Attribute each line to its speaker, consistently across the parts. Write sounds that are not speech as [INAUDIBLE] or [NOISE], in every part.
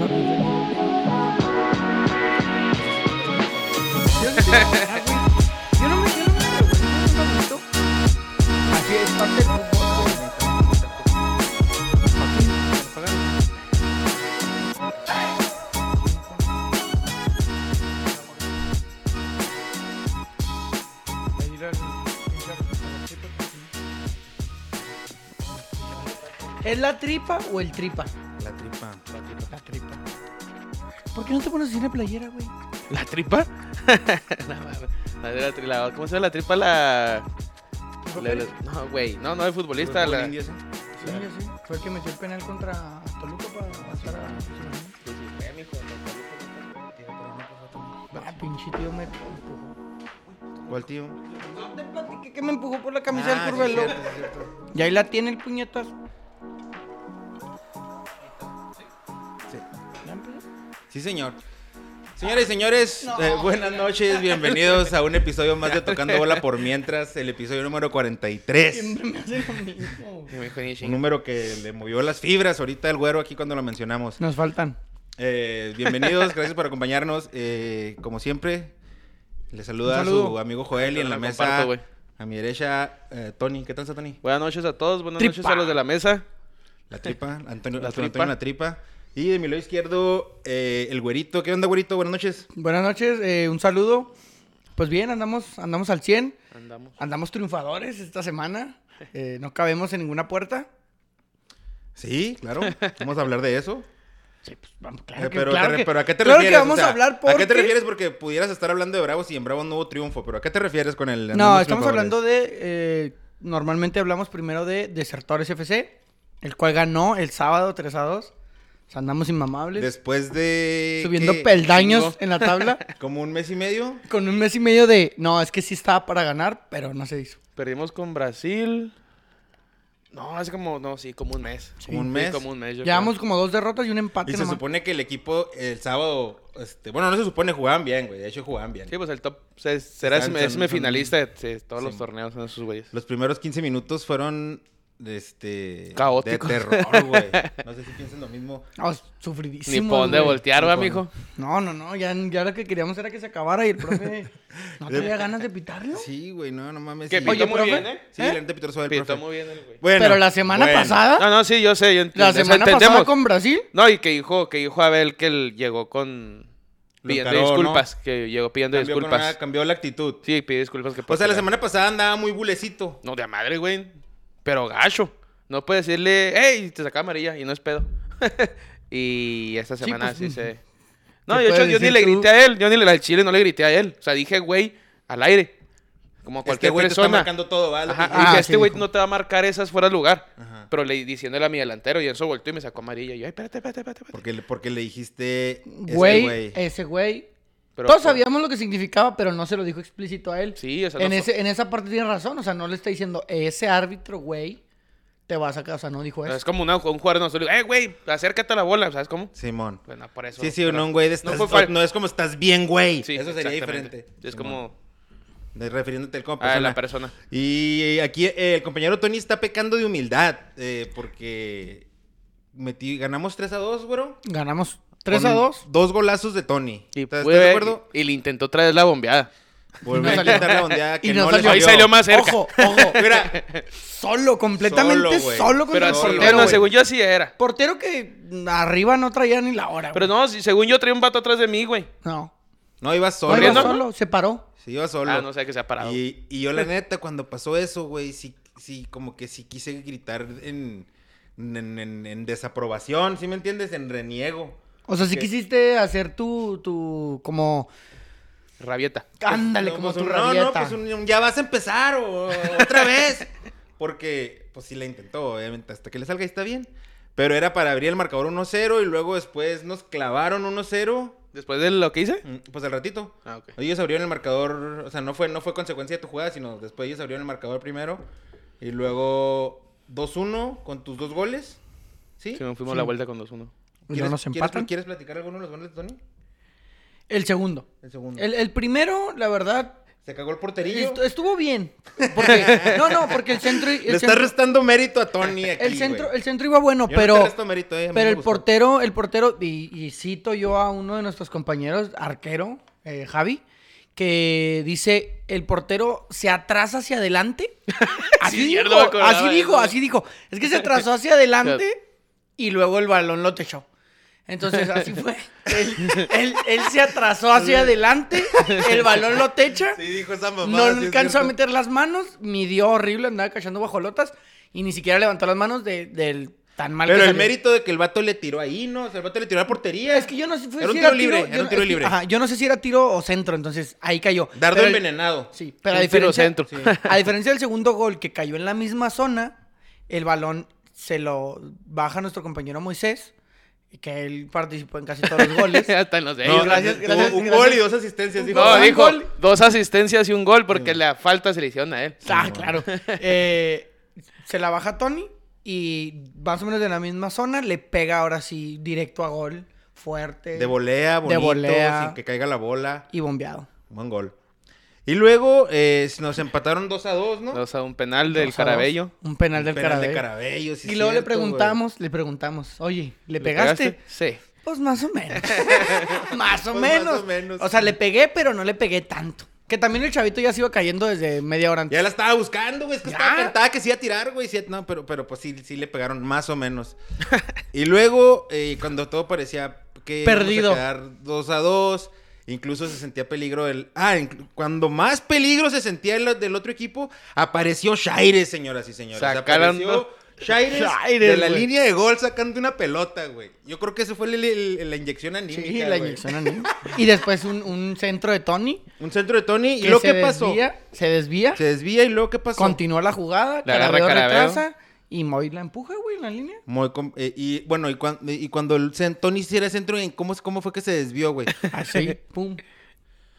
Speaker 1: ah, Yo no me yo no me avergüenzo, es bonito.
Speaker 2: Así es, parte del fútbol, güey, también, exacto.
Speaker 1: Aquí, me pagaron.
Speaker 2: Ahí era el pinche arquero,
Speaker 1: ¿Es la tripa o el tripa?
Speaker 3: La tripa.
Speaker 1: La tripa. ¿Por qué no te pones así en la playera, güey?
Speaker 3: ¿La
Speaker 4: [LAUGHS]
Speaker 3: tripa? No, mames. La de la tri- la- ¿Cómo se llama la tripa? La. la- la- no, güey. No, no, el futbolista.
Speaker 2: Fútbol
Speaker 3: La...
Speaker 2: indio, sí.
Speaker 1: Sí, yo sí. Fue el que metió el penal contra Toluca para pasar a.
Speaker 2: Pues
Speaker 1: Ah, pinche tío me empujó.
Speaker 3: ¿Cuál tío?
Speaker 1: Te platiqué que me empujó por la camisa
Speaker 2: Ah,
Speaker 1: del
Speaker 2: sí,
Speaker 1: curva del
Speaker 2: cierto,
Speaker 1: loco.
Speaker 2: sí, cierto.
Speaker 1: Y ahí la tiene el puñetazo.
Speaker 2: Sí.
Speaker 1: ¿Ya empezó?
Speaker 3: Sí, señor. Señores y señores,
Speaker 1: No.
Speaker 3: eh, buenas noches, bienvenidos a un episodio más de Tocando Bola por Mientras, el episodio número 43.
Speaker 1: Siempre me hace lo mismo.
Speaker 3: Y me dijo, "Ni chinga". Un número que le movió las fibras ahorita el güero aquí cuando lo mencionamos.
Speaker 1: Nos faltan.
Speaker 3: Eh, bienvenidos, gracias por acompañarnos. eh, como siempre, le saluda
Speaker 1: Un
Speaker 3: a
Speaker 1: saludo.
Speaker 3: su amigo Joel y en la
Speaker 4: Lo
Speaker 3: mesa
Speaker 4: comparto, güey.
Speaker 3: a mi derecha eh, Tony. ¿Qué tal, Tony?
Speaker 4: Buenas noches a todos, buenas noches
Speaker 1: Tripa.
Speaker 4: a los de la mesa.
Speaker 3: La
Speaker 1: [LAUGHS]
Speaker 3: tripa, Antonio,
Speaker 4: La
Speaker 3: la tripa.
Speaker 4: tripa.
Speaker 3: la tripa. Y de mi lado izquierdo, eh, el güerito. ¿Qué onda, güerito? Buenas noches.
Speaker 1: Buenas noches, eh, un saludo. Pues bien, andamos, andamos al 100.
Speaker 4: Andamos.
Speaker 1: Andamos triunfadores esta semana. Eh, no cabemos en ninguna puerta.
Speaker 3: Sí, claro. Vamos a hablar de eso.
Speaker 1: Sí, pues vamos,
Speaker 3: Eh,
Speaker 1: [LAUGHS] claro que,
Speaker 3: pero,
Speaker 1: claro
Speaker 3: te re-
Speaker 1: que-
Speaker 3: pero ¿a qué te
Speaker 1: claro que
Speaker 3: refieres? O
Speaker 1: vamos
Speaker 3: sea,
Speaker 1: a hablar
Speaker 3: ¿A qué
Speaker 1: porque-
Speaker 3: te refieres? Porque pudieras estar hablando de Bravos y en Bravos no hubo triunfo. ¿Pero a qué te refieres con el...
Speaker 1: No, estamos hablando de... eh, normalmente hablamos primero de Desertores FC, el cual ganó el sábado 3 a 2. O sea, andamos inmamables.
Speaker 3: Después de...
Speaker 1: subiendo
Speaker 3: ¿qué?
Speaker 1: peldaños
Speaker 3: Chingo.
Speaker 1: en la
Speaker 3: [LAUGHS]
Speaker 1: tabla.
Speaker 3: Como un mes y medio.
Speaker 1: con un mes y medio de... No, es que sí estaba para ganar, pero no se hizo.
Speaker 4: Perdimos con Brasil. No, hace como, no, sí, como un mes.
Speaker 3: Como un mes.
Speaker 4: Sí, como un mes. yo
Speaker 1: Llevamos
Speaker 4: creo.
Speaker 1: como dos derrotas y un empate.
Speaker 3: Y se
Speaker 1: nomás.
Speaker 3: supone que el equipo el sábado... Este, bueno, no se supone, jugaban bien, güey. De hecho, jugaban bien.
Speaker 4: Sí, pues el top se- será
Speaker 3: Están-
Speaker 4: semi-
Speaker 3: son-
Speaker 4: semifinalista de de todos
Speaker 3: Sí.
Speaker 4: los torneos en esos güeyes.
Speaker 3: Los primeros 15 minutos fueron... Este...
Speaker 4: Caóticos.
Speaker 3: De
Speaker 1: [LAUGHS]
Speaker 3: terror, güey. No sé si piensan lo mismo.
Speaker 1: Ah,
Speaker 4: Ni
Speaker 1: sufridísimo.
Speaker 4: por dónde
Speaker 1: güey.
Speaker 4: voltear,
Speaker 3: Ni
Speaker 4: va,
Speaker 3: por-
Speaker 4: mijo.
Speaker 1: No, no, no, ya, ya lo que queríamos era que se acabara y el
Speaker 3: [LAUGHS]
Speaker 1: profe no
Speaker 3: De-
Speaker 1: tenía ganas de pitarlo.
Speaker 3: Sí, güey. No, no mames.
Speaker 4: Que
Speaker 3: sí.
Speaker 4: pitó
Speaker 1: Oye,
Speaker 4: muy
Speaker 1: profe.
Speaker 4: bien, ¿eh?
Speaker 3: Sí, la neta pitó suave el
Speaker 4: Pitó
Speaker 3: profe. ¿Ah?
Speaker 4: muy bien el güey.
Speaker 3: Bueno,
Speaker 1: Pero la semana
Speaker 3: bueno.
Speaker 1: pasada,
Speaker 4: No, no, sí, yo sé, yo entiendo.
Speaker 1: la
Speaker 4: o sea,
Speaker 1: semana
Speaker 4: entendemos.
Speaker 1: pasada con Brasil,
Speaker 4: No, y que dijo, que dijo Abel que él llegó con...
Speaker 3: Lo
Speaker 4: Pidiendo
Speaker 3: encaró, ¿no?
Speaker 4: disculpas, que llegó pidiendo
Speaker 3: Cambió, con
Speaker 4: disculpas.
Speaker 3: una- cambió la actitud.
Speaker 4: Sí, pide disculpas que
Speaker 3: O sea,
Speaker 4: porque
Speaker 3: la
Speaker 4: la-
Speaker 3: semana pasada andaba muy bulecito.
Speaker 4: No, de a madre, güey. Pero gacho. No puede decirle, hey, te saca amarilla y no es pedo. [LAUGHS] y esta
Speaker 1: Sí,
Speaker 4: semana
Speaker 1: pues,
Speaker 4: sí
Speaker 1: mm.
Speaker 4: se. No,
Speaker 1: ¿Qué
Speaker 4: yo, yo,
Speaker 1: puedes
Speaker 4: yo ni
Speaker 1: decir
Speaker 4: le
Speaker 1: tú?
Speaker 4: grité a él. Yo ni le, al chile no le grité a él. O sea, dije, güey, al aire. Como
Speaker 3: Este
Speaker 4: cualquier
Speaker 3: güey te está
Speaker 4: persona.
Speaker 3: marcando todo, ¿vale?
Speaker 4: Ajá,
Speaker 1: Ah,
Speaker 4: dije,
Speaker 1: sí,
Speaker 4: este güey
Speaker 1: dijo.
Speaker 4: no te va a marcar esas fuera de lugar.
Speaker 3: Ajá.
Speaker 4: Pero le diciéndole a mi delantero y eso volteó y me sacó amarilla. Y yo, ay, espérate, espérate, espérate. espérate".
Speaker 3: Porque, le- porque le dijiste... este, ese
Speaker 1: güey, eh. ese güey.
Speaker 4: Pero-
Speaker 1: Todos sabíamos lo que significaba, pero no se lo dijo explícito a él.
Speaker 4: Sí, o sea, no
Speaker 1: en,
Speaker 4: fue-
Speaker 1: ese, en esa parte tiene razón, o sea, no le está diciendo, ese árbitro, güey, te va a sacar, o sea, no dijo
Speaker 4: o sea,
Speaker 3: pues.
Speaker 1: eso.
Speaker 4: es como una- un jugador no se le digo, eh, güey, acércate a la bola, ¿sabes cómo?
Speaker 3: Simón.
Speaker 4: Bueno, por eso.
Speaker 3: Sí, sí,
Speaker 4: pero-
Speaker 3: no, un güey de...
Speaker 4: No
Speaker 3: estás-
Speaker 4: fue
Speaker 3: o-
Speaker 4: fal-
Speaker 3: no es como estás bien, güey.
Speaker 4: Sí,
Speaker 3: Eso sería
Speaker 4: exactamente.
Speaker 3: diferente.
Speaker 4: Es
Speaker 3: Simón.
Speaker 4: como
Speaker 3: De- refiriéndote al como
Speaker 4: a
Speaker 3: persona.
Speaker 4: la persona.
Speaker 3: Y aquí eh, el compañero Tony está pecando de humildad. eh, porque... metí- ganamos 3 a 2, güero.
Speaker 1: Ganamos 3
Speaker 3: Con
Speaker 1: a 2.
Speaker 3: Dos golazos de Tony.
Speaker 4: Y,
Speaker 3: ¿Estás
Speaker 4: fue-
Speaker 3: estás de acuerdo?
Speaker 4: y le intentó traer la bombeada.
Speaker 3: Volví
Speaker 1: no
Speaker 3: a
Speaker 1: salió.
Speaker 3: quitar la bondeada
Speaker 1: [LAUGHS]
Speaker 3: que
Speaker 1: Y
Speaker 3: no,
Speaker 1: no
Speaker 3: le
Speaker 1: salió.
Speaker 4: Ahí salió más cerca.
Speaker 1: Ojo,
Speaker 4: [LAUGHS]
Speaker 1: ojo,
Speaker 3: Mira,
Speaker 1: solo, completamente
Speaker 3: Solo, güey.
Speaker 1: solo,
Speaker 4: Pero
Speaker 1: contra el
Speaker 4: así,
Speaker 3: solo,
Speaker 1: portero,
Speaker 4: bueno,
Speaker 1: güey.
Speaker 4: según yo así era.
Speaker 1: Portero que mm, arriba no traía ni la hora,
Speaker 4: Pero
Speaker 1: güey.
Speaker 4: no, si- según yo traía un vato atrás de mí, güey.
Speaker 1: No.
Speaker 3: no, iba
Speaker 1: No,
Speaker 3: solo.
Speaker 1: iba
Speaker 4: ¿Corriendo?
Speaker 1: solo, se paró.
Speaker 3: Sí, iba solo.
Speaker 4: Ah, no sé que se ha parado.
Speaker 3: Y, y yo la neta, cuando pasó eso, güey, sí, sí, como que sí quise gritar en, en, en- en desaprobación, ¿sí me entiendes? En reniego.
Speaker 1: O sea, si
Speaker 3: ¿Qué?
Speaker 1: quisiste hacer tu, tu, como,
Speaker 4: Rabieta.
Speaker 1: ándale,
Speaker 3: No,
Speaker 1: como
Speaker 3: pues
Speaker 1: tu
Speaker 3: un-
Speaker 1: rabieta.
Speaker 3: No, no, pues un- un ya vas a empezar o otra vez. Porque, pues sí la intentó, obviamente, hasta que le salga y está bien. Pero era para abrir el marcador 1-0 y luego después nos clavaron 1-0,
Speaker 4: Después de lo que hice.
Speaker 3: mm, pues al ratito.
Speaker 4: Ah, ok.
Speaker 3: Ellos abrieron el marcador, o sea, no fue, no fue consecuencia de tu jugada, sino después ellos abrieron el marcador primero. Y luego 2-1 con tus dos goles. ¿Sí?
Speaker 4: Sí, nos fuimos
Speaker 1: Sí.
Speaker 4: la vuelta con 2-1.
Speaker 1: Y luego nos empatan.
Speaker 3: ¿Quieres platicar alguno de los goles, Tony?
Speaker 1: El segundo.
Speaker 3: El segundo.
Speaker 1: El, el primero, la verdad,
Speaker 3: Se cagó el porterillo.
Speaker 1: est- estuvo bien. Porque- no, no, porque el centro... El
Speaker 3: [LAUGHS] Le está
Speaker 1: centro,
Speaker 3: restando mérito a Tony aquí,
Speaker 1: el, centro,
Speaker 3: güey.
Speaker 1: el centro iba bueno,
Speaker 3: Yo no
Speaker 1: pero...
Speaker 3: te resto mérito, eh, a mí
Speaker 1: Pero
Speaker 3: me
Speaker 1: el
Speaker 3: gustó.
Speaker 1: portero, el portero, y, y cito yo a uno de nuestros compañeros, arquero, eh, Javi, que dice el portero se atrasa hacia adelante. Así
Speaker 4: Sí,
Speaker 1: dijo,
Speaker 4: cierto, me acordaba
Speaker 1: así
Speaker 4: de
Speaker 1: dijo,
Speaker 4: eso.
Speaker 1: así dijo. Es que se atrasó hacia adelante y luego el balón lo techó. Entonces así fue. Él, él- él se atrasó hacia adelante, el balón lo techa.
Speaker 2: Sí, dijo esa mamá.
Speaker 1: No alcanzó a meter las manos, midió horrible, andaba cachando guajolotas y ni siquiera levantó las manos de- del tan mal que
Speaker 3: Pero el
Speaker 1: salió.
Speaker 3: mérito de que el vato le tiró ahí, ¿no? O sea, el vato le tiró a la portería.
Speaker 1: Es que yo no sé
Speaker 3: Era un
Speaker 1: si
Speaker 3: tiro libre,
Speaker 1: yo
Speaker 3: era
Speaker 1: no-
Speaker 3: un tiro
Speaker 1: es que-
Speaker 3: libre.
Speaker 1: ajá, yo no sé si era tiro o centro, entonces ahí cayó.
Speaker 3: Dardo
Speaker 1: Pero el-
Speaker 3: envenenado.
Speaker 1: Sí, pero a
Speaker 4: Un tiro
Speaker 1: diferencia,
Speaker 4: centro. Sí.
Speaker 1: a diferencia del segundo gol que cayó en la misma zona, el balón se lo baja nuestro compañero Moisés, que él participó en casi todos los
Speaker 3: [LAUGHS]
Speaker 1: goles.
Speaker 4: [LAUGHS] Hasta en los de
Speaker 3: No,
Speaker 4: ellos.
Speaker 2: gracias,
Speaker 3: un-
Speaker 2: gracias,
Speaker 3: un
Speaker 2: gracias.
Speaker 3: gol y dos asistencias. Dijo,
Speaker 4: No,
Speaker 3: "Ah,
Speaker 4: dijo
Speaker 3: gol". Mm.
Speaker 4: dos asistencias y un gol porque la falta se le hicieron a él.
Speaker 1: ah, claro. Eh, se la baja Tony y más o menos de la misma zona le pega ahora sí directo a gol, fuerte
Speaker 3: De volea, bonito,
Speaker 1: volea.
Speaker 3: sin que caiga la bola.
Speaker 1: y bombeado.
Speaker 3: Buen gol. Y luego eh, nos empataron 2 a 2, ¿no?
Speaker 4: Dos a un penal del
Speaker 1: Dos a dos,
Speaker 4: Carabello.
Speaker 1: Un penal del
Speaker 3: Penal
Speaker 1: Carabello.
Speaker 3: de Carabello, sí
Speaker 1: y luego le
Speaker 3: cierto, güey.
Speaker 1: preguntamos, le preguntamos, oye, ¿le,
Speaker 4: ¿Le
Speaker 1: pegaste?
Speaker 4: Sí.
Speaker 1: Pues más o
Speaker 3: [LAUGHS]
Speaker 1: menos. más, o
Speaker 3: Pues
Speaker 1: menos.
Speaker 3: más o menos.
Speaker 1: O sea, le pegué, pero no le pegué tanto. Que también el chavito ya se iba cayendo desde media hora antes.
Speaker 3: Ya la estaba buscando, güey. Es que
Speaker 1: Ya.
Speaker 3: estaba tentada que sí iba a tirar, güey. sí- no, pero, pero pues sí, sí le pegaron más o menos. y luego, eh, cuando todo parecía que íbamos a
Speaker 1: Perdido.
Speaker 3: quedar 2 a 2, incluso se sentía peligro el... Ah, inclu- cuando más peligro se sentía el- del otro equipo, apareció Shaires, señoras y señores.
Speaker 4: Sacaron dos-
Speaker 3: Apareció Shaires,
Speaker 1: Shaires,
Speaker 3: de la
Speaker 1: güey.
Speaker 3: línea de gol sacando una pelota, güey. Yo creo que eso fue el- el- la inyección anímica,
Speaker 1: Sí, la
Speaker 3: güey.
Speaker 1: inyección anímica. Y después un, un centro de Tony.
Speaker 3: Un centro de Tony. ¿Y
Speaker 1: que
Speaker 3: lo
Speaker 1: se
Speaker 3: que pasó?
Speaker 1: desvía- se desvía,
Speaker 3: Se desvía y luego ¿qué pasó?
Speaker 1: continúa la jugada,
Speaker 4: Le agarra
Speaker 1: Carabeo
Speaker 4: Carabeo.
Speaker 1: retrasa y Moy la empuja, güey, en la línea.
Speaker 3: Muy com- eh, y bueno, y, cuan- y cuando el cen- Tony hiciera centro, ¿en ¿cómo, es- ¿cómo fue que se desvió,
Speaker 1: [LAUGHS]
Speaker 3: güey? [LAUGHS]
Speaker 1: Así, pum.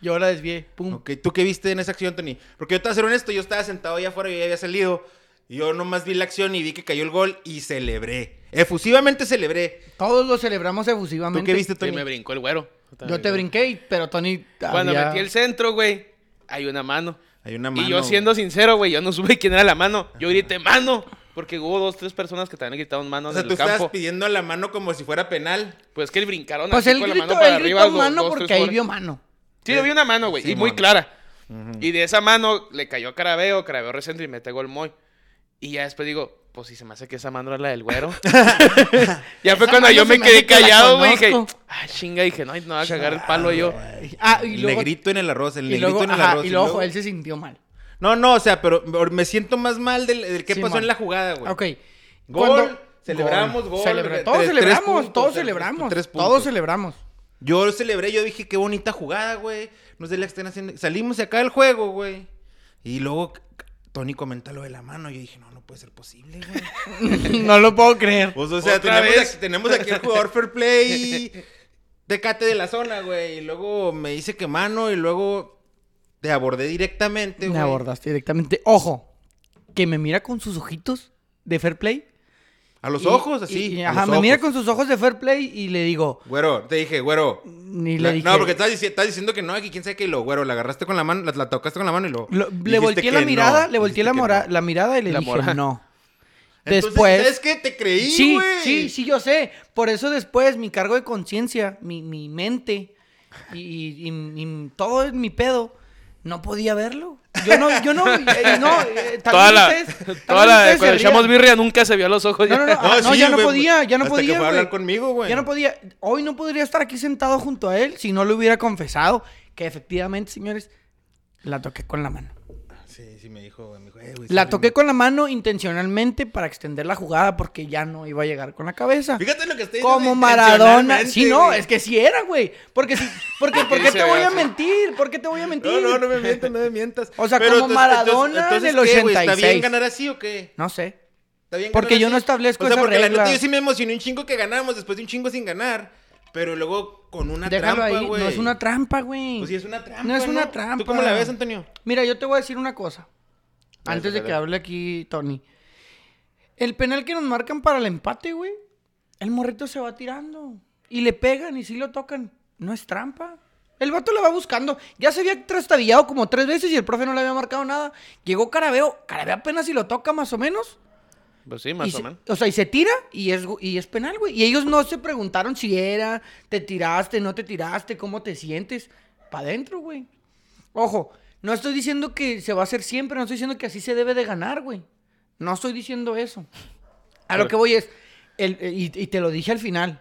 Speaker 1: Yo la desvié, pum.
Speaker 3: Ok, ¿Tú qué viste en esa acción, Tony? Porque yo te voy a ser honesto, yo estaba sentado allá afuera, yo ya había salido. y Yo nomás vi la acción y vi que cayó el gol y celebré. Efusivamente celebré.
Speaker 1: Todos lo celebramos efusivamente.
Speaker 3: ¿Tú qué viste,
Speaker 4: Sí,
Speaker 3: Tony?
Speaker 4: me brincó el güero.
Speaker 1: Yo te brinqué, y- pero Tony.
Speaker 4: Cuando
Speaker 1: había-
Speaker 4: metí el centro, güey, hay una mano.
Speaker 3: Hay una mano.
Speaker 4: y yo siendo
Speaker 3: güey.
Speaker 4: sincero, güey, yo no supe quién era la mano. Yo grité mano. Porque hubo dos, tres personas que también gritaron mano
Speaker 3: O sea,
Speaker 4: en
Speaker 3: tú
Speaker 4: el
Speaker 3: estabas
Speaker 4: campo.
Speaker 3: pidiendo la mano como si fuera penal.
Speaker 4: Pues que brincaron
Speaker 1: Pues
Speaker 4: así
Speaker 1: él
Speaker 4: con la
Speaker 1: gritó,
Speaker 4: mano para
Speaker 1: él
Speaker 4: arriba.
Speaker 1: gritó
Speaker 4: do-
Speaker 1: mano
Speaker 4: dos, tres
Speaker 1: porque ahí
Speaker 4: jugadores.
Speaker 1: vio mano.
Speaker 4: Sí, yo vi una mano, güey, y
Speaker 3: Simón.
Speaker 4: muy clara. Y de esa mano le cayó a Carabeo, Carabeo recentra y mete gol Moy. Y ya después digo, pues si se me hace que esa mano era la
Speaker 1: [LAUGHS]
Speaker 4: del güero. ya
Speaker 1: Esa
Speaker 4: fue cuando
Speaker 1: mano
Speaker 4: yo
Speaker 1: se
Speaker 4: me
Speaker 1: me
Speaker 4: quedé
Speaker 1: hace que la
Speaker 4: callado, güey, y dije,
Speaker 1: conozco.
Speaker 4: ah, chinga, dije, no, no va a cagar el palo yo.
Speaker 1: Ah, y
Speaker 3: El
Speaker 1: luego.
Speaker 3: negrito en el arroz, el
Speaker 1: Y
Speaker 3: negrito
Speaker 1: luego,
Speaker 3: en el
Speaker 1: ajá,
Speaker 3: arroz.
Speaker 1: y luego él se sintió mal.
Speaker 3: No, no, o sea, pero me siento más mal del, del qué
Speaker 1: Sí,
Speaker 3: pasó
Speaker 1: man.
Speaker 3: en la jugada, güey.
Speaker 1: Ok.
Speaker 3: Gol,
Speaker 1: Cuando-
Speaker 3: celebramos, gol,
Speaker 1: celebra-
Speaker 3: tre-
Speaker 1: todos
Speaker 3: tres
Speaker 1: celebramos,
Speaker 3: puntos,
Speaker 1: todos
Speaker 3: tres-
Speaker 1: celebramos.
Speaker 3: tres puntos.
Speaker 1: todos celebramos.
Speaker 3: Yo celebré, yo dije, qué bonita jugada, güey. No sé la que están haciendo. Salimos de acá del juego, güey. Y luego c- Tony comenta lo de la mano. Yo dije, no, no puede ser posible, güey.
Speaker 1: no lo puedo creer.
Speaker 3: [LAUGHS] Pues, o sea,
Speaker 4: ¿Otra
Speaker 3: tenemos
Speaker 4: vez?
Speaker 3: aquí, tenemos aquí el jugador fair play y [LAUGHS] tecate de la zona, güey. Y luego me dice que mano y luego te abordé directamente,
Speaker 1: Me
Speaker 3: este güey.
Speaker 1: abordaste directamente. Ojo, que me mira con sus ojitos de fair play.
Speaker 3: A los
Speaker 1: Y-
Speaker 3: ojos,
Speaker 1: y-
Speaker 3: así.
Speaker 1: y,
Speaker 3: a
Speaker 1: ajá,
Speaker 3: los
Speaker 1: me mira
Speaker 3: ojos.
Speaker 1: con sus ojos de fair play y le digo.
Speaker 3: Güero, te dije, güero.
Speaker 1: Ni le
Speaker 3: La-
Speaker 1: dije.
Speaker 3: No, porque estás, dici- estás diciendo que no, aquí quién sabe que lo, güero, la agarraste con la mano, la, la tocaste con la mano y lo.
Speaker 1: Lo- le volteé la mirada, le volteé la, mora- la mirada y le
Speaker 4: La
Speaker 1: dije
Speaker 4: mora.
Speaker 1: no.
Speaker 3: Después.
Speaker 1: Después.
Speaker 3: ¿Sabes qué? Te creí,
Speaker 1: Sí,
Speaker 3: güey.
Speaker 1: sí, sí, yo sé. Por eso después mi cargo de conciencia, mi, mi mente y, y- y- y todo es mi pedo, no podía verlo. Yo no, yo no, eh, no. eh, también
Speaker 4: Toda la,
Speaker 1: ustedes- también
Speaker 4: toda la,
Speaker 1: ustedes se rían.
Speaker 4: cuando echamos birria nunca se vio a los ojos.
Speaker 1: No, no, no,
Speaker 4: ya.
Speaker 1: ah, no,
Speaker 3: sí,
Speaker 1: ya no
Speaker 3: güey,
Speaker 1: podía, ya no
Speaker 3: hasta que
Speaker 1: podía.
Speaker 3: fue a
Speaker 1: güey.
Speaker 3: hablar conmigo, güey.
Speaker 1: Ya no podía. Hoy no podría estar aquí sentado junto a él si no le hubiera confesado que efectivamente, señores, la toqué con la mano.
Speaker 3: Sí, sí me dijo, güey. Me dijo, eh, güey,
Speaker 1: La
Speaker 3: sorry,
Speaker 1: toqué
Speaker 3: güey.
Speaker 1: con la mano intencionalmente para extender la jugada porque ya no iba a llegar con la cabeza.
Speaker 3: Fíjate lo que estoy diciendo.
Speaker 1: Como Maradona.
Speaker 3: intencionalmente,
Speaker 1: Sí, no,
Speaker 3: güey.
Speaker 1: es que sí era, güey. Porque sí, porque,
Speaker 3: [LAUGHS]
Speaker 1: ¿por qué
Speaker 4: Sí se
Speaker 1: te voy
Speaker 4: ve
Speaker 1: a
Speaker 4: así.
Speaker 1: mentir? ¿Por qué te voy a mentir?
Speaker 3: No, no, no me mientas, no me mientas.
Speaker 1: O sea, como
Speaker 3: entonces-
Speaker 1: Maradona del
Speaker 3: ¿qué, güey? ¿Está
Speaker 1: 86?
Speaker 3: bien ganar así o qué?
Speaker 1: No sé.
Speaker 3: ¿Está bien
Speaker 1: Porque
Speaker 3: ganar
Speaker 1: yo
Speaker 3: así?
Speaker 1: no establezco
Speaker 3: O sea,
Speaker 1: esa
Speaker 3: porque la
Speaker 1: regla.
Speaker 3: neta yo sí me emocioné un chingo que ganamos después de un chingo sin ganar. Pero luego con una
Speaker 1: Déjalo
Speaker 3: trampa,
Speaker 1: ahí.
Speaker 3: güey.
Speaker 1: No es una trampa, güey.
Speaker 3: Pues sí, es una trampa.
Speaker 1: No es una trampa.
Speaker 3: ¿Tú cómo la ves, Antonio?
Speaker 1: Mira, yo te voy a decir una cosa.
Speaker 4: Dale,
Speaker 1: Antes de
Speaker 4: dale,
Speaker 1: que
Speaker 4: dale.
Speaker 1: hable aquí Tony. El penal que nos marcan para el empate, güey. El morrito se va tirando. Y le pegan y sí lo tocan. No es trampa. El vato la va buscando. Ya se había trastabillado como tres veces y el profe no le había marcado nada. Llegó Carabeo. Carabeo apenas si lo toca más o menos.
Speaker 4: [LAUGHS] Pues sí,
Speaker 1: Y
Speaker 4: más o
Speaker 1: se-
Speaker 4: menos.
Speaker 1: o sea, y se tira y es, go- y es penal, güey. Y ellos no se preguntaron si era, te tiraste, no te tiraste, cómo te sientes. Pa' adentro, güey. Ojo, no estoy diciendo que se va a hacer siempre, no estoy diciendo que así se debe de ganar, güey. No estoy diciendo eso. A lo que voy es, el- eh, y, y te lo dije al final,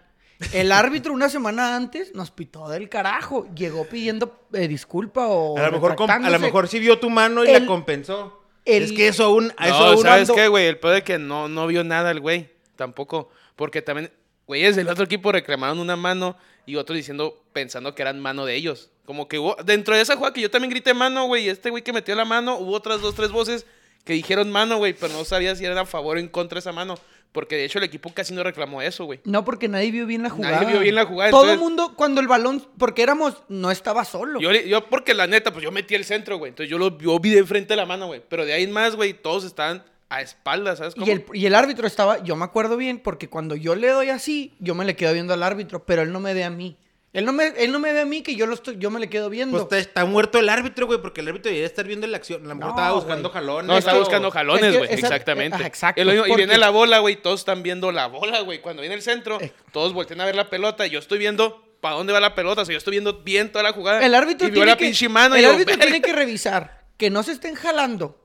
Speaker 1: el árbitro una semana antes nos pitó del carajo, llegó pidiendo eh, disculpa o...
Speaker 3: A lo, mejor, com- a lo
Speaker 1: retractándose.
Speaker 3: mejor sí vio tu mano y
Speaker 1: El-
Speaker 3: la compensó.
Speaker 1: el-
Speaker 3: Es que eso aún. A eso
Speaker 4: No,
Speaker 3: aún
Speaker 4: ¿sabes
Speaker 3: ando-
Speaker 4: qué, güey? El peor es que no, no vio nada el güey. Tampoco. Porque también, güeyes del otro equipo reclamaron una mano y otro diciendo, pensando que eran mano de ellos. Como que hubo, dentro de esa jugada que yo también grité mano, güey, y este güey que metió la mano, hubo otras dos, tres voces que dijeron mano, güey, pero no sabía si era a favor o en contra esa mano. Porque de hecho el equipo casi no reclamó eso, güey.
Speaker 1: No, porque nadie vio bien la
Speaker 4: Nadie
Speaker 1: jugada.
Speaker 4: vio bien la jugada,
Speaker 1: Todo el
Speaker 4: entonces-
Speaker 1: mundo, cuando el balón, porque éramos, no estaba solo.
Speaker 4: Yo, le- yo, porque la neta, pues yo metí el centro, güey. Entonces yo lo yo vi de frente a la mano, güey. Pero de ahí en más, güey, todos estaban a espaldas, ¿sabes?
Speaker 1: Y
Speaker 4: cómo?
Speaker 1: el, y el árbitro estaba, yo me acuerdo bien, porque cuando yo le doy así, yo me le quedo viendo al árbitro, pero él no me ve a mí. Él no me, él no me ve a mí que yo, lo estoy- yo me le quedo viendo.
Speaker 3: Pues está, está muerto el árbitro, güey, porque el árbitro debería estar viendo la acción. A lo mejor
Speaker 1: No,
Speaker 3: estaba buscando
Speaker 1: güey.
Speaker 3: jalones.
Speaker 4: No, está
Speaker 3: o-
Speaker 4: buscando
Speaker 1: Es
Speaker 4: jalones,
Speaker 1: que
Speaker 4: güey.
Speaker 1: esa-
Speaker 4: Exactamente.
Speaker 1: ajá, exacto,
Speaker 4: Es lo mismo, Y
Speaker 1: porque-
Speaker 4: viene la bola, güey. Todos están viendo la bola, güey. Cuando viene el centro,
Speaker 1: Eh.
Speaker 4: todos voltean a ver la pelota. Yo estoy viendo para dónde va la pelota. O sea, yo estoy viendo bien toda la jugada.
Speaker 1: el árbitro
Speaker 4: y vio
Speaker 1: tiene,
Speaker 4: la
Speaker 1: que,
Speaker 4: pinche mano. y
Speaker 1: el
Speaker 4: yo,
Speaker 1: árbitro
Speaker 4: "Verga".
Speaker 1: tiene que revisar que no se estén jalando.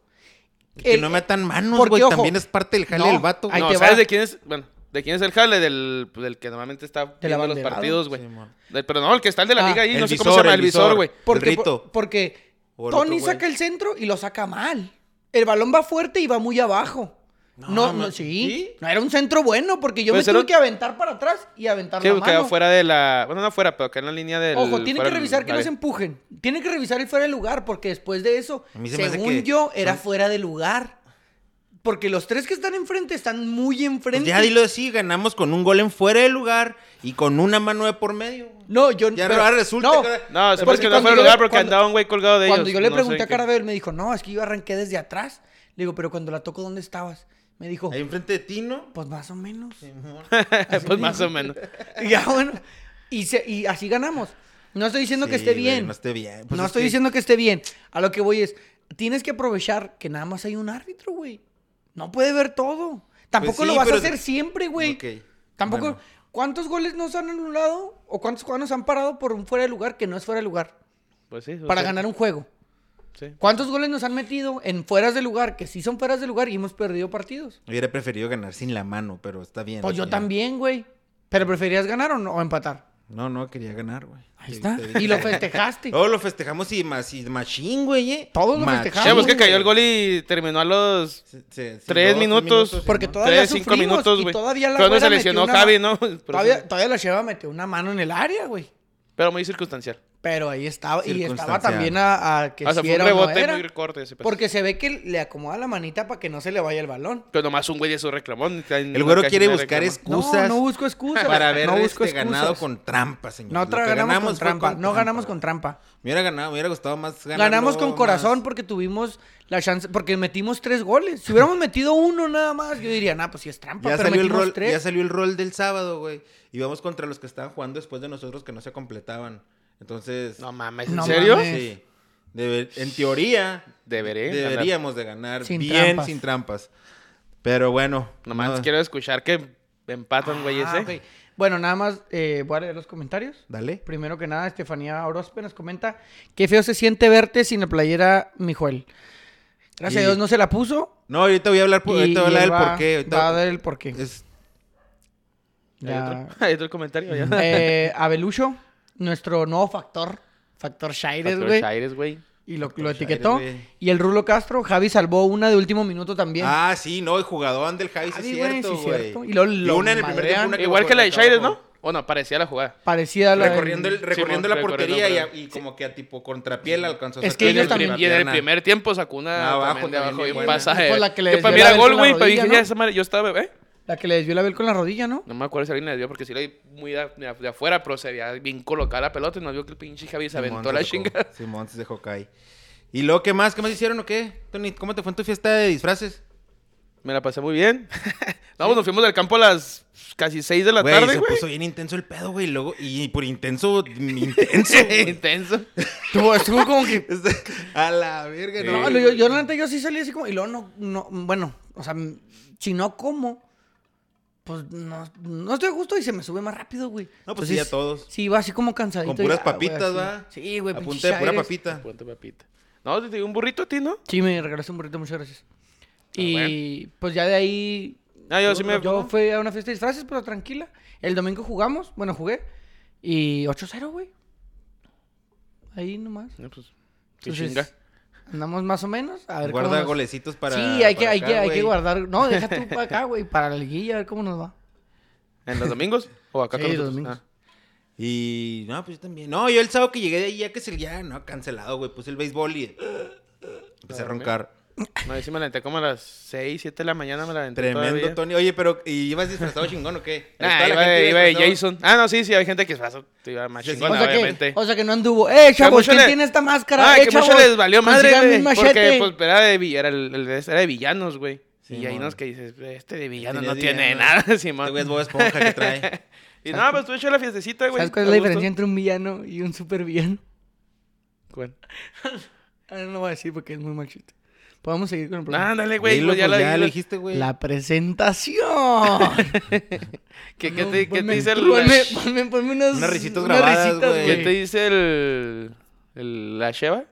Speaker 3: Y Que
Speaker 1: el-
Speaker 3: no metan manos,
Speaker 1: porque,
Speaker 3: güey.
Speaker 1: ojo,
Speaker 3: También es parte del jale
Speaker 1: no,
Speaker 3: del vato. güey.
Speaker 1: ahí
Speaker 4: No,
Speaker 1: te
Speaker 4: ¿sabes
Speaker 1: va.
Speaker 4: de quién es? Bueno, ¿de quién es el jale? Del, del que normalmente está viendo los
Speaker 1: abanderado.
Speaker 4: partidos, güey.
Speaker 3: Sí, mon.
Speaker 4: Del- pero no, el que está el de la
Speaker 1: Ah,
Speaker 4: liga ahí.
Speaker 3: el
Speaker 4: No sé cómo se
Speaker 3: visor,
Speaker 4: llama
Speaker 3: el
Speaker 4: el visor,
Speaker 3: visor.
Speaker 4: güey.
Speaker 1: Porque,
Speaker 3: El rito.
Speaker 1: por- porque
Speaker 3: O el
Speaker 1: Tony
Speaker 3: otro, güey.
Speaker 1: saca el centro y lo saca mal. El balón va fuerte y va muy abajo. No, no,
Speaker 3: ma-
Speaker 1: sí.
Speaker 3: ¿sí?
Speaker 1: No era un centro bueno porque yo
Speaker 4: Pues
Speaker 1: me
Speaker 4: era
Speaker 1: tuve
Speaker 4: un-
Speaker 1: que aventar para atrás y aventar
Speaker 4: Sí,
Speaker 1: la
Speaker 4: que quedó
Speaker 1: mano.
Speaker 4: fuera de la. Bueno, no fuera, pero que en la línea del.
Speaker 1: Ojo, tienen que
Speaker 4: fuera del
Speaker 1: revisar que no
Speaker 4: área.
Speaker 1: se empujen. Tienen que revisar el fuera de lugar porque después de eso,
Speaker 3: A mí se me hace
Speaker 1: según
Speaker 3: que
Speaker 1: yo, era
Speaker 3: son-
Speaker 1: fuera de lugar. Porque los tres que están enfrente están muy
Speaker 3: Pues
Speaker 1: enfrente.
Speaker 3: ya dilo así, ganamos con un gol en fuera de lugar y con una mano de por medio.
Speaker 1: No, yo
Speaker 3: Ya
Speaker 1: pero-
Speaker 3: ahora resulta
Speaker 1: no,
Speaker 3: que ahora-
Speaker 4: No, se me hace
Speaker 1: porque
Speaker 4: que no
Speaker 1: cuando
Speaker 4: fuera
Speaker 1: yo
Speaker 4: el
Speaker 1: le-
Speaker 4: lugar porque
Speaker 1: cuando-
Speaker 4: andaba un güey colgado de ellos.
Speaker 1: Cuando yo le
Speaker 4: No sé
Speaker 1: pregunté a
Speaker 4: qué.
Speaker 1: Carabel, me dijo, no, es que yo arranqué desde atrás. Le digo, pero cuando la toco, ¿dónde estabas? Me dijo,
Speaker 3: Ahí enfrente de ti, ¿no?
Speaker 1: pues más o menos.
Speaker 4: pues más o menos.
Speaker 1: [LAUGHS] Y ya, bueno. Y, se- y así ganamos. No estoy diciendo que
Speaker 3: Sí,
Speaker 1: esté
Speaker 3: güey,
Speaker 1: bien.
Speaker 3: No esté bien. Pues
Speaker 1: no
Speaker 3: es
Speaker 1: estoy
Speaker 3: que-
Speaker 1: diciendo que esté bien. A lo que voy es, tienes que aprovechar que nada más hay un árbitro, güey. No puede ver todo. Tampoco
Speaker 3: Pues sí,
Speaker 1: lo vas
Speaker 3: pero-
Speaker 1: a hacer siempre, güey.
Speaker 3: Ok.
Speaker 1: Tampoco.
Speaker 3: Bueno.
Speaker 1: ¿Cuántos goles nos han anulado o cuántos jugadores nos han parado por un fuera de lugar que no es fuera de lugar
Speaker 4: Pues sí. o
Speaker 1: para
Speaker 4: sea,
Speaker 1: ganar un juego?
Speaker 4: sí.
Speaker 1: ¿Cuántos goles nos han metido en fueras de lugar que sí son fueras de lugar y hemos perdido partidos?
Speaker 3: Hubiera preferido ganar sin la mano, pero está bien.
Speaker 1: Pues yo
Speaker 3: ya.
Speaker 1: también, güey. Pero preferías ganar o, no- o empatar.
Speaker 3: No, no, quería ganar, güey.
Speaker 1: Ahí
Speaker 3: Sí, Oh,
Speaker 1: está.
Speaker 3: bien.
Speaker 1: Y lo
Speaker 3: [LAUGHS]
Speaker 1: festejaste.
Speaker 3: Todos lo festejamos y, más, y machín, güey, ¿eh?
Speaker 1: Todos lo
Speaker 3: Machín.
Speaker 1: festejamos.
Speaker 4: Ya, pues que cayó el gol y terminó a los
Speaker 3: Se- se- sí,
Speaker 4: tres
Speaker 3: dos
Speaker 4: minutos.
Speaker 3: sí,
Speaker 1: Porque
Speaker 3: ¿no?
Speaker 1: todavía
Speaker 4: tres, cinco
Speaker 1: sufrimos
Speaker 4: minutos,
Speaker 1: y
Speaker 4: güey.
Speaker 1: todavía la
Speaker 4: Cuando
Speaker 1: güera
Speaker 4: se lesionó
Speaker 1: metió una-
Speaker 4: Javi, ¿no? Por eso-
Speaker 1: Todavía, todavía la Sheva metió una mano en el área, güey.
Speaker 4: Pero muy circunstancial.
Speaker 1: Pero ahí estaba. Y estaba
Speaker 3: Circunstancial.
Speaker 1: también a, a que
Speaker 4: o sea,
Speaker 1: si
Speaker 4: fue un
Speaker 1: era o no
Speaker 4: rebote
Speaker 1: era.
Speaker 4: muy pues. corto ese pedo.
Speaker 1: Porque se ve que le acomoda la manita para que no se le vaya el balón.
Speaker 4: Pero nomás un güey de su reclamón.
Speaker 3: El güero quiere buscar
Speaker 1: No,
Speaker 3: excusas
Speaker 1: no busco excusas.
Speaker 3: para haber
Speaker 1: no busco
Speaker 3: este, ganado
Speaker 1: excusas.
Speaker 3: con trampa, señor.
Speaker 1: No
Speaker 3: Lo
Speaker 1: tra-
Speaker 3: que
Speaker 1: ganamos con
Speaker 3: fue
Speaker 1: trampa. No ganamos con trampa.
Speaker 3: Me hubiera ganado, me hubiera gustado más ganar.
Speaker 1: Ganamos con corazón porque tuvimos la chance, porque metimos tres goles. Si hubiéramos metido uno nada más, yo diría, nah, pues sí es trampa,
Speaker 3: Ya
Speaker 1: pero
Speaker 3: salió, el
Speaker 1: metimos
Speaker 3: rol,
Speaker 1: tres.
Speaker 3: ya salió el rol del sábado, güey. Íbamos contra los que estaban jugando después de nosotros que no se completaban. Entonces,
Speaker 4: No mames, ¿en
Speaker 1: No
Speaker 4: serio?
Speaker 1: mames.
Speaker 3: sí. Debe- en teoría,
Speaker 4: Deberé. Debería.
Speaker 3: deberíamos de ganar
Speaker 1: Sin
Speaker 3: bien
Speaker 1: trampas.
Speaker 3: sin trampas. Pero bueno.
Speaker 4: Nomás
Speaker 3: no-
Speaker 4: quiero escuchar que empatan, güey,
Speaker 1: Ah,
Speaker 4: ese.
Speaker 1: ok. Bueno, nada más eh, voy a leer los comentarios.
Speaker 3: Dale.
Speaker 1: Primero que nada, Estefanía Orozpe nos comenta qué feo se siente verte sin la playera, Mijuel. Gracias
Speaker 3: Y-
Speaker 1: a Dios no se la puso.
Speaker 3: No, ahorita voy a hablar,
Speaker 1: Y,
Speaker 3: ahorita voy a
Speaker 1: y
Speaker 3: hablar
Speaker 1: él
Speaker 3: del
Speaker 1: va,
Speaker 3: porqué. ahorita-
Speaker 1: va a dar el porqué.
Speaker 3: es-
Speaker 4: Hay
Speaker 1: Ya.
Speaker 4: otro, hay otro comentario. ya.
Speaker 1: Eh, Abelucho, nuestro nuevo factor, factor Shires,
Speaker 4: Factor
Speaker 1: güey.
Speaker 4: Shires, güey.
Speaker 1: Y lo,
Speaker 3: Factor
Speaker 1: lo etiquetó.
Speaker 3: Shires, güey.
Speaker 1: y el Rulo Castro, Javi salvó una de último minuto también.
Speaker 3: Ah, sí, no, el jugador del Javi, sí
Speaker 1: Javi,
Speaker 3: es
Speaker 1: güey, Ah, sí
Speaker 3: cierto,
Speaker 1: es
Speaker 3: güey.
Speaker 1: cierto. Y luego lo
Speaker 3: una en el primer tiempo,
Speaker 1: madrean.
Speaker 3: una que
Speaker 4: Igual
Speaker 3: bajó
Speaker 4: que la de
Speaker 3: acá abajo.
Speaker 4: Shires, ¿no? O no, parecía la jugada.
Speaker 1: Parecía la.
Speaker 3: Recorriendo, el, recorriendo la
Speaker 4: recorriendo,
Speaker 3: portería y a-
Speaker 4: recorriendo.
Speaker 3: y, como que a tipo contrapié la alcanzó a
Speaker 1: Es
Speaker 3: sacar
Speaker 1: que
Speaker 4: Y en,
Speaker 1: ellos
Speaker 4: el
Speaker 3: con la
Speaker 1: también-
Speaker 4: prim- y en el
Speaker 3: pierna.
Speaker 4: primer tiempo sacó una
Speaker 3: Abajo
Speaker 4: abajo, de
Speaker 3: también,
Speaker 4: abajo
Speaker 3: muy
Speaker 4: bien
Speaker 3: buena.
Speaker 4: pasada.
Speaker 1: Pues
Speaker 4: eh.
Speaker 1: la que le
Speaker 4: Yo para mí
Speaker 1: desvió la
Speaker 4: era gol,
Speaker 1: Beltrán
Speaker 4: güey.
Speaker 1: la
Speaker 4: Pero dije,
Speaker 1: rodilla,
Speaker 4: ya,
Speaker 1: ¿no?
Speaker 4: esa madre, yo estaba, bebé.
Speaker 1: La que le desvió la Bel con la rodilla, ¿no?
Speaker 4: No me acuerdo si alguien la dio porque si la vi muy de, de- de afuera, pero se veía bien colocada la pelota y nos vio que el pinche Javi se aventó
Speaker 3: Simón
Speaker 4: la
Speaker 3: se dejó-
Speaker 4: chinga.
Speaker 3: Simón se dejó caer. ¿Y luego qué más? ¿Qué más hicieron o qué? Tony, ¿cómo te fue en tu fiesta de disfraces?
Speaker 4: Me la pasé muy bien. [LAUGHS] no, pues nos fuimos del campo a las casi 6 de la
Speaker 3: Güey,
Speaker 4: tarde,
Speaker 3: se
Speaker 4: güey.
Speaker 3: puso bien intenso el pedo, güey. y Luego, y por intenso,
Speaker 4: [LAUGHS]
Speaker 3: intenso. güey.
Speaker 4: Intenso.
Speaker 1: Estuvo, estuvo como
Speaker 3: [LAUGHS]
Speaker 1: que.
Speaker 3: a la verga,
Speaker 1: No,
Speaker 3: no.
Speaker 1: lo- yo, yo la neta, yo sí salí así como. Y luego no, no. Bueno, o sea, m- si no como, pues no, no estoy a gusto y se me sube más rápido, güey.
Speaker 3: No, pues
Speaker 1: Entonces,
Speaker 3: sí, ya todos.
Speaker 1: Sí, iba así como cansadito.
Speaker 3: Con puras
Speaker 1: ya, güey,
Speaker 3: papitas,
Speaker 1: así.
Speaker 3: va.
Speaker 1: Sí, güey,
Speaker 3: Apunte
Speaker 1: pinches
Speaker 3: de pura
Speaker 1: aires.
Speaker 3: papita.
Speaker 4: Ponte papita. No, te digo un burrito a ti, ¿no?
Speaker 1: Sí, me regalaste un burrito, muchas gracias.
Speaker 3: Ah,
Speaker 1: y
Speaker 4: bueno.
Speaker 1: pues ya de ahí.
Speaker 4: Ah, yo sí me-
Speaker 1: Yo fui a una fiesta de disfraces, pero tranquila. El domingo jugamos, bueno, jugué. Y 8-0, güey. Ahí nomás.
Speaker 4: No, pues. Qué
Speaker 1: Entonces,
Speaker 4: chinga.
Speaker 1: Andamos más o menos. A ver cómo
Speaker 3: Guarda
Speaker 1: nos-
Speaker 3: golecitos para.
Speaker 1: Sí, hay que,
Speaker 3: para
Speaker 1: hay,
Speaker 3: acá,
Speaker 1: que, hay
Speaker 3: güey.
Speaker 1: que guardar. No, deja tú
Speaker 3: [LAUGHS]
Speaker 1: para acá, güey, para la liguilla, a ver cómo nos va.
Speaker 4: ¿En los domingos? ¿O acá
Speaker 1: Sí,
Speaker 4: con
Speaker 1: los
Speaker 4: nosotros?
Speaker 1: domingos.
Speaker 4: Ah.
Speaker 3: Y no, pues yo también. No, yo el sábado que llegué de ahí, ya que se ya, no, cancelado, güey. Puse el béisbol y
Speaker 4: Ah,
Speaker 3: empecé a roncar.
Speaker 4: No, yo sí me la aventé como a las 6, 7 de la mañana. Me la aventé
Speaker 3: Tremendo,
Speaker 4: todavía.
Speaker 3: Tony. Oye, pero ¿y ibas
Speaker 4: [LAUGHS]
Speaker 3: disfrazado chingón o qué?
Speaker 4: Nah,
Speaker 3: Toda la
Speaker 4: iba,
Speaker 3: gente
Speaker 4: de- iba de
Speaker 3: disfrazado.
Speaker 4: Jason. Ah, no, sí, sí, hay gente que es faso. Te iba más
Speaker 3: Sí, sí.
Speaker 4: chingona,
Speaker 1: o, sea
Speaker 4: obviamente.
Speaker 1: que, o sea que no anduvo. ¡Eh, chavos!
Speaker 4: mucho
Speaker 1: ¿Quién
Speaker 4: le-
Speaker 1: tiene esta máscara?
Speaker 4: Ah,
Speaker 1: ¡Eh,
Speaker 4: que
Speaker 1: chavos!
Speaker 4: mucho les valió madre,
Speaker 1: consigan
Speaker 4: güey.
Speaker 1: un
Speaker 4: Porque
Speaker 1: machete!
Speaker 4: pues, era de villano, el, el de- era de villanos, güey.
Speaker 3: Sí,
Speaker 4: y ahí
Speaker 3: mon.
Speaker 4: nos que dices, este de villano
Speaker 3: Este
Speaker 4: no
Speaker 3: de
Speaker 4: tiene
Speaker 3: villano.
Speaker 4: nada, [LAUGHS]
Speaker 3: Este
Speaker 4: Simón.
Speaker 3: güey es Bob Esponja que trae.
Speaker 4: y no, pues tú hecho la fiestecita, güey.
Speaker 1: ¿Sabes cuál es
Speaker 4: a
Speaker 1: la
Speaker 4: gusto.
Speaker 1: diferencia entre un villano y un supervillano?
Speaker 4: ¿Cuál?
Speaker 1: Ah, No lo voy a decir porque es muy machito. Podemos seguir con el
Speaker 4: No,
Speaker 1: programa.
Speaker 4: ándale, [LAUGHS] güey.
Speaker 3: Dilo,
Speaker 4: pues, ya
Speaker 3: pues,
Speaker 4: la,
Speaker 3: ya
Speaker 4: la-
Speaker 3: lo dijiste, güey.
Speaker 1: La
Speaker 4: [LAUGHS]
Speaker 1: presentación.
Speaker 4: ¿Qué, qué
Speaker 1: No, pues,
Speaker 4: te, qué te
Speaker 1: ponme-
Speaker 4: dice el.
Speaker 1: Ponme, ponme, ponme unas,
Speaker 3: Unas risitas
Speaker 1: unas
Speaker 3: grabadas,
Speaker 1: risitas,
Speaker 3: güey.
Speaker 4: ¿Qué te dice el. el- la Sheva?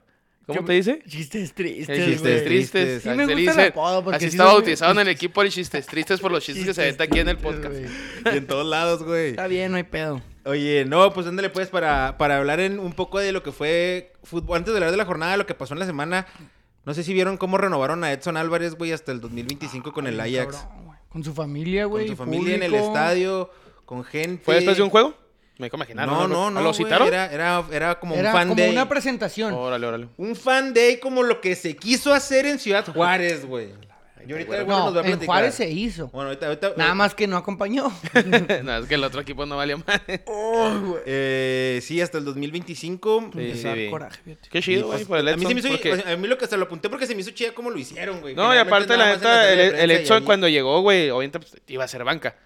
Speaker 4: ¿Cómo
Speaker 1: ¿Qué-
Speaker 4: te dice?
Speaker 1: Chistes
Speaker 4: El
Speaker 1: tristes,
Speaker 4: chistes
Speaker 1: güey.
Speaker 3: tristes.
Speaker 4: tristes.
Speaker 1: Sí me gusta
Speaker 4: así le
Speaker 1: el
Speaker 4: dicen.
Speaker 1: apodo, porque
Speaker 4: Así
Speaker 1: sí
Speaker 4: está
Speaker 1: son- [LAUGHS]
Speaker 4: bautizado en el equipo el chistes tristes por los chistes que se
Speaker 1: Chistes
Speaker 4: avienta aquí en el
Speaker 1: tristes,
Speaker 4: podcast.
Speaker 1: güey.
Speaker 3: Y en todos lados, güey.
Speaker 1: Está bien, no hay pedo.
Speaker 3: Oye, no, pues ándale pues para, para hablar en un poco de lo que fue fútbol. Antes de hablar de la jornada, lo que pasó en la semana. No sé si vieron cómo renovaron a Edson Álvarez, güey, hasta el 2025 con el Ajax.
Speaker 1: Ah, Cabrón, güey. Con su familia,
Speaker 3: con
Speaker 1: güey.
Speaker 3: su familia en el
Speaker 1: público.
Speaker 3: estadio, con gente.
Speaker 4: ¿Fue después de un juego? Ah, Me dejo imaginar.
Speaker 3: No, no, no.
Speaker 4: ¿Lo
Speaker 3: güey,
Speaker 4: citaron?
Speaker 3: Era, era, era como
Speaker 1: Era
Speaker 3: un fan
Speaker 1: como
Speaker 3: day.
Speaker 1: una presentación.
Speaker 4: Órale, órale. [LAUGHS]
Speaker 3: Un fan day como lo que se quiso hacer en Ciudad Juárez, güey. Y ahorita el güero
Speaker 1: no,
Speaker 3: nos va a
Speaker 1: en
Speaker 3: platicar.
Speaker 1: Juárez se hizo.
Speaker 3: Bueno, ahorita, ahorita-
Speaker 1: Nada más que no acompañó.
Speaker 4: no, es que el otro equipo no valió más.
Speaker 3: eh, sí, hasta el 2025.
Speaker 1: [LAUGHS]
Speaker 4: Sí,
Speaker 3: eh,
Speaker 1: Empezó a dar
Speaker 4: sí.
Speaker 1: coraje, fíjate.
Speaker 4: Qué
Speaker 3: y,
Speaker 4: chido, güey,
Speaker 3: pues,
Speaker 4: por el
Speaker 3: a mí se
Speaker 4: Edson,
Speaker 3: me hizo,
Speaker 4: porque-
Speaker 3: a mí lo que se lo apunté porque se me hizo chida como lo hicieron, güey.
Speaker 4: No, y aparte, la
Speaker 3: Generalmente nada
Speaker 4: neta, el,
Speaker 3: más en la
Speaker 4: el
Speaker 3: sala de prensa
Speaker 4: Edson
Speaker 3: y-
Speaker 4: cuando llegó, güey, obviamente pues, iba a ser banca.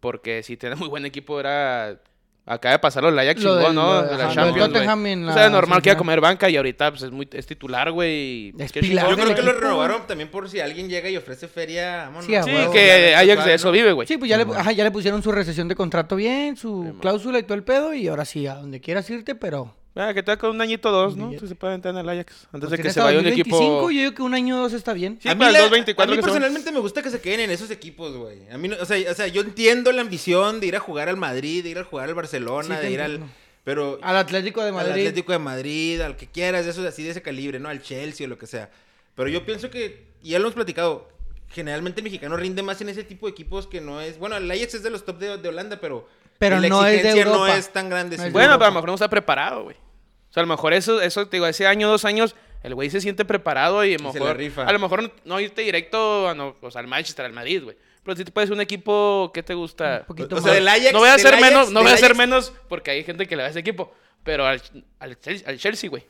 Speaker 4: Porque si tenía muy buen equipo, era... Acaba de pasarlo el Ajax
Speaker 1: Lo
Speaker 4: chingón,
Speaker 1: del-
Speaker 4: ¿no?
Speaker 1: lo-
Speaker 4: De
Speaker 1: ajá,
Speaker 4: la
Speaker 1: lo
Speaker 4: Champions,
Speaker 1: del
Speaker 4: güey.
Speaker 1: Tottenham en
Speaker 4: O sea,
Speaker 1: la
Speaker 4: normal que iba a
Speaker 1: semifinal.
Speaker 4: comer banca y ahorita pues, es, muy, es titular, güey. y
Speaker 1: Es
Speaker 4: qué
Speaker 1: pilar
Speaker 4: chingón,
Speaker 3: Yo creo
Speaker 4: güey.
Speaker 3: que lo
Speaker 1: equipo,
Speaker 3: renovaron también por si alguien llega y ofrece feria. vámonos.
Speaker 1: Sí, a
Speaker 4: Sí,
Speaker 1: huevo.
Speaker 4: que Ajax de
Speaker 3: Suave,
Speaker 4: eso
Speaker 3: ¿no?
Speaker 4: vive, güey.
Speaker 1: Sí, pues ya, le, ajá, ya le pusieron su recesión de contrato bien, su cláusula y todo el pedo. Y ahora sí, a donde quieras irte, pero.
Speaker 4: Ah, que te va con un añito o dos, ¿no?
Speaker 1: Billete.
Speaker 4: Si se puede entrar en el Ajax.
Speaker 3: Pues
Speaker 4: Antes de
Speaker 1: porque
Speaker 4: que se
Speaker 1: hasta
Speaker 4: vaya un
Speaker 1: 2025,
Speaker 4: equipo...
Speaker 1: Yo digo que un año o dos está bien.
Speaker 4: Sí,
Speaker 3: a mí,
Speaker 4: para
Speaker 3: la-
Speaker 4: el 2.24
Speaker 3: a mí
Speaker 4: que son-
Speaker 3: personalmente me gusta que se queden en esos equipos, güey. A mí, no- o, sea, o sea, yo entiendo la ambición de ir a jugar al Madrid, de ir a jugar al Barcelona,
Speaker 1: Sí, te
Speaker 3: de ir al...
Speaker 1: entiendo.
Speaker 3: Pero
Speaker 1: Al Atlético de
Speaker 3: al
Speaker 1: Madrid.
Speaker 3: Atlético de Madrid, al que quieras, de esos así de ese calibre, ¿no? Al Chelsea o lo que sea. Pero yo pienso que, y ya lo hemos platicado, generalmente el mexicano rinde más en ese tipo de equipos que no es... Bueno, el Ajax es de los top de, de Holanda, pero...
Speaker 1: Pero
Speaker 3: la
Speaker 1: no es de
Speaker 3: exigencia no
Speaker 1: Europa.
Speaker 3: es tan grande.
Speaker 1: No
Speaker 3: sí.
Speaker 1: es de
Speaker 4: Bueno, pero
Speaker 1: Europa.
Speaker 4: a lo mejor no está preparado, güey. O sea, a lo mejor eso, eso te digo, ese año, dos años, el güey se siente preparado y a lo
Speaker 3: Y se
Speaker 4: mejor.
Speaker 3: la rifa.
Speaker 4: A lo mejor no, no irte directo a, no, o sea, al Manchester, al Madrid, güey. Pero si te puedes un equipo que te gusta.
Speaker 1: Un poquito
Speaker 3: O sea, del Ajax...
Speaker 4: no voy a
Speaker 3: del
Speaker 4: hacer
Speaker 3: Ajax-
Speaker 4: menos, no
Speaker 3: del
Speaker 4: voy a hacer
Speaker 3: Ajax-
Speaker 4: menos porque hay gente que le va a ese equipo. Pero al, al, Chel- al Chelsea, güey.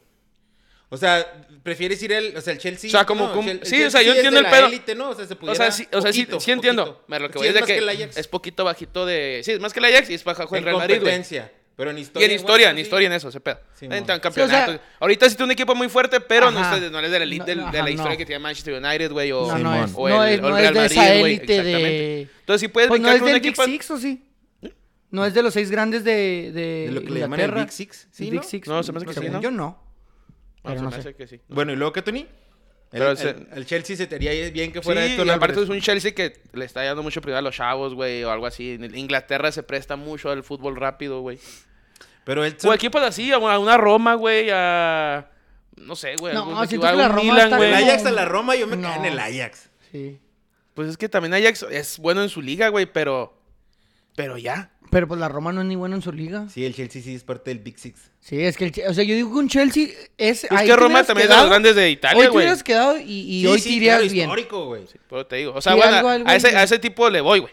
Speaker 3: O sea, prefieres ir al, o sea, el Chelsea.
Speaker 4: O sea, como
Speaker 3: no,
Speaker 4: cum-
Speaker 3: Chel-
Speaker 4: sí, o sea, yo
Speaker 3: es de
Speaker 4: entiendo el
Speaker 3: la
Speaker 4: pedo.
Speaker 3: élite, ¿no? O sea, se
Speaker 4: O
Speaker 3: pudiera
Speaker 4: sea, sí, o sea, sí-
Speaker 3: poquito,
Speaker 4: sí entiendo.
Speaker 3: poquito.
Speaker 4: Mira, lo que
Speaker 3: Sí,
Speaker 4: voy es de
Speaker 3: más
Speaker 4: que,
Speaker 3: el Ajax.
Speaker 4: es poquito bajito de. Sí, es más que el Ajax y es bajo el
Speaker 3: en
Speaker 4: Real Madrid, güey.
Speaker 3: competencia, pero en
Speaker 4: Y
Speaker 3: historia.
Speaker 4: en historia, en
Speaker 3: bueno, sí.
Speaker 4: historia en eso, ese pedo.
Speaker 3: Sí,
Speaker 4: en
Speaker 3: mon.
Speaker 4: tan
Speaker 1: Sí, o sea-
Speaker 4: campeonato. Ahorita sí tiene un equipo muy fuerte, pero no,
Speaker 1: Ajá.
Speaker 4: es, no es de la elite del-
Speaker 1: No,
Speaker 4: de la
Speaker 1: ajá,
Speaker 4: historia
Speaker 1: no.
Speaker 4: que tiene Manchester United, güey, o,
Speaker 1: No, no es-
Speaker 4: o
Speaker 1: no
Speaker 4: el,
Speaker 1: es-
Speaker 4: o el
Speaker 1: no es
Speaker 4: Real
Speaker 1: de esa
Speaker 4: Madrid, güey.
Speaker 1: élite de-
Speaker 4: Exactamente. Entonces, si puedes
Speaker 1: Pues no
Speaker 4: brincar
Speaker 1: es
Speaker 4: con un
Speaker 1: del Big
Speaker 4: equipo...
Speaker 1: Six, ¿o sí? No es de los seis grandes de, de
Speaker 3: ¿Eh? De lo que le llaman el
Speaker 1: Inglaterra.
Speaker 3: Big Six. Sí,
Speaker 1: El
Speaker 3: ¿no?
Speaker 1: Big Six.
Speaker 4: No, se me hace que sí,
Speaker 1: según
Speaker 4: ¿no?
Speaker 1: Yo no.
Speaker 4: Ah,
Speaker 1: Pero
Speaker 4: se
Speaker 1: no
Speaker 4: me
Speaker 1: sé.
Speaker 4: hace que sí.
Speaker 3: Bueno, ¿y luego qué, Tony? El,
Speaker 4: Pero
Speaker 3: el-
Speaker 4: se-
Speaker 3: el Chelsea se te haría bien que
Speaker 4: Sí,
Speaker 3: fuera esto.
Speaker 4: y aparte es un Chelsea que le está dando mucho prioridad a los chavos, güey, o algo así. En el- Inglaterra se presta mucho al fútbol rápido, güey.
Speaker 3: Pero el
Speaker 4: O equipos así, a una a una Roma, güey, a... No sé, güey.
Speaker 1: No,
Speaker 4: algún equipo-
Speaker 1: siento que
Speaker 4: a
Speaker 1: la
Speaker 4: un
Speaker 1: Roma
Speaker 4: Milan,
Speaker 1: está
Speaker 4: güey.
Speaker 3: el
Speaker 1: como-
Speaker 3: Ajax a la Roma, yo me
Speaker 1: No.
Speaker 3: quedé en el Ajax.
Speaker 1: Sí.
Speaker 4: Pues es que también Ajax es bueno en su liga, güey, pero... Pero ya.
Speaker 1: Pero pues la Roma no es ni buena en su liga. Sí,
Speaker 3: Sí, el Chelsea sí es parte del Big Six.
Speaker 1: es que el Che- O sea, yo digo que un Chelsea es.
Speaker 4: Es
Speaker 1: ahí
Speaker 4: que
Speaker 1: te
Speaker 4: Roma
Speaker 1: hubieras
Speaker 4: también es de los
Speaker 1: quedado-
Speaker 4: grandes de
Speaker 1: Hoy
Speaker 4: Italia,
Speaker 1: te
Speaker 4: güey.
Speaker 1: hubieras quedado y, y
Speaker 3: Sí,
Speaker 1: hoy
Speaker 3: sí,
Speaker 1: te irías
Speaker 3: claro,
Speaker 1: bien.
Speaker 3: histórico, güey.
Speaker 4: Pero Pues te digo, o sea,
Speaker 1: Sí,
Speaker 4: bueno,
Speaker 1: algo-
Speaker 4: a-
Speaker 1: algo
Speaker 4: a, ese,
Speaker 1: inglés.
Speaker 4: a ese tipo le voy, güey.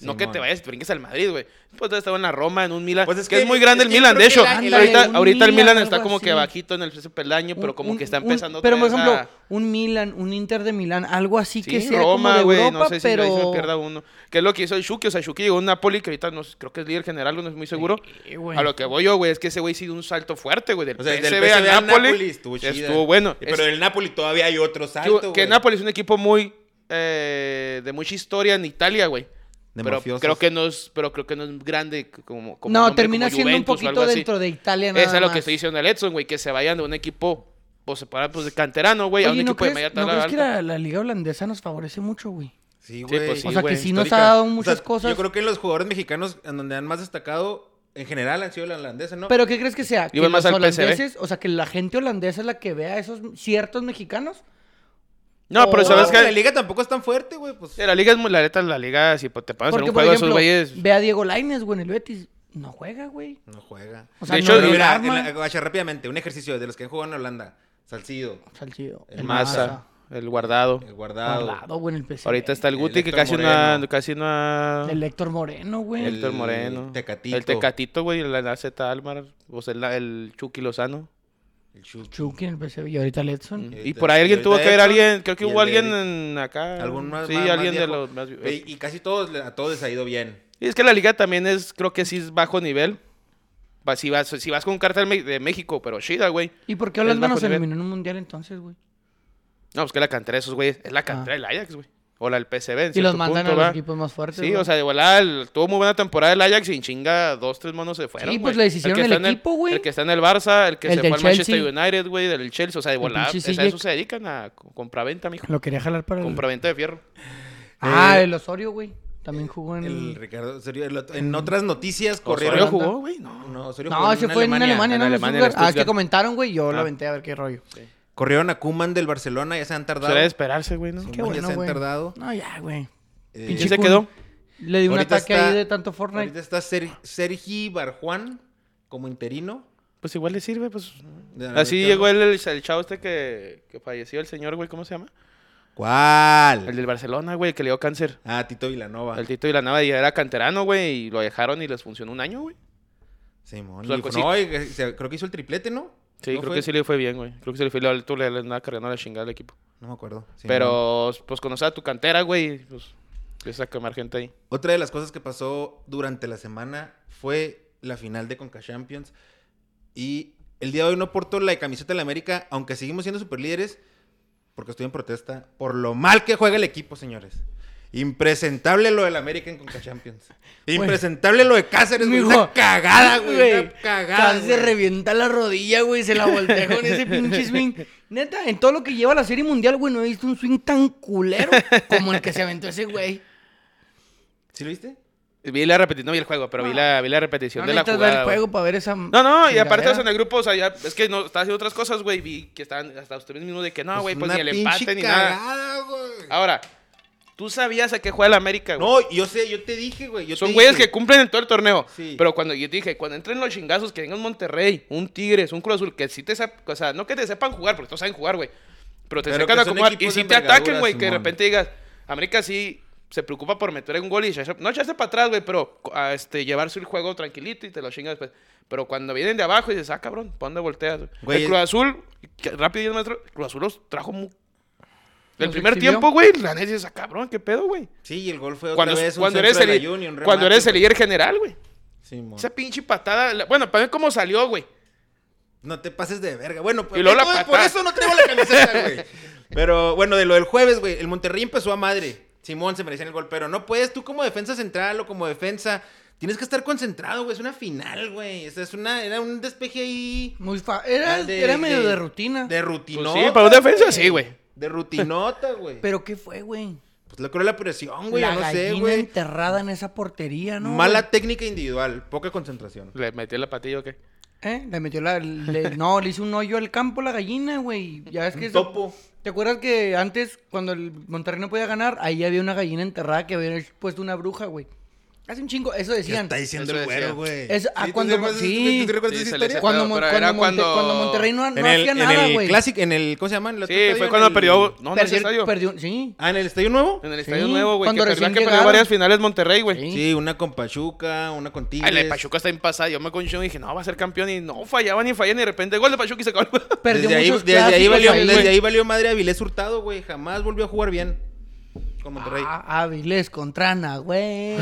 Speaker 4: No
Speaker 3: Simón.
Speaker 4: que te vayas, y brinques al Madrid, güey. Pues te estaba en la Roma, en un Milan.
Speaker 3: Pues
Speaker 4: Pues
Speaker 3: es
Speaker 4: que,
Speaker 3: que-
Speaker 4: es muy grande
Speaker 3: es
Speaker 4: el
Speaker 3: que yo
Speaker 4: Milan,
Speaker 3: creo
Speaker 4: de
Speaker 3: que
Speaker 4: hecho.
Speaker 3: la-
Speaker 1: Ándale,
Speaker 4: ahorita,
Speaker 1: un
Speaker 4: ahorita el
Speaker 1: Milan,
Speaker 4: Milan está
Speaker 1: algo
Speaker 4: como que
Speaker 1: así.
Speaker 4: bajito en el ese peldaño, pero como
Speaker 1: Un-
Speaker 4: que está
Speaker 1: un-
Speaker 4: empezando.
Speaker 1: Pero por
Speaker 4: otra vez
Speaker 1: ejemplo,
Speaker 4: a-
Speaker 1: un Milan, un Inter de Milán, algo así que
Speaker 4: Sí,
Speaker 1: sea como
Speaker 4: Roma,
Speaker 1: de
Speaker 4: güey.
Speaker 1: Europa,
Speaker 4: No sé si
Speaker 1: pero.
Speaker 4: ahí se me pierda uno. Que es lo que hizo el Shuki. O sea, Shuki llegó a un Napoli que ahorita no, sé, creo que es líder general, no es muy seguro.
Speaker 1: Sí, güey.
Speaker 4: a lo que voy yo, güey, es que ese güey sí dio un salto fuerte, güey. Del
Speaker 3: O sea,
Speaker 4: PSV,
Speaker 3: del PSV
Speaker 4: al Napoli.
Speaker 3: estuvo chida. Eh,
Speaker 4: estuvo bueno.
Speaker 3: Pero
Speaker 4: Es-
Speaker 3: del Napoli todavía hay otro
Speaker 4: Que-
Speaker 3: salto,
Speaker 4: que
Speaker 3: güey.
Speaker 4: Napoli es un equipo muy eh, de mucha historia en Italia, güey.
Speaker 3: De
Speaker 4: pero
Speaker 3: mafiosos.
Speaker 4: creo que no es, pero creo que no es grande como, como
Speaker 1: no,
Speaker 4: nombre,
Speaker 1: termina
Speaker 4: como
Speaker 1: siendo
Speaker 4: Juventus o
Speaker 1: un poquito
Speaker 4: algo así.
Speaker 1: dentro de Italia. Nada
Speaker 4: Eso es lo
Speaker 1: más.
Speaker 4: que estoy diciendo al Edson, güey, que se vayan de un equipo, pues se para, pues de canterano, güey, a un
Speaker 1: Oye, ¿no
Speaker 4: equipo
Speaker 1: crees,
Speaker 4: de media
Speaker 1: no
Speaker 4: tabla
Speaker 1: crees que
Speaker 4: alta.
Speaker 1: la, la liga holandesa nos favorece mucho, güey?
Speaker 3: Sí,
Speaker 4: pues
Speaker 3: güey.
Speaker 4: sí,
Speaker 1: o sea,
Speaker 4: güey,
Speaker 1: que sí nos ha
Speaker 3: histórica.
Speaker 1: dado
Speaker 3: O sea,
Speaker 1: muchas cosas.
Speaker 3: Yo creo que los jugadores mexicanos en donde han más destacado, en general, han sido la holandesa, ¿no?
Speaker 1: ¿Pero qué crees que sea? ¿Que
Speaker 4: voy más
Speaker 1: los
Speaker 4: al PSV.
Speaker 1: holandeses, o sea, que la gente holandesa es la que vea a esos ciertos mexicanos?
Speaker 4: No, pero
Speaker 1: Oh.
Speaker 3: Pero
Speaker 4: sabes
Speaker 3: es que la
Speaker 4: que
Speaker 3: liga tampoco es tan fuerte, güey. Pues,
Speaker 4: la liga es muy la neta, la liga, si te pagan en
Speaker 1: Porque, por
Speaker 4: un juego a esos
Speaker 1: ejemplo,
Speaker 4: güeyes.
Speaker 1: ve a Diego Lainez, güey, en el Betis. No juega, güey.
Speaker 3: no juega.
Speaker 1: O sea,
Speaker 4: De
Speaker 1: no
Speaker 4: hecho,
Speaker 1: le
Speaker 3: Pero mira,
Speaker 1: arma.
Speaker 3: en la- vaya, rápidamente, un ejercicio de los que han jugado en Holanda. Salcido,
Speaker 1: Salcido.
Speaker 3: El
Speaker 4: El Maza, el guardado.
Speaker 3: el guardado.
Speaker 1: Guardado, güey, en el PSV.
Speaker 4: Ahorita está el
Speaker 3: El
Speaker 4: Guti, que
Speaker 3: Héctor
Speaker 4: casi no, ha,
Speaker 3: Moreno.
Speaker 4: casi no ha-
Speaker 1: El Héctor Moreno, güey.
Speaker 3: El-
Speaker 4: Héctor Moreno.
Speaker 3: Tecatito.
Speaker 4: El Tecatito, güey, el AZ Almar, o sea, el, el Chucky Lozano.
Speaker 3: El Chucky.
Speaker 1: Chucky en el PSV y ahorita el Edson.
Speaker 3: Y
Speaker 4: Y
Speaker 3: ahorita-
Speaker 4: por ahí
Speaker 3: y
Speaker 4: alguien
Speaker 3: ahorita
Speaker 4: tuvo que ver a
Speaker 3: Edson
Speaker 4: alguien, creo que
Speaker 3: y el
Speaker 4: hubo alguien
Speaker 3: Eric.
Speaker 4: en acá.
Speaker 3: Algún más
Speaker 4: Sí,
Speaker 3: más- más
Speaker 4: alguien de
Speaker 3: viejo.
Speaker 4: los más
Speaker 3: Güey, Y casi todos, le- a todos les ha ido bien.
Speaker 4: Y es que la liga también es, creo que sí es bajo nivel. Va- Si vas, si vas con un cartel me- de México, pero chida, güey.
Speaker 1: ¿Y por qué
Speaker 4: Es
Speaker 1: Holanda
Speaker 4: bajo
Speaker 1: nos
Speaker 4: nivel.
Speaker 1: eliminó en un mundial entonces, güey?
Speaker 4: No, pues que la cantera de esos güeyes es la cantera del Ajax, güey. O la del PSV. en
Speaker 1: Ah. Y los
Speaker 4: cierto
Speaker 1: mandan
Speaker 4: punto,
Speaker 1: a los
Speaker 4: ¿va?
Speaker 1: equipos más fuertes.
Speaker 4: Sí,
Speaker 1: güey.
Speaker 4: o sea, de volada el- tuvo muy buena temporada el Ajax y en chinga dos, tres monos se fueron.
Speaker 1: Sí, pues
Speaker 4: güey.
Speaker 1: le deshicieron
Speaker 4: que
Speaker 1: el
Speaker 4: está en
Speaker 1: equipo, güey.
Speaker 4: El, que está en el Barça, el que
Speaker 1: El
Speaker 4: se
Speaker 1: del
Speaker 4: fue al Manchester
Speaker 1: Chelsea.
Speaker 4: United, güey, del Chelsea. O sea, de volada.
Speaker 1: pinche
Speaker 4: es- A
Speaker 1: Ziyech.
Speaker 4: eso se dedican a co- compraventa, mijo.
Speaker 1: Lo quería jalar para el...
Speaker 4: Compraventa de fierro.
Speaker 1: Ah,
Speaker 4: eh,
Speaker 1: el Osorio, güey. También jugó en...
Speaker 3: El Ricardo, Osorio, el otro- en otras noticias corrieron.
Speaker 4: Osorio jugó, güey, no.
Speaker 3: No, Osorio jugó
Speaker 1: No, se fue en Alemania, ¿no?
Speaker 4: en
Speaker 1: En
Speaker 4: Alemania,
Speaker 1: Stuttgart.
Speaker 4: en
Speaker 1: Ah, es que
Speaker 4: Stuttgart.
Speaker 1: comentaron, güey. Yo lo
Speaker 4: Ah.
Speaker 1: aventé a ver qué rollo.
Speaker 3: Corrieron a Kuman del Barcelona, ya se han tardado.
Speaker 4: Será de esperarse, güey, ¿no?
Speaker 3: Sí,
Speaker 1: Qué
Speaker 3: Ya
Speaker 1: bueno,
Speaker 3: se han
Speaker 1: güey.
Speaker 3: tardado.
Speaker 1: No, ya, güey.
Speaker 3: Eh,
Speaker 1: Pinche
Speaker 4: ¿Quién se
Speaker 1: Kun.
Speaker 4: quedó?
Speaker 1: Le di un
Speaker 3: Ahorita
Speaker 1: ataque
Speaker 3: está-
Speaker 1: ahí de tanto Fortnite.
Speaker 3: Ahorita está Ser- Sergi Barjuan como interino.
Speaker 4: Pues igual le sirve, pues.
Speaker 3: De la
Speaker 4: Así
Speaker 3: América,
Speaker 4: llegó
Speaker 3: ¿no?
Speaker 4: el, el, el chavo este que, que falleció, el señor, güey, ¿cómo se llama?
Speaker 3: ¿Cuál?
Speaker 4: El del Barcelona, güey, que le dio cáncer.
Speaker 3: Ah, Tito Vilanova.
Speaker 4: El Tito y la Nava y era canterano, güey, y lo dejaron y les funcionó un año, güey.
Speaker 3: Simón.
Speaker 4: Pues,
Speaker 3: Y
Speaker 4: algo
Speaker 3: fue- no, y- se- creo que hizo el triplete, ¿no?
Speaker 4: Sí,
Speaker 3: ¿No
Speaker 4: creo
Speaker 3: fue?
Speaker 4: que sí le fue bien, güey. Creo que sí le fue bien. Tú le, le andaba cargando la chingada al equipo.
Speaker 3: No me acuerdo. Simón.
Speaker 4: Pero, pues, conocer a tu cantera, güey, pues, empieza a quemar gente ahí.
Speaker 3: Otra de las cosas que pasó durante la semana fue la final de Conca Champions. Y el día de hoy no porto la camiseta de la América, aunque seguimos siendo superlíderes, porque estoy en protesta por lo mal que juega el equipo, señores. Impresentable lo del América en Conca
Speaker 4: [LAUGHS]
Speaker 3: Champions. Impresentable lo de Cáceres, güey.
Speaker 1: Mijo,
Speaker 3: Una
Speaker 1: [LAUGHS]
Speaker 3: cagada, güey. Una cagada.
Speaker 1: Casi se
Speaker 3: güey.
Speaker 1: revienta la rodilla, güey. Se la voltea con ese pinche
Speaker 3: [LAUGHS]
Speaker 1: swing. Neta, en todo lo que lleva la serie mundial, güey, no he visto un swing tan culero como el que se aventó ese güey.
Speaker 3: ¿Sí lo viste?
Speaker 4: Vi la repetición, no vi el juego, pero vi, la, vi la repetición
Speaker 1: No
Speaker 4: de la
Speaker 1: necesitas
Speaker 4: jugada.
Speaker 1: ver el
Speaker 4: güey.
Speaker 1: juego para ver esa.
Speaker 4: No, no, y aparte
Speaker 1: chingadera.
Speaker 4: en el grupo, o sea, ya, es que no, estaba haciendo otras cosas, güey, vi que estaban hasta ustedes mismos de que no, güey, pues,
Speaker 3: una
Speaker 4: ni el
Speaker 3: pinche
Speaker 4: empate ni nada.
Speaker 3: cagada, güey.
Speaker 4: Ahora, tú sabías a qué juega el América, güey.
Speaker 3: No, yo sé, yo te dije, güey. yo
Speaker 4: Son
Speaker 3: te
Speaker 4: güeyes
Speaker 3: dije.
Speaker 4: que cumplen en todo el torneo.
Speaker 3: Sí.
Speaker 4: Pero cuando yo te dije, cuando entren los chingazos, que venga un Monterrey, un Tigres, un Cruz Azul, que sí te sepan, o sea, no que te sepan jugar, porque todos saben jugar, güey. Pero te
Speaker 3: Pero
Speaker 4: sacan
Speaker 3: que
Speaker 4: a
Speaker 3: son
Speaker 4: acomodar. Y
Speaker 3: equipos
Speaker 4: si
Speaker 3: de
Speaker 4: te ataquen,
Speaker 3: envergadura,
Speaker 4: güey, que de
Speaker 3: Simón.
Speaker 4: repente digas, América sí se preocupa por meter un gol y echarse- no echarse para atrás, güey, pero a, este, llevarse el juego tranquilito y te lo chingas después. Pero cuando vienen de abajo y dices, ah, cabrón, ¿para dónde volteas? güey?"
Speaker 3: Güey,
Speaker 4: el Cruz Azul, que- rápido 10 metros, Cruz Azul los trajo muy... El
Speaker 1: Los
Speaker 4: primer
Speaker 1: exhibió.
Speaker 4: tiempo, güey, la neta dices, ah, cabrón, ¿qué pedo, güey?
Speaker 3: Sí, y el gol fue otra
Speaker 4: cuando,
Speaker 3: vez un
Speaker 4: cuando
Speaker 3: centro
Speaker 4: eres
Speaker 3: de la
Speaker 4: el,
Speaker 3: Juni, un
Speaker 4: cuando
Speaker 3: remate,
Speaker 4: eres el
Speaker 3: güey.
Speaker 4: líder general, güey.
Speaker 3: Simón.
Speaker 4: Esa pinche patada. la- bueno, para ver cómo salió, güey.
Speaker 3: No te pases de verga. Bueno, pues,
Speaker 4: Y luego la
Speaker 3: por-
Speaker 4: patada.
Speaker 3: por eso no traigo la
Speaker 4: [LAUGHS]
Speaker 3: camiseta, güey. Pero bueno, de lo del jueves, güey, el Monterrey empezó a madre. Simón se merecía el gol, pero no puedes tú como defensa central o como defensa, tienes que estar concentrado, güey, es una final, güey. O sea, es una era un despeje ahí
Speaker 1: Muy fa- Era,
Speaker 3: de-
Speaker 1: era medio de, rutina.
Speaker 3: de rutinota.
Speaker 4: Pues sí, para un defensa, sí, güey.
Speaker 3: De rutinota, güey.
Speaker 1: Pero ¿qué fue, güey?
Speaker 3: Pues le creo la presión, güey,
Speaker 1: la
Speaker 3: yo no
Speaker 1: gallina
Speaker 3: sé, güey.
Speaker 1: enterrada en esa portería, ¿no?
Speaker 3: Mala
Speaker 1: güey?
Speaker 3: técnica individual, poca concentración.
Speaker 4: Le metió la patilla, ¿o qué?
Speaker 1: ¿Eh? Le metió la.
Speaker 3: [LAUGHS]
Speaker 1: le- no, le hizo un hoyo al campo la gallina, güey. Ya es que.
Speaker 3: Un
Speaker 1: eso-
Speaker 3: topo.
Speaker 1: ¿Te acuerdas que antes, cuando el Monterrey no podía ganar, ahí había una gallina enterrada que había puesto una bruja, güey? Hace un chingo, eso
Speaker 3: ¿Qué
Speaker 1: decían.
Speaker 3: está diciendo
Speaker 4: Eso
Speaker 3: el güero,
Speaker 4: decía.
Speaker 3: güey?
Speaker 1: Es- ah,
Speaker 3: tú
Speaker 1: cuando-
Speaker 3: recuerdas-
Speaker 1: sí.
Speaker 3: ¿Tú recuerdas
Speaker 4: Sí,
Speaker 3: esa
Speaker 4: se le
Speaker 3: historia?
Speaker 4: hacía
Speaker 1: Cuando,
Speaker 4: Pero
Speaker 1: Mon-
Speaker 4: era
Speaker 1: cuando, Monte-
Speaker 4: cuando-
Speaker 1: cuando Monterrey no, no
Speaker 3: en el,
Speaker 1: hacía
Speaker 3: en
Speaker 1: nada,
Speaker 3: el
Speaker 1: güey.
Speaker 3: clásico, en el, ¿cómo se llama? En el otro
Speaker 4: Sí, fue
Speaker 3: estadio,
Speaker 4: cuando
Speaker 3: en el-
Speaker 4: perdió. No, en el
Speaker 1: Perdió-
Speaker 4: estadio.
Speaker 1: perdió- sí.
Speaker 3: Ah, ¿en el estadio nuevo?
Speaker 4: En el estadio
Speaker 1: Sí,
Speaker 4: nuevo, güey. Que
Speaker 1: cuando
Speaker 4: perdió,
Speaker 1: recién
Speaker 4: que perdió
Speaker 1: llegaron.
Speaker 4: varias finales Monterrey, güey.
Speaker 1: Sí.
Speaker 3: Sí, una con Pachuca, una con Tigres.
Speaker 4: Ay, Ah, la de Pachuca está impasada. Yo me conchino y dije, no, va a ser campeón. Y no, fallaban y fallaban. Y de repente, gol de Pachuca y se acabó el juego.
Speaker 1: Perdió
Speaker 3: desde ahí,
Speaker 1: muchos
Speaker 3: desde ahí
Speaker 1: clásicos
Speaker 3: valió,
Speaker 1: ahí,
Speaker 3: desde
Speaker 1: güey.
Speaker 3: ahí valió madre Avilés Hurtado, güey. Jamás volvió a jugar bien con Monterrey.
Speaker 1: Ah, Avilés contra Nahuel.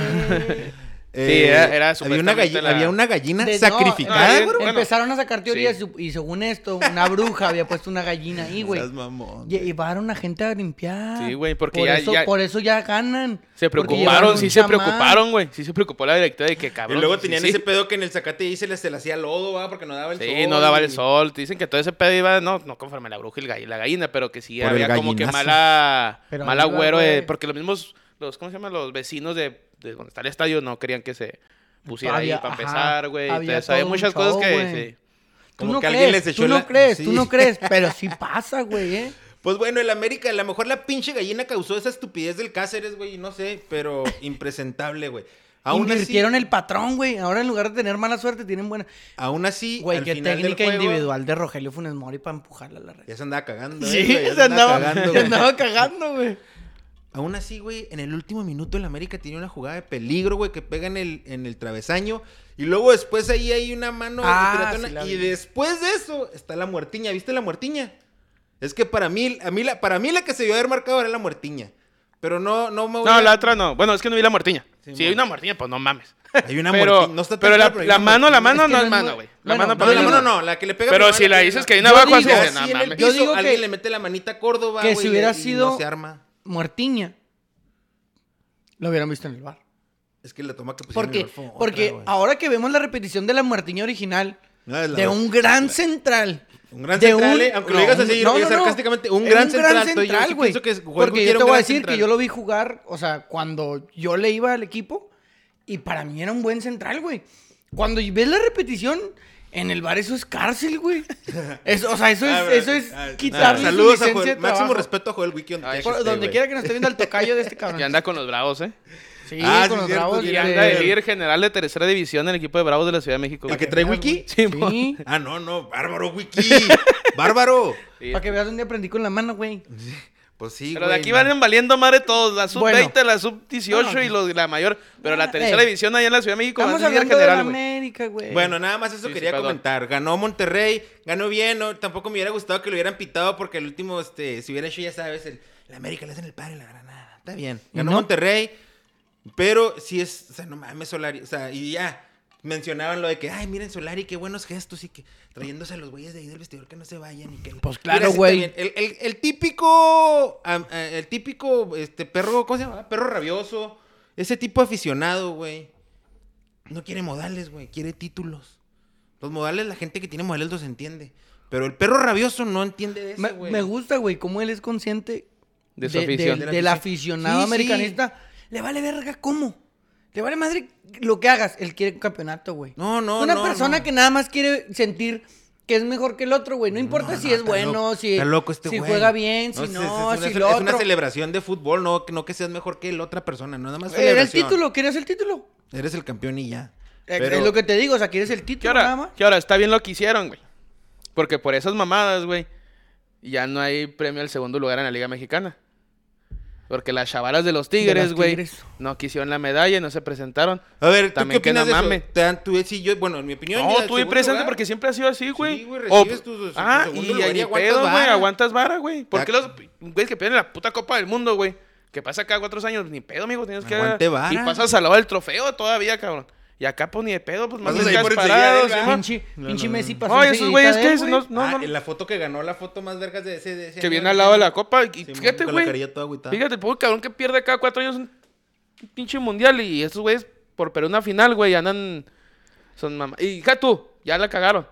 Speaker 3: eh,
Speaker 4: era- era
Speaker 3: había una,
Speaker 4: supuestamente
Speaker 3: galli-
Speaker 4: la-
Speaker 3: había una gallina
Speaker 1: De- no,
Speaker 3: sacrificada.
Speaker 1: eh,
Speaker 4: güey. Bueno.
Speaker 1: Empezaron a sacar teorías
Speaker 4: Sí.
Speaker 1: y según esto, una bruja había puesto una gallina ahí, güey.
Speaker 3: Seas mamón.
Speaker 1: Lle- Llevaron a gente a limpiar.
Speaker 4: Sí, güey, porque
Speaker 1: por
Speaker 4: ya-
Speaker 1: eso,
Speaker 4: ya-
Speaker 1: Por eso ya ganan.
Speaker 4: Se
Speaker 1: Porque
Speaker 4: preocuparon,
Speaker 1: llevaron
Speaker 4: sí
Speaker 1: un
Speaker 4: se
Speaker 1: chamán.
Speaker 4: preocuparon, güey. Sí se preocupó la directora de que cabrón.
Speaker 3: y luego
Speaker 4: sí,
Speaker 3: tenían
Speaker 4: sí.
Speaker 3: ese pedo que en el Zacate y se les, se le hacía lodo, ¿va? Porque no daba el sol.
Speaker 4: Sí, no daba
Speaker 3: y-
Speaker 4: el sol. Te dicen que todo ese pedo iba, no, no conforme la bruja y el gall- la gallina, pero que sí
Speaker 3: Por el
Speaker 4: había como que
Speaker 3: gallinazo.
Speaker 4: mala,
Speaker 1: Pero
Speaker 4: mal
Speaker 1: ahí va,
Speaker 4: agüero. de-
Speaker 1: güey.
Speaker 4: porque los mismos, los, ¿cómo se llama? Los vecinos de, de donde está el estadio no querían que se pusiera
Speaker 1: Había-
Speaker 4: ahí para
Speaker 1: ajá,
Speaker 4: empezar, güey.
Speaker 1: había
Speaker 4: Entonces había
Speaker 1: todo un
Speaker 4: muchas cosas
Speaker 1: show,
Speaker 4: que
Speaker 1: güey.
Speaker 4: sí.
Speaker 1: Tú
Speaker 3: Como
Speaker 1: no
Speaker 3: que
Speaker 1: crees,
Speaker 3: alguien les echó
Speaker 1: tú
Speaker 3: la-
Speaker 1: no crees,
Speaker 3: Sí.
Speaker 1: tú no crees, pero sí pasa, güey, ¿eh?
Speaker 3: Pues bueno, el América, a lo mejor la pinche gallina causó esa estupidez del Cáceres, güey, no sé,
Speaker 1: [LAUGHS]
Speaker 3: pero impresentable, güey. [LAUGHS] Aún así,
Speaker 1: Invirtieron el patrón, güey. Ahora en lugar de tener mala suerte, tienen buena.
Speaker 3: aún así,
Speaker 1: Güey,
Speaker 3: al
Speaker 1: qué
Speaker 3: final del
Speaker 1: técnica
Speaker 3: juego,
Speaker 1: individual de Rogelio Funes Mori para empujarla a la red.
Speaker 3: Ya se andaba cagando, eh,
Speaker 1: Sí, [LAUGHS]
Speaker 3: güey, ya
Speaker 1: se andaba,
Speaker 3: cagando,
Speaker 1: se
Speaker 3: güey.
Speaker 1: andaba cagando, güey.
Speaker 3: Aún así, güey, en el último minuto el América tiene una jugada de peligro, güey, que pega en el, en el travesaño. Y luego después ahí hay una mano
Speaker 1: Ah,
Speaker 3: piratona,
Speaker 1: sí la
Speaker 3: y
Speaker 1: vi.
Speaker 3: después de eso está la muertiña. ¿Viste la muertiña? Es que para mí, a mí la, para mí la que se vio haber marcado era la muertiña. Pero no, no me voy
Speaker 4: No,
Speaker 3: a-
Speaker 4: la otra no. Bueno, es que no vi la muertiña.
Speaker 3: Sí,
Speaker 4: si hay una muertiña, pues no mames.
Speaker 3: Hay una
Speaker 4: pero
Speaker 3: muertiña, no está tan
Speaker 4: pero la,
Speaker 3: claro, pero hay
Speaker 4: la
Speaker 3: una
Speaker 4: mano, la
Speaker 3: muertiña.
Speaker 4: mano
Speaker 1: Es que
Speaker 4: no
Speaker 1: no
Speaker 4: es
Speaker 1: es
Speaker 4: mano,
Speaker 1: mu-
Speaker 4: güey. La
Speaker 1: bueno,
Speaker 4: mano
Speaker 1: no,
Speaker 3: No,
Speaker 4: para
Speaker 3: la
Speaker 4: mí
Speaker 3: mano no, la que le pega
Speaker 4: Pero
Speaker 3: primero
Speaker 4: si
Speaker 3: a
Speaker 4: la
Speaker 3: que-
Speaker 4: dices que hay una
Speaker 1: Yo
Speaker 4: abajo, así,
Speaker 1: digo-
Speaker 4: güey,
Speaker 3: Así
Speaker 4: no
Speaker 3: en el
Speaker 4: mames.
Speaker 1: yo
Speaker 3: piso,
Speaker 1: digo
Speaker 3: alguien
Speaker 1: que-
Speaker 3: le mete la manita a Córdoba,
Speaker 1: que
Speaker 3: güey,
Speaker 1: si hubiera
Speaker 3: y no
Speaker 1: sido-
Speaker 3: se arma.
Speaker 1: Muertiña. Lo hubieran visto en el bar.
Speaker 3: Es que la toma que pusieron
Speaker 1: Porque,
Speaker 3: Pues el Golfo, otra,
Speaker 1: porque
Speaker 3: güey.
Speaker 1: ahora que vemos la repetición de la Muertiña original,
Speaker 3: No, es la
Speaker 1: de
Speaker 3: otra.
Speaker 1: un gran central.
Speaker 3: Un gran
Speaker 1: de
Speaker 3: central, eh, aunque lo digas
Speaker 1: un-
Speaker 3: así, eh, sarcásticamente, un
Speaker 1: Es
Speaker 3: gran central, estoy- yo
Speaker 1: central,
Speaker 3: sí
Speaker 1: güey.
Speaker 3: pienso que es- Juan
Speaker 1: Porque
Speaker 3: Gutiérrez
Speaker 1: yo
Speaker 3: era
Speaker 1: te
Speaker 3: un
Speaker 1: voy a
Speaker 3: gran
Speaker 1: decir
Speaker 3: central.
Speaker 1: que yo lo vi jugar, o sea, cuando yo le iba al equipo, y para mí era un buen central, güey. Cuando ves la repetición, en el bar eso es cárcel,
Speaker 3: [LAUGHS]
Speaker 1: güey. Es- o sea, eso es,
Speaker 3: Ah, pero-
Speaker 1: eso es
Speaker 3: ah, ah,
Speaker 1: quitarle su
Speaker 3: Saludos a
Speaker 1: licencia
Speaker 3: Joel.
Speaker 1: de
Speaker 3: Máximo
Speaker 1: trabajo.
Speaker 3: respeto a Joel Wiki. donde
Speaker 4: Ay,
Speaker 3: quiera
Speaker 4: este
Speaker 3: que
Speaker 1: Por-
Speaker 3: esté,
Speaker 1: donde
Speaker 3: güey.
Speaker 1: quiera que nos esté viendo el tocayo
Speaker 3: [LAUGHS]
Speaker 1: de este cabrón.
Speaker 4: Y anda con los bravos, ¿eh?
Speaker 1: Sí,
Speaker 3: Ah, sí,
Speaker 1: con los
Speaker 3: cierto,
Speaker 1: bravos.
Speaker 3: sí,
Speaker 4: Y
Speaker 1: de-
Speaker 4: anda de líder general de tercera división en el equipo de bravos de la Ciudad de México.
Speaker 3: ¿El
Speaker 4: güey.
Speaker 3: que trae Wiki?
Speaker 4: Sí, mo.
Speaker 1: Sí.
Speaker 3: Ah, no, no. Bárbaro, Wiki.
Speaker 4: [LAUGHS]
Speaker 3: Bárbaro.
Speaker 4: Sí.
Speaker 1: Para que veas dónde aprendí con la mano, güey.
Speaker 3: Pues sí,
Speaker 4: Pero de
Speaker 3: güey,
Speaker 4: aquí
Speaker 3: no.
Speaker 4: valen valiendo madre todos, la sub-20,
Speaker 1: Bueno.
Speaker 4: la sub-18 y los, la mayor. Pero la
Speaker 1: Ah,
Speaker 4: tercera
Speaker 1: ey.
Speaker 4: división allá en la Ciudad de México
Speaker 1: Vamos
Speaker 4: es líder
Speaker 1: hablando de la
Speaker 4: general, güey.
Speaker 1: América, güey.
Speaker 3: Bueno, nada más eso
Speaker 4: Sí, sí,
Speaker 3: quería
Speaker 4: perdón.
Speaker 3: comentar. Ganó Monterrey, ganó bien, no, tampoco me hubiera gustado que lo hubieran pitado porque el último, este, si hubiera hecho, ya sabes, el, el América le hacen el padre a la granada. Está bien. Ganó
Speaker 1: ¿No?
Speaker 3: Monterrey, pero sí es, o sea, no mames, Solari. O sea, y ya mencionaban lo de que, ay, miren Solari, qué buenos gestos y que trayéndose a los güeyes de ahí del vestidor que no se vayan y que...
Speaker 1: Pues claro,
Speaker 3: sí,
Speaker 1: güey.
Speaker 3: también, El, el- el típico, am- eh, el típico, este, perro, ¿cómo se llama? Perro rabioso. Ese tipo aficionado, güey. No quiere modales, güey, quiere títulos. Los modales, la gente que tiene modales los entiende. Pero el perro rabioso no entiende de eso,
Speaker 1: Me,
Speaker 3: güey.
Speaker 1: me gusta, güey, cómo él es consciente
Speaker 4: De su afición.
Speaker 1: del-
Speaker 3: De la
Speaker 1: del
Speaker 3: afición.
Speaker 1: aficionado
Speaker 3: Sí, sí.
Speaker 1: americanista. Le vale verga cómo. Le vale madre lo que hagas. Él quiere un campeonato, güey.
Speaker 3: No, no,
Speaker 1: Una
Speaker 3: no,
Speaker 1: persona
Speaker 3: no.
Speaker 1: que nada más quiere sentir que es mejor que el otro, güey. No importa
Speaker 3: No,
Speaker 1: si
Speaker 3: no,
Speaker 1: es
Speaker 3: está
Speaker 1: bueno,
Speaker 3: loco-
Speaker 1: si,
Speaker 3: está loco este
Speaker 1: si
Speaker 3: güey.
Speaker 1: juega bien, si
Speaker 3: es-
Speaker 1: no,
Speaker 3: es,
Speaker 1: si
Speaker 3: una, ce-
Speaker 1: lo
Speaker 3: es
Speaker 1: otro.
Speaker 3: una celebración de fútbol, no, no que seas mejor que la otra persona, no nada más
Speaker 1: Era el
Speaker 3: celebración.
Speaker 1: título, quieres el título.
Speaker 3: Eres el campeón y ya.
Speaker 1: Es-
Speaker 3: Pero-
Speaker 1: Es lo que te digo, o sea, quieres el
Speaker 4: ¿Qué
Speaker 1: título nada más.
Speaker 4: hora? ¿Qué hora? Está bien lo que hicieron, güey. Porque por esas mamadas, güey, ya no hay premio al segundo lugar en la Liga Mexicana. Porque las chavalas de los Tigres, güey,
Speaker 1: Tigres.
Speaker 4: no quisieron la medalla y no se presentaron.
Speaker 3: A ver, ¿tú
Speaker 4: También
Speaker 3: qué
Speaker 4: que no
Speaker 3: opinas de eso?
Speaker 4: mames.
Speaker 3: Te dan- tú eh, sí, yo, bueno, en mi opinión...
Speaker 4: No,
Speaker 3: ya,
Speaker 4: estuve
Speaker 3: segundo
Speaker 4: presente
Speaker 3: lugar.
Speaker 4: porque siempre ha sido así, güey.
Speaker 3: Sí, güey, recibes
Speaker 4: O-
Speaker 3: tu- tu
Speaker 4: Ah,
Speaker 3: segundo
Speaker 4: y
Speaker 3: lugar
Speaker 4: ahí
Speaker 3: y
Speaker 4: ni
Speaker 3: aguantas
Speaker 4: pedo, güey,
Speaker 3: vara.
Speaker 4: aguantas vara, güey. ¿Por
Speaker 3: Ya-
Speaker 4: qué los güeyes que pierden la puta Copa del Mundo, güey? Que pasa cada cuatro años, ni pedo, amigo, tienes que...
Speaker 3: Aguante vara.
Speaker 4: Y pasas al lado del trofeo todavía, cabrón. Y acá, pues, ni de pedo, pues, más
Speaker 3: Pasas ahí por enseguida
Speaker 4: parados,
Speaker 3: de él,
Speaker 4: Simón.
Speaker 1: Pinche, pinche Messi pasó
Speaker 4: Ay, esos
Speaker 1: enseguidita
Speaker 4: güeyes
Speaker 1: de
Speaker 4: que
Speaker 1: él,
Speaker 4: es-
Speaker 1: güey.
Speaker 4: no, no,
Speaker 3: Ah,
Speaker 4: no.
Speaker 3: en la foto que ganó, la foto más vergas de ese... de ese
Speaker 4: que
Speaker 3: año,
Speaker 4: viene
Speaker 3: de
Speaker 4: al
Speaker 3: ese
Speaker 4: lado de la
Speaker 3: año.
Speaker 4: copa. Y
Speaker 3: eh. Simón,
Speaker 4: fíjate,
Speaker 3: con la
Speaker 4: güey.
Speaker 3: carilla toda agüitada.
Speaker 4: Fíjate, pobre cabrón que pierde cada cuatro años un pinche mundial. Y estos güeyes, por perder una final, güey, andan. Son mamá. Y hija tú, ya la cagaron.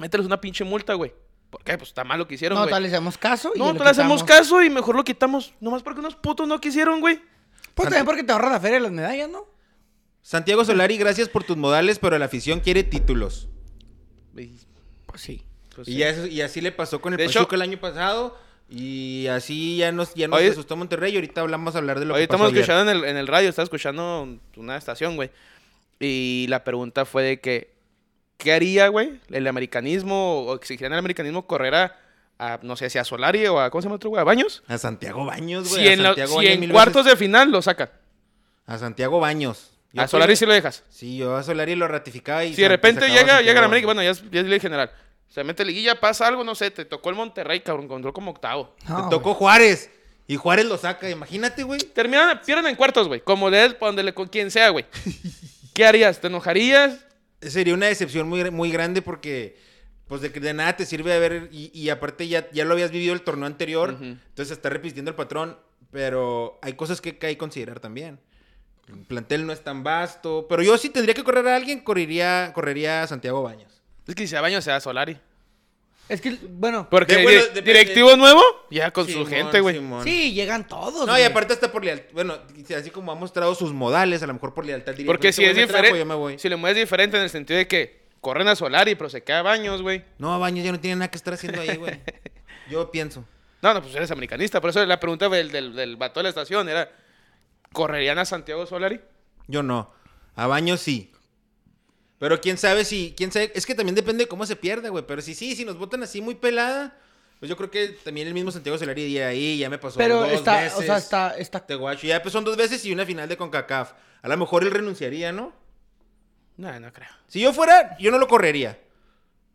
Speaker 4: Mételes una pinche multa, güey. ¿Por qué? Pues está mal lo que hicieron,
Speaker 1: No,
Speaker 4: güey.
Speaker 1: tal, le hacemos caso. y
Speaker 4: no,
Speaker 1: lo
Speaker 4: no le hacemos
Speaker 1: quitamos.
Speaker 4: caso y mejor lo quitamos. Nomás porque unos putos no quisieron, güey.
Speaker 1: Pues también porque te ahorras la feria de las medallas, ¿no?
Speaker 3: Santiago Solari, gracias por tus modales, pero la afición quiere títulos.
Speaker 4: Y,
Speaker 1: Pues sí.
Speaker 4: pues,
Speaker 3: Y,
Speaker 4: sí.
Speaker 3: ya eso- y así le pasó con el
Speaker 4: De hecho-
Speaker 3: Pachuca el año pasado. Y así ya nos, ya nos
Speaker 4: Oye-
Speaker 3: asustó Monterrey. Y ahorita hablamos a hablar de lo
Speaker 4: Oye,
Speaker 3: que pasó
Speaker 4: estamos
Speaker 3: ayer.
Speaker 4: escuchando en el, en el radio, estaba escuchando una estación, güey. Y la pregunta fue de que, ¿qué haría, güey? ¿El americanismo o exigirían al americanismo correr a, a, no sé, si a Solari o a, ¿cómo se llama otro, güey? ¿A Baños?
Speaker 3: A Santiago Baños, Pues, güey.
Speaker 4: Si
Speaker 3: a
Speaker 4: en, la-
Speaker 3: Santiago
Speaker 4: si
Speaker 3: Baños
Speaker 4: en
Speaker 3: mil
Speaker 4: cuartos
Speaker 3: veces.
Speaker 4: de final lo sacan.
Speaker 3: A Santiago Baños. Yo
Speaker 4: a Solari
Speaker 3: creo-
Speaker 4: sí lo dejas.
Speaker 3: Sí, yo a Solari lo ratificaba. Y
Speaker 4: Si de
Speaker 3: se-
Speaker 4: repente
Speaker 3: se acabó
Speaker 4: llega, llega
Speaker 3: Santiago
Speaker 4: la América,
Speaker 3: Baños.
Speaker 4: bueno, ya es, ya es ley general. Se mete liguilla, pasa algo, no sé, te tocó el Monterrey, cabrón, encontró como octavo.
Speaker 1: No,
Speaker 3: Te tocó Juárez. Y Juárez lo saca. Imagínate, güey. [LAUGHS]
Speaker 4: Terminan, pierden en cuartos, güey. Como le es, donde le, con quien sea, güey. ¿Qué harías? ¿Te enojarías?
Speaker 3: Sería una decepción muy, gr- muy grande porque, pues, de, de nada te sirve haber. Y, y aparte, ya, ya lo habías vivido el torneo anterior.
Speaker 4: Ujú.
Speaker 3: Entonces, está repitiendo el patrón. Pero hay cosas que hay que considerar también. El plantel no es tan vasto. Pero yo, si tendría que correr a alguien, correría, correría a Santiago Baños.
Speaker 4: Es que si se baño se da Solari.
Speaker 1: Es que, bueno.
Speaker 4: Porque
Speaker 3: De- bueno,
Speaker 4: di-
Speaker 3: depende.
Speaker 4: directivo nuevo, ya con su
Speaker 3: Simón,
Speaker 4: gente, güey.
Speaker 3: Simón.
Speaker 1: Sí, llegan todos.
Speaker 3: No, y
Speaker 1: güey.
Speaker 3: aparte está por lealtad. Bueno, así como ha mostrado sus modales, a lo mejor por lealtad diría,
Speaker 4: Porque
Speaker 3: "Este
Speaker 4: si
Speaker 3: güey
Speaker 4: es
Speaker 3: me trajo,
Speaker 4: diferente,
Speaker 3: yo me voy".
Speaker 4: si le mueves diferente en el sentido de que corren a Solari, pero se queda Baños, güey.
Speaker 3: No, Baños ya no tiene nada que estar haciendo ahí,
Speaker 4: [LAUGHS]
Speaker 3: güey. Yo pienso.
Speaker 4: No, no, pues eres americanista. Por eso la pregunta del, del, del vato de la estación era, ¿correrían a Santiago Solari?
Speaker 3: Yo no. A Baños sí. Pero quién sabe si. quién sabe Es que también depende de cómo se pierda, güey. Pero si sí, si nos votan así muy pelada, pues yo creo que también el mismo Santiago Solari diría ahí, ya me pasó
Speaker 1: Pero
Speaker 3: dos
Speaker 1: está,
Speaker 3: veces.
Speaker 1: o sea, está, está.
Speaker 3: Te guacho. Ya pues, son dos veces y una final de CONCACAF. A lo mejor él renunciaría, ¿no?
Speaker 4: No, no creo.
Speaker 3: Si yo fuera, yo no lo correría.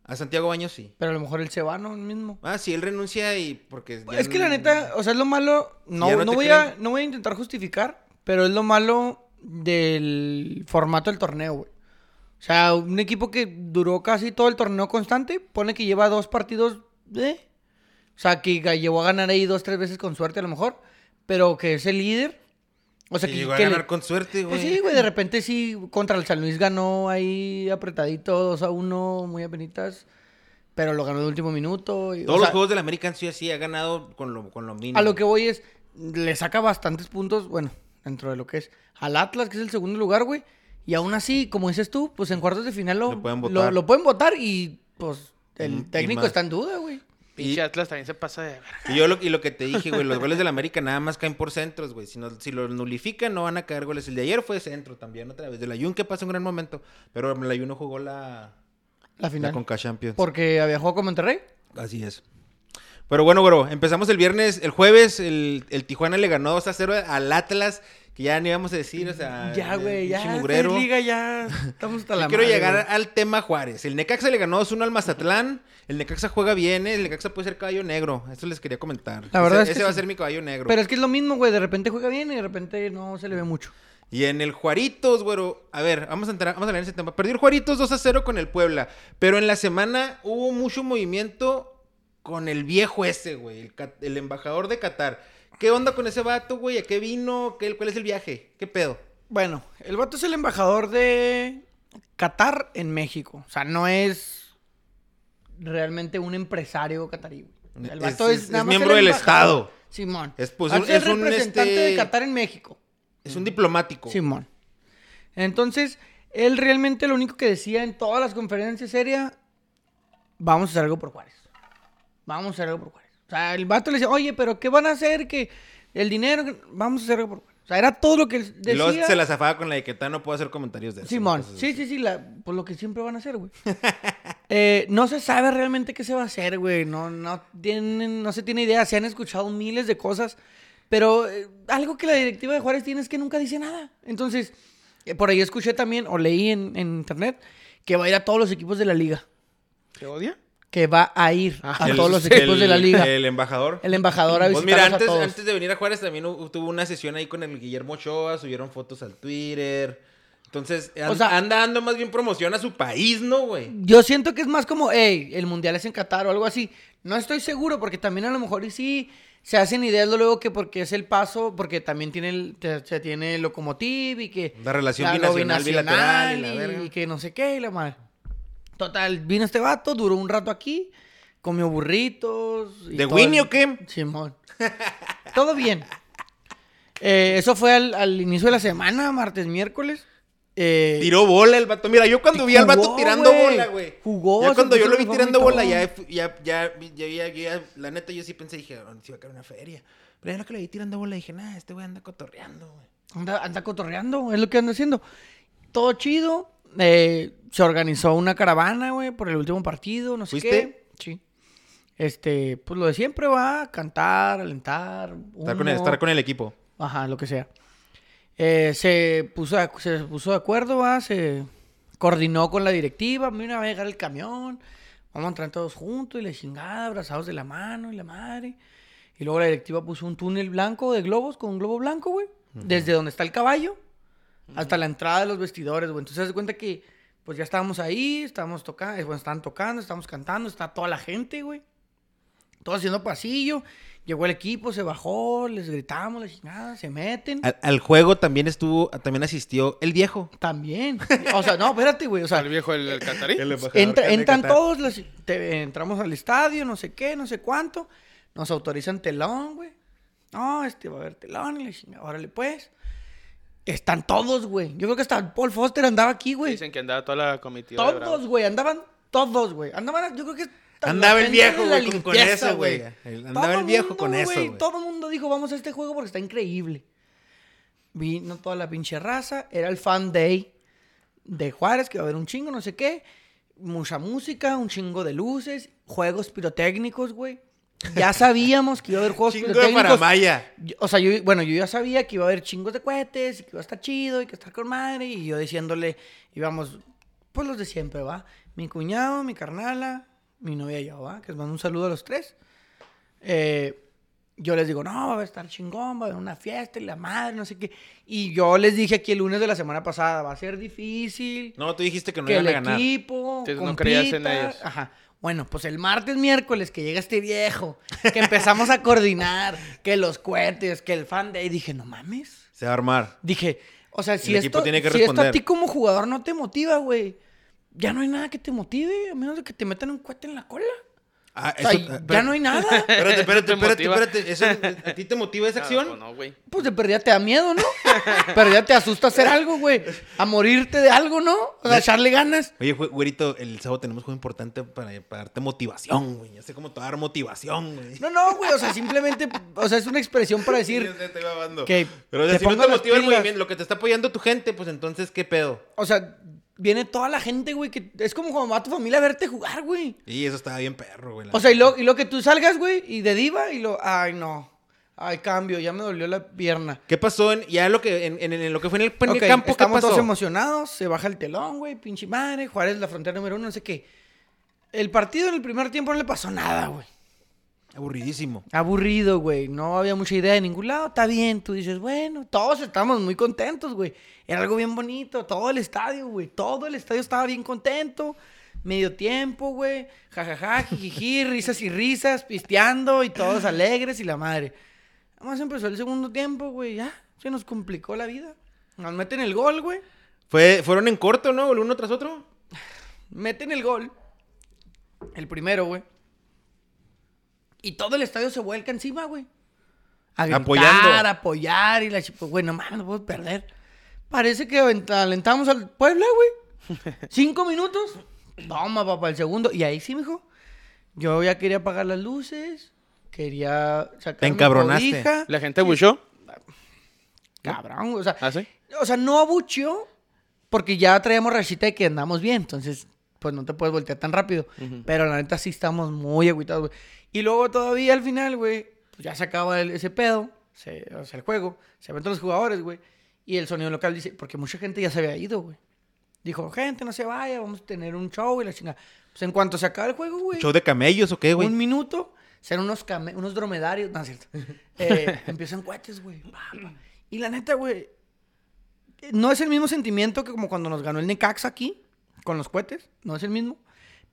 Speaker 3: A Santiago Baños sí.
Speaker 1: Pero a lo mejor el se va, ¿no? El mismo.
Speaker 3: Ah, sí, él renuncia y porque... ya
Speaker 1: Es que la
Speaker 3: no-
Speaker 1: neta, o sea, es lo malo. No,
Speaker 3: Ya
Speaker 1: no,
Speaker 3: no te
Speaker 1: voy a,
Speaker 3: creen.
Speaker 1: no voy a intentar justificar, pero es lo malo del formato del torneo, güey. O sea, un equipo que duró casi todo el torneo constante, pone que lleva dos partidos de. O sea, que ga- llegó a ganar ahí dos, tres veces con suerte a lo mejor, pero que es el líder. O sea,
Speaker 3: Sí,
Speaker 1: que,
Speaker 3: llegó a
Speaker 1: que le-
Speaker 3: ganar con suerte, güey.
Speaker 1: Pues sí, güey, de repente sí, contra el San Luis ganó ahí apretadito, 2 a 1, muy apenitas, pero lo ganó de último minuto. y- o
Speaker 3: Todos los
Speaker 1: sea,
Speaker 3: juegos del América han sido así, ha ganado con lo, con lo mínimo.
Speaker 1: a lo que voy es, le saca bastantes puntos, bueno, dentro de lo que es, al Atlas, que es el segundo lugar, güey. Y aún así, como dices tú, pues en cuartos de final lo,
Speaker 3: Lo pueden votar.
Speaker 1: lo pueden votar y pues el
Speaker 3: Y- y
Speaker 1: técnico
Speaker 3: más.
Speaker 1: está en duda, güey.
Speaker 4: Pinche
Speaker 3: Y-
Speaker 4: Atlas también se pasa de verga.
Speaker 3: Y yo lo, y lo que te dije, güey, los goles del América nada más caen por centros, güey. Si, no- si los nulifican, no van a caer goles. El de ayer fue centro también, otra vez. Del Ayun que pasa un gran momento. Pero el Ayun no jugó la,
Speaker 1: La final.
Speaker 3: la Conca Champions.
Speaker 1: Porque había jugado con Monterrey.
Speaker 3: Así es. Pero bueno, güero, empezamos el viernes. El jueves el, el Tijuana le ganó 2 a 0 al Atlas, que ya ni vamos a decir, o sea...
Speaker 1: ya,
Speaker 3: el
Speaker 1: güey, ya.
Speaker 3: Ah, pinche
Speaker 1: esta
Speaker 3: mugrero.
Speaker 1: liga ya. Estamos hasta
Speaker 3: Yo
Speaker 1: la
Speaker 3: quiero
Speaker 1: madre,
Speaker 3: llegar
Speaker 1: güey.
Speaker 3: al tema Juárez. El Necaxa le ganó 2-1 al Mazatlán. El Necaxa juega bien. ¿eh? El Necaxa puede ser caballo negro. Eso les quería comentar.
Speaker 1: La verdad
Speaker 3: ese
Speaker 1: es que
Speaker 3: ese va a
Speaker 1: sí.
Speaker 3: ser mi caballo negro.
Speaker 1: Pero es que es lo mismo, güey. De repente juega bien y de repente no se le ve mucho.
Speaker 3: Y en el Juaritos, güero. A ver, vamos a entrar, vamos a hablar en ese tema. Perdió el Juaritos 2-0 con el Puebla. Pero en la semana hubo mucho movimiento con el viejo ese, güey. El, ca- el embajador de Qatar. ¿Qué onda con ese vato, güey? ¿A qué vino? ¿Qué, ¿Cuál es el viaje? ¿Qué pedo?
Speaker 1: Bueno, el vato es el embajador de Qatar en México. O sea, no es realmente un empresario catarí. güey. El
Speaker 3: Es-
Speaker 1: vato es,
Speaker 3: es-
Speaker 1: nada
Speaker 3: es
Speaker 1: más el
Speaker 3: miembro del
Speaker 1: embajador.
Speaker 3: Estado.
Speaker 1: Simón.
Speaker 3: Es, pues,
Speaker 1: Vato
Speaker 3: un-
Speaker 1: es
Speaker 3: es un,
Speaker 1: representante
Speaker 3: este-
Speaker 1: de Qatar en México.
Speaker 3: Es
Speaker 1: Mm.
Speaker 3: un diplomático.
Speaker 1: Simón. Entonces, él realmente lo único que decía en todas las conferencias era, vamos a hacer algo por Juárez. Vamos a hacer algo por Juárez. O sea, el vato le decía, oye, pero ¿qué van a hacer? Que el dinero, que- vamos a hacer algo por Juárez. O sea, era todo lo que él
Speaker 3: Y luego
Speaker 1: decía.
Speaker 3: se la zafaba con la etiqueta. No puedo hacer comentarios de eso.
Speaker 1: Simón,
Speaker 3: Entonces,
Speaker 1: sí, sí, sí, la- pues lo que siempre van a hacer, güey. [LAUGHS] Eh, no se sabe realmente qué se va a hacer, güey. No, no, tienen, no se tiene idea. Se han escuchado miles de cosas. Pero eh, algo que la directiva de Juárez tiene es que nunca dice nada. Entonces, eh, por ahí escuché también, o leí en, en internet, que va a ir a todos los equipos de la liga.
Speaker 4: ¿Te odia?
Speaker 1: Que va a ir a
Speaker 3: Ah, el-
Speaker 1: todos los
Speaker 3: el-
Speaker 1: equipos de la liga. El,
Speaker 3: El embajador.
Speaker 1: embajador a
Speaker 3: Pues mira,
Speaker 1: visitarlos a
Speaker 3: antes,
Speaker 1: todos.
Speaker 3: antes de venir a Juárez también hu- tuvo una sesión ahí con el Guillermo Ochoa, subieron fotos al Twitter. Entonces, an-
Speaker 1: O sea-
Speaker 3: anda dando más bien promoción a su país, ¿no, güey?
Speaker 1: Yo siento que es más como, hey, el mundial es en Qatar o algo así. No estoy seguro, porque también a lo mejor y sí se hacen ideas lo luego que porque es el paso, porque también tiene el, te- se tiene el locomotiv y que.
Speaker 3: La relación
Speaker 1: lo
Speaker 3: binacional, bilateral y la
Speaker 1: y,
Speaker 3: verga.
Speaker 1: que no sé qué, y la madre. Total, vino este vato, duró un rato aquí, comió burritos. y
Speaker 3: ¿De
Speaker 1: todo
Speaker 3: Winnie
Speaker 1: el-
Speaker 3: o qué?
Speaker 1: Simón. Todo bien. Eh, eso fue al, al inicio de la semana, martes, miércoles. Eh,
Speaker 3: Tiró bola el vato. Mira, yo cuando vi al vato
Speaker 1: Jugó,
Speaker 3: tirando
Speaker 1: güey.
Speaker 3: bola, güey.
Speaker 1: Jugó,
Speaker 3: Ya
Speaker 1: se
Speaker 3: cuando
Speaker 1: puso
Speaker 3: yo lo vi
Speaker 1: uniforme y
Speaker 3: tirando
Speaker 1: todo.
Speaker 3: bola, ya, eh, ya, ya, ya, ya- ya- la neta, yo sí pensé, dije, "Ah, si va a caer una feria. Pero ya lo que lo vi tirando bola, dije, nah, este güey anda cotorreando, güey.
Speaker 1: Anda, anda cotorreando, es lo que anda haciendo. Todo chido. eh, se organizó una caravana, güey, por el último partido, no sé
Speaker 3: ¿Fuiste?
Speaker 1: qué. Sí. Este, pues lo de siempre va, cantar, alentar.
Speaker 3: Estar con, el,
Speaker 1: humo,
Speaker 3: estar con el equipo.
Speaker 1: Ajá, lo que sea. Eh, se, puso de, se puso de acuerdo, va, se coordinó con la directiva. Mira, va a llegar el camión. Vamos a entrar todos juntos y la chingada, abrazados de la mano y la madre. Y luego la directiva puso un túnel blanco de globos con un globo blanco, güey. Desde donde está el caballo Hasta la entrada de los vestidores, güey. Entonces, se cuenta que, pues ya estábamos ahí, estábamos tocando, bueno, estaban tocando, estábamos cantando, está toda la gente, güey. Todos haciendo pasillo. Llegó el equipo, se bajó, les gritamos, les chingada, se meten.
Speaker 3: Al, al juego también estuvo, también asistió el viejo.
Speaker 1: También. O sea, no, espérate, güey. O sea,
Speaker 4: [LAUGHS] Al viejo el, el Catarí.
Speaker 1: Entra- entran todos, los- te- entramos al estadio, no sé qué, no sé cuánto. Nos autorizan telón, güey. No, este va a haber telón. Y le chinga, órale, pues. Están todos, güey. Yo creo que hasta Paul Foster andaba aquí, güey.
Speaker 4: Dicen que andaba toda la comitiva. de Bravos.
Speaker 1: Todos, güey. Andaban todos, güey. Andaban, yo creo que. hasta la
Speaker 3: Andaba el
Speaker 1: gente de
Speaker 3: viejo,
Speaker 1: la
Speaker 3: güey, con- con
Speaker 1: limpieza,
Speaker 3: eso, güey. El- andaba el viejo con eso, güey.
Speaker 1: Todo el mundo dijo, vamos a este juego porque está increíble. Vino toda la pinche raza. Era el fan day de Juárez, que va a haber un chingo, no sé qué. Mucha música, un chingo de luces, juegos pirotécnicos, güey.
Speaker 3: [LAUGHS]
Speaker 1: Ya sabíamos que iba a haber juegos
Speaker 3: Chingo de
Speaker 1: pirotécnicos.
Speaker 3: paramaya.
Speaker 1: Yo- O sea, yo, bueno, yo ya sabía que iba a haber chingos de cohetes y que iba a estar chido y que estar con madre. Y yo diciéndole, íbamos, pues los de siempre, ¿va? Mi cuñado, mi carnala, mi novia y yo, ¿va? Que les mando un saludo a los tres. Eh, yo les digo, no, va a estar chingón, va a haber una fiesta y la madre, no sé qué. Y yo les dije aquí el lunes de la semana pasada, va a ser difícil
Speaker 3: No, tú dijiste que no
Speaker 1: que
Speaker 3: iban
Speaker 1: el
Speaker 3: a ganar.
Speaker 1: equipo.
Speaker 4: Entonces, no creías en
Speaker 1: compita.
Speaker 4: ellos.
Speaker 1: Ajá. Bueno, pues el martes, miércoles, que llega este viejo, que empezamos a
Speaker 3: [LAUGHS]
Speaker 1: coordinar, que los cohetes, que el fan de ahí, dije, no mames.
Speaker 3: Se va a armar.
Speaker 1: Dije, o sea, si,
Speaker 3: El equipo
Speaker 1: esto,
Speaker 3: tiene que
Speaker 1: si esto a
Speaker 3: responder.
Speaker 1: ti como jugador no te motiva, güey, ya no hay nada que te motive, a menos de que te metan un cohete en la cola.
Speaker 3: Ah,
Speaker 1: O sea,
Speaker 3: eso- ah,
Speaker 1: ya
Speaker 3: espérate,
Speaker 1: no hay
Speaker 3: [LAUGHS]
Speaker 1: nada.
Speaker 3: Espérate, espérate,
Speaker 4: Te
Speaker 3: espérate,
Speaker 4: motiva.
Speaker 3: espérate. [LAUGHS] Eso- ¿A ti te motiva esa
Speaker 4: Ah,
Speaker 3: acción?
Speaker 4: pues no, güey.
Speaker 1: Pues de perdida te da miedo, ¿no? perdida te asusta hacer algo, güey. A morirte de algo, ¿no? O sea, echarle ganas.
Speaker 3: Oye, güe- güerito, el sábado tenemos juego importante para, para darte motivación, güey. Ya sé cómo te va a dar motivación, güey.
Speaker 1: No, no, güey, o sea, simplemente, o sea, es una expresión para decir,
Speaker 3: Sí, yo sé, te iba babando.
Speaker 1: que
Speaker 3: Pero o sea,
Speaker 1: te
Speaker 3: si no
Speaker 1: pongan
Speaker 3: te
Speaker 1: las
Speaker 3: motiva el
Speaker 1: pilas.
Speaker 3: movimiento, lo que te está apoyando tu gente, pues entonces, ¿qué pedo?
Speaker 1: O sea, viene toda la gente, güey, que es como cuando va tu familia a verte jugar, güey.
Speaker 3: Y eso estaba bien perro, güey. la
Speaker 1: O sea, y
Speaker 3: neta.
Speaker 1: lo, y lo que tú salgas, güey, y de diva, y lo, ay, no, ay, cambio, ya me dolió la pierna.
Speaker 3: ¿Qué pasó en, ya lo que, en, en- en lo que fue en el, Pues, en el
Speaker 1: Ok,
Speaker 3: campo? ¿Qué
Speaker 1: estamos
Speaker 3: pasó?
Speaker 1: todos emocionados, se baja el telón, güey, pinche madre, Juárez la frontera número uno, no sé qué. El partido en el primer tiempo no le pasó nada, güey.
Speaker 3: Aburridísimo.
Speaker 1: Aburrido, güey. No había mucha idea de ningún lado. Está bien, tú dices, bueno, todos estamos muy contentos, güey. Era algo bien bonito. Todo el estadio, güey. Todo el estadio estaba bien contento. Medio tiempo, güey. Jajaja, jijiji, [LAUGHS] risas y risas, pisteando y todos alegres y la madre. Nada más empezó el segundo tiempo, güey. Ya, se nos complicó la vida. Nos meten el gol, güey.
Speaker 3: Fue, fueron en corto, ¿no? El uno tras otro.
Speaker 1: meten el gol, el primero, güey. Y todo el estadio se vuelca encima, güey. A gritar,
Speaker 3: Apoyando.
Speaker 1: apoyar y la chi- pues, güey, no mames, no puedo perder. Parece que avent- alentamos al Puebla,
Speaker 3: [LAUGHS]
Speaker 1: güey. Cinco minutos. Toma, papá, el segundo. Y ahí sí, mijo. Yo ya quería apagar las luces. Quería sacar
Speaker 3: Te
Speaker 1: mi
Speaker 3: encabronaste.
Speaker 1: cobija.
Speaker 4: La gente buchó.
Speaker 1: Cabrón, o sea,
Speaker 4: ¿Ah, sí?
Speaker 1: o sea, no abucheó porque ya traíamos rachita de que andamos bien, entonces pues no te puedes voltear tan rápido, pero la neta sí estamos muy agüitados, güey. Y luego todavía al final, güey, pues ya se acaba el- ese pedo, se, o sea, el juego, se meten los jugadores, güey, y el sonido local dice, porque mucha gente ya se había ido, güey. Dijo, gente, no se vaya, vamos a tener un show y la chingada. Pues en cuanto se acaba el juego, güey,
Speaker 3: ¿Show de camellos o qué, Este güey?
Speaker 1: un minuto, serán unos, came- unos dromedarios, no es
Speaker 3: [LAUGHS]
Speaker 1: cierto. Eh, empiezan cohetes, güey. pa, pa. Y la neta, güey, eh, no es el mismo sentimiento que como cuando nos ganó el Necaxa aquí, con los cohetes, no es el mismo.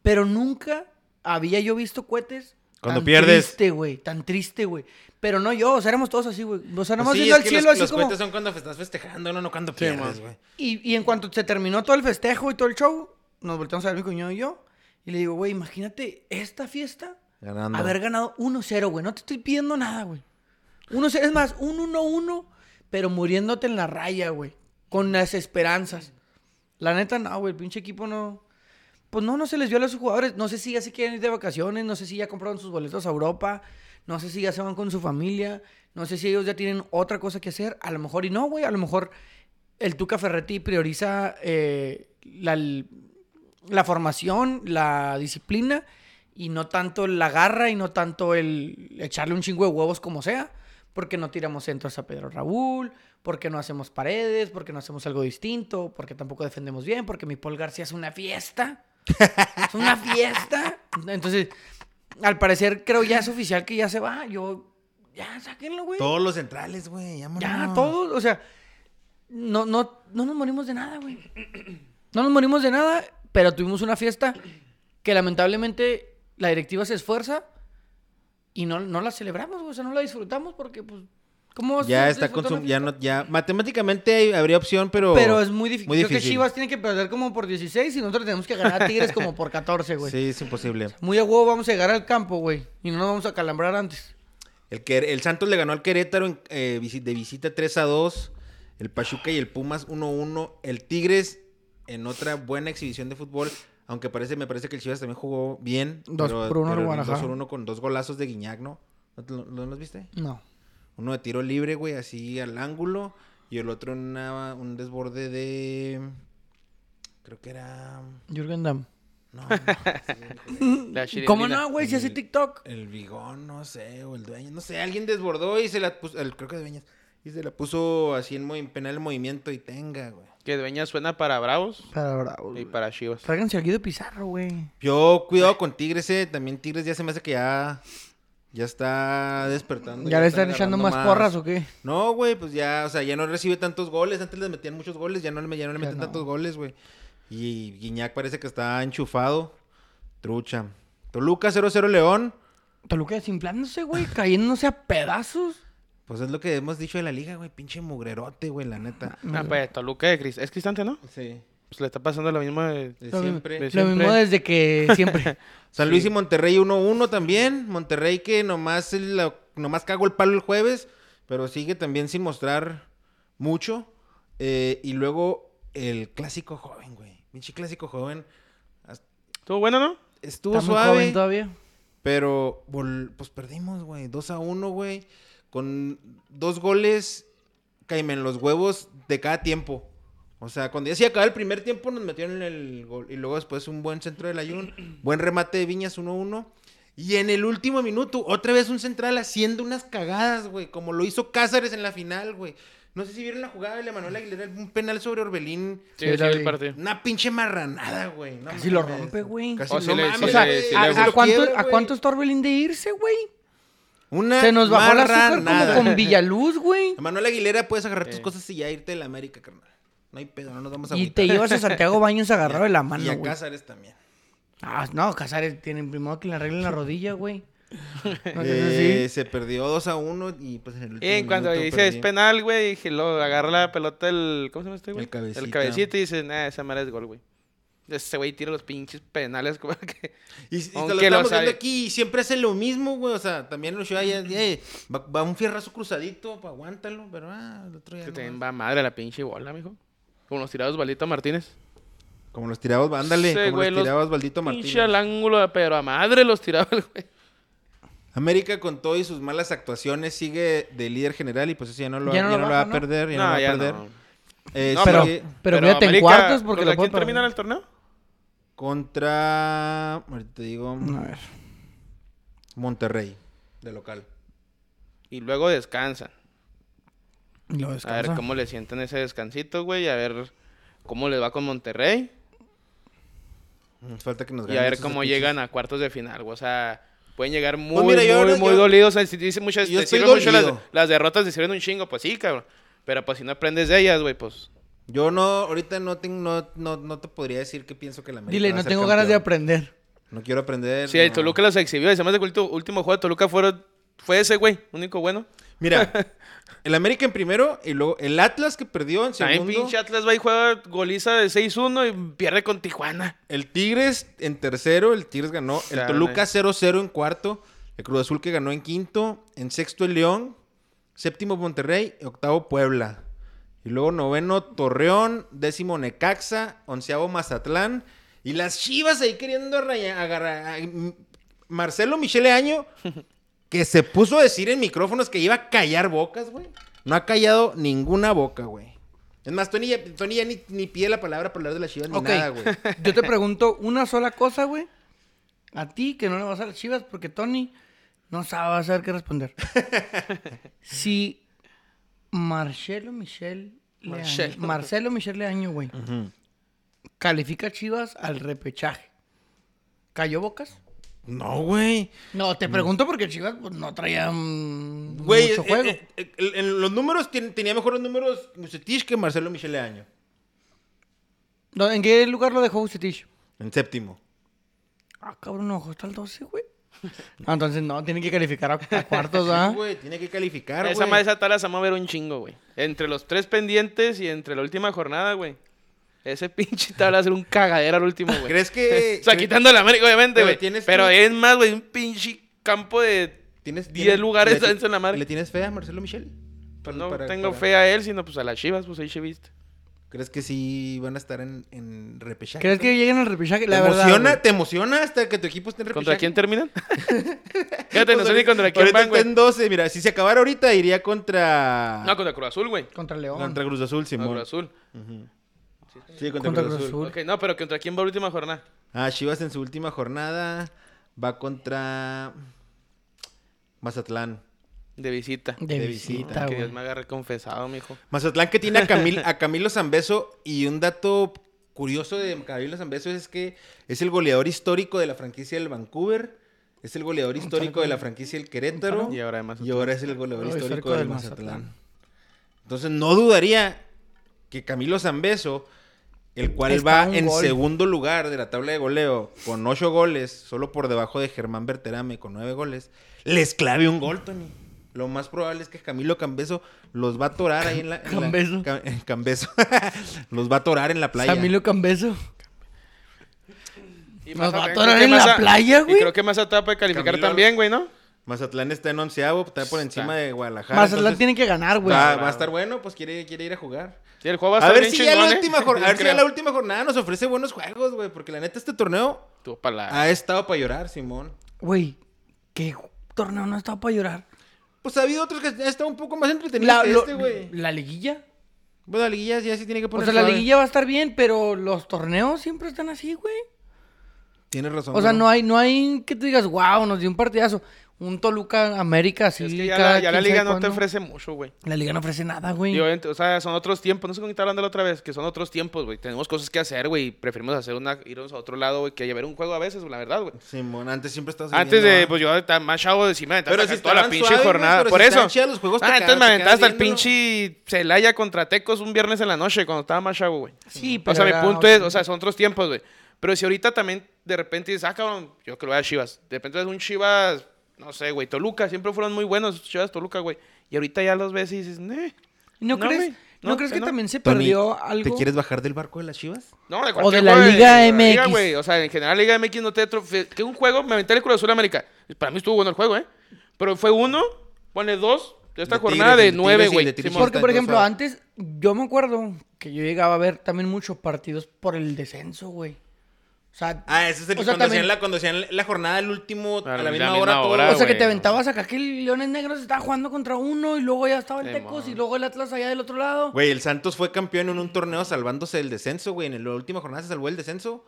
Speaker 1: Pero nunca había yo visto cohetes.
Speaker 3: Cuando
Speaker 1: tan
Speaker 3: pierdes.
Speaker 1: Triste, güey, tan triste, güey. Pero no yo, o sea, éramos todos así, güey. O sea,
Speaker 3: Pues
Speaker 1: nada más
Speaker 3: sí,
Speaker 1: viendo
Speaker 3: es
Speaker 1: al
Speaker 3: que
Speaker 1: cielo
Speaker 3: los,
Speaker 1: así
Speaker 3: los
Speaker 1: como.
Speaker 3: cohetes son cuando estás festejando, no, no cuando
Speaker 4: man.
Speaker 3: pierdes, güey.
Speaker 1: Y, y en cuanto se terminó todo el festejo y todo el show, nos volteamos a ver mi cuñado y yo. Y le digo, güey, imagínate esta fiesta
Speaker 3: Ganando.
Speaker 1: haber ganado 1-0, güey. No te estoy pidiendo nada, güey. 1-0, es más, un 1-1, pero muriéndote en la raya, güey. Con las esperanzas. La neta, no, güey. El pinche equipo no. Pues no, no se les dio a los jugadores. No sé si ya se quieren ir de vacaciones. No sé si ya compraron sus boletos a Europa. No sé si ya se van con su familia. No sé si ellos ya tienen otra cosa que hacer. A lo mejor y no, güey. A lo mejor el Tuca Ferretti prioriza eh, la, la formación, la disciplina y no tanto la garra y no tanto el echarle un chingo de huevos como sea. Porque no tiramos centros a Pedro Raúl, porque no hacemos paredes, porque no hacemos algo distinto, porque tampoco defendemos bien, porque mi Paul García es una fiesta. Es una fiesta. Entonces, al parecer creo ya es oficial que ya se va. Yo, ya, sáquenlo, güey.
Speaker 3: Todos los centrales, güey. vámonos.
Speaker 1: Ya, todos, o sea, no, no, no nos morimos de nada, güey. [CLEARS THROAT] No nos morimos de nada, pero tuvimos una fiesta que lamentablemente la directiva se esfuerza y no, no la celebramos, güey. O sea, no la disfrutamos porque, pues, ¿cómo vas a
Speaker 3: Ya está
Speaker 1: disfrutar una
Speaker 3: consum-
Speaker 1: fiesta?
Speaker 3: ya no, ya matemáticamente hay- habría opción, pero
Speaker 1: Pero es muy difícil.
Speaker 3: muy
Speaker 1: Creo que
Speaker 3: difícil.
Speaker 1: Chivas tiene que perder como por 16 y nosotros tenemos que ganar a Tigres como por 14, güey.
Speaker 3: sí es imposible.
Speaker 1: Muy a huevo vamos a llegar al campo, güey. Y no nos vamos a calambrar antes.
Speaker 3: El, Quer- el Santos le ganó al Querétaro en, eh, visi- de visita 3 a 2. El Pachuca y el Pumas 1-1. El Tigres en otra buena exhibición de fútbol. Aunque parece, me parece que el Chivas también jugó bien.
Speaker 1: Dos por uno al
Speaker 3: en
Speaker 1: Guadalajara.
Speaker 3: Dos por uno con dos golazos de Guiñac, ¿no? ¿No, te lo- no los viste?
Speaker 1: No.
Speaker 3: Uno de tiro libre, güey, así al ángulo. Y el otro en una- un desborde de... Creo que era...
Speaker 1: Jürgen Damm. [LAUGHS]
Speaker 3: No,
Speaker 4: La chilindrina.
Speaker 1: ¿Cómo no, güey? Si hace TikTok.
Speaker 3: El Vigón, no sé, o el dueño, no sé, alguien desbordó y se la puso, el, creo que Dueñas, y se la puso así en, movi- penal en movimiento y tenga, güey.
Speaker 4: Que dueña suena para Bravos
Speaker 1: Para Bravos,
Speaker 4: y
Speaker 1: güey.
Speaker 4: para Chivas.
Speaker 1: Tráiganse a Guido Pizarro, güey.
Speaker 3: Yo, cuidado con Tigres, eh, también Tigres ya se me hace que ya, ya está despertando.
Speaker 1: ¿Ya le están echando
Speaker 3: agarrando
Speaker 1: más porras o qué?
Speaker 3: No, güey, pues ya, o sea, ya no recibe tantos goles, antes le metían muchos goles, ya no le, ya no le
Speaker 1: Ya
Speaker 3: meten
Speaker 1: no.
Speaker 3: tantos goles, güey. Y Guiñac parece que está enchufado, trucha. Toluca 0-0 León,
Speaker 1: Toluca desinflándose, güey, cayéndose a pedazos.
Speaker 3: pues es lo que hemos dicho de la liga, güey, pinche mugrerote, güey, la neta.
Speaker 4: Ah, pues Toluca de Cris- Es Cristante, ¿no?
Speaker 3: Sí.
Speaker 4: Pues le está pasando lo mismo eh. de...
Speaker 3: De
Speaker 1: Lo mi-
Speaker 3: siempre.
Speaker 4: de
Speaker 1: Lo
Speaker 4: siempre.
Speaker 1: mismo desde
Speaker 3: [LAUGHS]
Speaker 1: que siempre.
Speaker 3: San Luis y Monterrey 1-1 también. Monterrey que nomás, el- la- nomás cagó el palo el jueves, pero sigue también sin mostrar mucho. Eh, y luego el clásico joven, güey. Pinche clásico joven.
Speaker 4: Estuvo bueno, ¿no?
Speaker 3: Estuvo
Speaker 1: Está muy
Speaker 3: suave,
Speaker 1: joven todavía.
Speaker 3: pero vol- pues perdimos, güey. 2 a 1, güey. Con dos goles caíme en los huevos de cada tiempo. O sea, cuando ya se acababa el primer tiempo, nos metieron el gol. Y luego después un buen centro del Ayun, buen remate de Viñas 1-1. Y en el último minuto, otra vez un central haciendo unas cagadas, güey. Como lo hizo Cázares en la final, güey. No sé si vieron la jugada de la Manuel Aguilera, un penal sobre Orbelín.
Speaker 1: Sí, sí, el partido.
Speaker 4: partido.
Speaker 3: Una pinche marranada, güey. No
Speaker 1: Casi lo
Speaker 3: mames.
Speaker 1: rompe, güey.
Speaker 3: Casi-
Speaker 4: O Oh, sí
Speaker 3: no
Speaker 4: le- sí
Speaker 3: mames,
Speaker 1: O sea,
Speaker 4: le- sí le-
Speaker 3: casi
Speaker 1: ¿a, a
Speaker 3: lo
Speaker 1: cuánto,
Speaker 3: quiebra,
Speaker 1: ¿a
Speaker 3: güey. Eh,
Speaker 1: cuánto está Orbelín de irse, güey?
Speaker 3: Una
Speaker 1: Se nos bajó el azúcar como
Speaker 3: marranada.
Speaker 1: con Villaluz,
Speaker 3: [LAUGHS]
Speaker 1: güey.
Speaker 3: Manuel Aguilera, puedes agarrar tus
Speaker 4: Eh.
Speaker 3: cosas y ya irte de la América, carnal. No hay pedo, no nos vamos a
Speaker 1: Y
Speaker 3: agüitar.
Speaker 1: te llevas a Santiago Baños agarrado de la
Speaker 3: Y
Speaker 1: mano,
Speaker 3: a
Speaker 1: güey. [LAUGHS]
Speaker 3: Cázares también.
Speaker 1: Ah, no, Casares tiene primero que le arreglen la rodilla,
Speaker 3: [LAUGHS]
Speaker 1: güey. No
Speaker 3: Eh,
Speaker 1: sé
Speaker 3: se perdió 2 a 1 y pues en el último
Speaker 4: Y en cuando
Speaker 3: minuto
Speaker 4: dice
Speaker 3: perdí.
Speaker 4: es penal, güey, dije, lo agarra la pelota el. ¿Cómo se llama este, güey?
Speaker 3: El cabecita.
Speaker 4: El cabecita y dice, nah, esa madre es gol, güey. Ese güey tira los pinches penales, [LAUGHS] como que.
Speaker 3: Y, y te lo
Speaker 4: Aunque lo
Speaker 3: estamos
Speaker 4: sabe.
Speaker 3: viendo aquí y siempre hace lo mismo, güey. O sea, también lo ya, eh, va, va un fierrazo cruzadito, pa, aguántalo, pero ah, el otro ya
Speaker 4: Que
Speaker 3: no
Speaker 4: también
Speaker 3: más.
Speaker 4: va madre la pinche bola, mijo. Como los tirados Balita Martínez.
Speaker 3: Como los tirados, ándale,
Speaker 4: Ese
Speaker 3: como
Speaker 4: güey
Speaker 3: los
Speaker 4: los
Speaker 3: tirados Baldito Martínez.
Speaker 4: Pinche al ángulo, pero a madre los tiraba [LAUGHS] el güey.
Speaker 3: América con todo y sus malas actuaciones sigue de líder general y pues eso ya no lo,
Speaker 1: Ya no
Speaker 3: ya
Speaker 1: lo
Speaker 3: no lo va
Speaker 1: baja,
Speaker 3: a
Speaker 1: ¿no?
Speaker 3: perder, ya no,
Speaker 4: No,
Speaker 3: lo va a
Speaker 4: ya
Speaker 3: perder.
Speaker 4: no.
Speaker 3: Eh,
Speaker 4: No,
Speaker 1: pero,
Speaker 3: sigue-
Speaker 1: pero, mírate en
Speaker 4: América,
Speaker 1: cuartos porque
Speaker 4: ¿contra
Speaker 1: lo puedo
Speaker 4: quién termina el torneo?
Speaker 3: Contra. Ahorita te digo.
Speaker 1: A ver.
Speaker 3: Monterrey. De local.
Speaker 4: Y luego descansan.
Speaker 1: Y Lo
Speaker 4: A ver
Speaker 1: descansa.
Speaker 4: cómo le sienten ese descansito, güey. A ver cómo les va con Monterrey.
Speaker 3: Nos Falta que nos
Speaker 4: Y
Speaker 3: ganen
Speaker 4: a ver
Speaker 3: esos
Speaker 4: cómo
Speaker 3: pinches-
Speaker 4: llegan a cuartos de final, güey. O sea, pueden llegar muy,
Speaker 3: Pues mira, yo
Speaker 4: muy,
Speaker 3: ahora-
Speaker 4: muy
Speaker 3: yo-
Speaker 4: dolidos. O sea, dice muchas,
Speaker 3: yo
Speaker 4: te
Speaker 3: estoy
Speaker 4: sirven mucho las,
Speaker 3: dolido.
Speaker 4: las derrotas, te sirven un chingo, pues sí, cabrón. Pero pues si no aprendes de ellas, güey, pues.
Speaker 3: Yo no, ahorita no, tengo, no, no, no te podría decir que pienso que la América.
Speaker 1: Dile,
Speaker 3: va a
Speaker 1: no
Speaker 3: ser
Speaker 1: tengo ganas de
Speaker 3: campeón.
Speaker 1: aprender.
Speaker 3: No quiero aprender.
Speaker 4: Si el
Speaker 3: no.
Speaker 4: Toluca los exhibió, y se me hace que el ulti- último juego de Toluca fueron, fue ese, güey. Único bueno. [LAUGHS]
Speaker 3: Mira, el América en primero y luego el Atlas que perdió en
Speaker 4: También
Speaker 3: segundo.
Speaker 4: pinche Atlas va y juega goliza de 6-1 y pierde con Tijuana.
Speaker 3: El Tigres en tercero, el Tigres ganó. El
Speaker 4: Claro,
Speaker 3: Toluca
Speaker 4: eh.
Speaker 3: 0-0 en cuarto. El Cruz Azul que ganó en quinto. En sexto el León. Séptimo Monterrey. Octavo Puebla. Y luego noveno Torreón. Décimo Necaxa. Onceavo Mazatlán. Y las Chivas ahí queriendo raya- agarrar. a- m- Marcelo Michele Año. Que se puso a decir en micrófonos que iba a callar bocas, güey. No ha callado ninguna boca, güey. Es más, Tony ya, Tony ya ni, ni pide la palabra para hablar de las chivas ni
Speaker 1: Ok.
Speaker 3: nada, güey.
Speaker 1: Yo te pregunto una sola cosa, güey. A ti, que no le vas a las chivas, porque Tony no sabe, va a saber qué [LAUGHS] responder. si Marcelo Michel Leaño-
Speaker 4: Marcelo.
Speaker 1: Marcelo Michel Leaño, güey, califica a Chivas al repechaje, ¿cayó bocas? Mm.
Speaker 3: No, güey.
Speaker 1: No, te pregunto porque Chivas pues, no traía mm,
Speaker 3: Güey,
Speaker 1: mucho
Speaker 3: eh,
Speaker 1: juego.
Speaker 3: eh, eh, el- en los números ten- tenía mejores números Musetich que Marcelo Michele Año.
Speaker 1: No, eh. ¿En qué lugar lo dejó Bucetich?
Speaker 3: En séptimo.
Speaker 1: Ah, cabrón, no, está el 12, güey. Ah, entonces no, tiene que calificar a, a cuartos, ¿ah?
Speaker 3: Sí, güey, tiene que calificar,
Speaker 4: esa
Speaker 3: güey.
Speaker 4: madre esa tala se va a ver un chingo, güey. Entre los tres pendientes y entre la última jornada, güey. Ese pinche tabla va a ser un cagadero al último, güey.
Speaker 3: ¿Crees que-
Speaker 4: [LAUGHS] o sea, quitando la América, obviamente,
Speaker 3: Pero
Speaker 4: güey.
Speaker 3: tienes
Speaker 4: Pero
Speaker 3: que-
Speaker 4: es más, güey, un pinche campo de. pues,
Speaker 3: ¿Tienes,
Speaker 4: diez
Speaker 3: tienes-
Speaker 4: lugares
Speaker 3: le ti-
Speaker 4: dentro de la madre.
Speaker 3: ¿Le tienes fe a Marcelo Michele? Para-
Speaker 4: No
Speaker 3: Pues para-
Speaker 4: tengo
Speaker 3: para-
Speaker 4: fe a él, sino pues a las chivas, pues ahí chiviste.
Speaker 3: ¿Crees que sí van a estar en, en repechaje?
Speaker 1: ¿Crees que lleguen al repechaje? La
Speaker 3: ¿Te
Speaker 1: verdad.
Speaker 3: emociona,
Speaker 1: güey.
Speaker 3: ¿Te emociona hasta que tu equipo esté en repechaje?
Speaker 4: ¿Contra
Speaker 3: [LAUGHS]
Speaker 4: quién terminan? Fíjate, no sé ni
Speaker 3: Ahorita-
Speaker 4: contra
Speaker 3: ahorita
Speaker 4: quién van,
Speaker 3: está
Speaker 4: güey.
Speaker 3: en 12. Mira, si se acabara ahorita, iría contra...
Speaker 4: No, contra Cruz Azul, güey.
Speaker 1: Contra León.
Speaker 3: contra Cruz Azul,
Speaker 4: No,
Speaker 3: Simón.
Speaker 4: Cruz Azul.
Speaker 3: Sí, contra,
Speaker 1: Contra
Speaker 3: Cruz
Speaker 1: Cruz Azul.
Speaker 3: Azul.
Speaker 4: Ok, no, pero ¿contra quién va la última jornada?
Speaker 3: Ah, Chivas en su última jornada va contra Mazatlán.
Speaker 4: De visita. Ah,
Speaker 1: De,
Speaker 3: de visita,
Speaker 1: visita,
Speaker 4: que
Speaker 1: güey.
Speaker 4: Dios me agarre confesado, mijo.
Speaker 3: Mazatlán que tiene a, Camil- a Camilo Zambeso y un dato curioso de Camilo Zambeso es que es el goleador histórico de la franquicia del Vancouver, es el goleador histórico de la franquicia del Querétaro
Speaker 4: Y ahora además.
Speaker 3: y ahora es el goleador
Speaker 1: Goleador histórico
Speaker 3: histórico del
Speaker 1: del
Speaker 3: Mazatlán.
Speaker 1: Mazatlán.
Speaker 3: Entonces no dudaría que Camilo Zambeso, el cual
Speaker 1: Está
Speaker 3: va
Speaker 1: un
Speaker 3: en
Speaker 1: gol.
Speaker 3: segundo lugar de la tabla de goleo con ocho goles, solo por debajo de Germán Berterame con nueve goles, les clave un gol, Tony. Lo más probable es que Camilo Cambeso los va a atorar ahí en la...
Speaker 1: [LAUGHS]
Speaker 3: en la-
Speaker 1: Cambeso.
Speaker 3: Cam- eh, Cambeso. [LAUGHS] los va a atorar en la playa.
Speaker 1: Camilo Cambeso.
Speaker 4: Y
Speaker 1: Nos
Speaker 4: Mazatlán,
Speaker 1: va a
Speaker 4: creo
Speaker 1: atorar
Speaker 4: que
Speaker 1: en la
Speaker 4: Maza-
Speaker 1: playa,
Speaker 4: Y
Speaker 1: güey.
Speaker 4: creo que más puede calificar
Speaker 3: Camilo-
Speaker 4: también, güey, ¿no?
Speaker 3: Mazatlán está en onceavo, está por encima
Speaker 4: Está.
Speaker 3: de Guadalajara.
Speaker 1: Mazatlán
Speaker 3: entonces
Speaker 1: tiene que ganar, güey.
Speaker 3: Va, va a estar bueno, pues quiere, quiere ir a jugar.
Speaker 4: Sí, el juego va a
Speaker 3: A
Speaker 4: estar
Speaker 3: ver,
Speaker 4: bien
Speaker 3: si ya,
Speaker 4: chingón,
Speaker 3: la
Speaker 4: ¿eh?
Speaker 3: última
Speaker 4: [LAUGHS]
Speaker 3: jornada, a ver si ya
Speaker 4: Creo.
Speaker 3: la última jornada nos ofrece buenos juegos, güey. Porque la neta, este torneo
Speaker 4: Tú para
Speaker 1: Ah,
Speaker 4: la...
Speaker 3: ha estado para llorar, Simón.
Speaker 1: Güey, qué torneo no estaba para llorar.
Speaker 3: Pues ha habido otros que han estado un poco más entretenidos
Speaker 1: La,
Speaker 3: que
Speaker 1: lo-
Speaker 3: este, güey.
Speaker 1: la liguilla.
Speaker 3: Bueno, la liguilla ya sí tiene que
Speaker 1: O
Speaker 3: poner.
Speaker 1: sea, la liguilla va a estar bien, pero los torneos siempre están así, güey.
Speaker 3: Tienes razón.
Speaker 1: O sea, no
Speaker 3: hay.
Speaker 1: hay, no hay que tú digas, wow, nos dio un partidazo. Un Toluca América, así.
Speaker 4: Es que ya,
Speaker 1: cada
Speaker 4: la, ya la
Speaker 1: quién
Speaker 4: liga
Speaker 1: sabe
Speaker 4: no te
Speaker 1: cuándo.
Speaker 4: ofrece mucho, güey.
Speaker 1: La liga no ofrece nada, güey.
Speaker 4: Y obviamente, o sea, son otros tiempos. No sé con quién estaba hablando la otra vez, que son otros tiempos, güey. Tenemos cosas que hacer, güey. y Preferimos hacer una, irnos a otro lado, güey, que llevar un juego a veces, la verdad, güey.
Speaker 3: Simón, antes siempre estabas.
Speaker 4: Antes
Speaker 3: viendo,
Speaker 4: de,
Speaker 3: ah.
Speaker 4: pues yo estaba más chavo de cima,
Speaker 3: Pero
Speaker 4: pero
Speaker 3: si
Speaker 4: toda la
Speaker 3: estaban
Speaker 4: pinche
Speaker 3: suaves, güey,
Speaker 4: jornada.
Speaker 3: pero
Speaker 4: Por
Speaker 3: si
Speaker 4: eso.
Speaker 3: estaban chidos los juegos, te
Speaker 4: ah,
Speaker 3: quedas-
Speaker 4: entonces me
Speaker 3: te
Speaker 4: aventé
Speaker 3: quedas
Speaker 4: hasta el
Speaker 3: viéndolo.
Speaker 4: pinche Celaya contra Tecos un viernes en la noche cuando estaba más chavo, güey.
Speaker 1: Sí,
Speaker 4: O sea, mi
Speaker 1: era
Speaker 4: punto
Speaker 1: otro-
Speaker 4: es, o sea, son otros tiempos, güey. Pero si ahorita también de repente dices, ah, cabrón, yo que lo voy a Chivas. De repente es un Chivas, no sé, güey, Toluca. Siempre fueron muy buenos Chivas Toluca, güey. Y ahorita ya los ves y dices, "Neh".
Speaker 1: ¿No,
Speaker 4: No,
Speaker 1: crees,
Speaker 4: güey,
Speaker 1: ¿no,
Speaker 4: no,
Speaker 1: crees
Speaker 4: que
Speaker 1: que
Speaker 4: no.
Speaker 1: también se
Speaker 3: Tony,
Speaker 1: perdió algo?
Speaker 3: ¿Te quieres bajar del barco de las chivas?
Speaker 4: No, de
Speaker 1: O
Speaker 4: cualquier
Speaker 1: de la
Speaker 4: juego,
Speaker 1: Liga
Speaker 4: de la
Speaker 1: MX.
Speaker 4: Liga, güey. O sea, en general, Liga MX no te. atro- Que un juego, me aventé el Cruz Azul América. Para mí estuvo bueno el juego, ¿eh? Pero fue uno, pone dos de esta
Speaker 3: De
Speaker 4: jornada
Speaker 3: Tigres,
Speaker 4: de
Speaker 3: de
Speaker 4: nueve,
Speaker 3: Tigres y
Speaker 4: güey.
Speaker 3: de Tigres.
Speaker 4: Simón.
Speaker 1: Porque, por
Speaker 3: Entonces,
Speaker 1: ejemplo,
Speaker 3: ah.
Speaker 1: antes yo me acuerdo que yo llegaba a ver también muchos partidos por el descenso, güey. O sea,
Speaker 3: Ah, ese es el
Speaker 1: o sea,
Speaker 3: cuando,
Speaker 1: también-
Speaker 3: hacían la, cuando hacían la jornada el último a
Speaker 4: A
Speaker 3: la,
Speaker 4: la
Speaker 3: misma,
Speaker 4: misma
Speaker 3: hora. todo.
Speaker 4: hora,
Speaker 1: o sea, que
Speaker 4: güey.
Speaker 1: te aventabas acá que el Leones Negros estaba jugando contra uno y luego ya estaba el
Speaker 4: Sí,
Speaker 1: Tecos y
Speaker 4: mon.
Speaker 1: luego el Atlas allá del otro lado.
Speaker 3: Güey, el Santos fue campeón en un torneo salvándose del descenso, güey. En la última jornada se salvó el descenso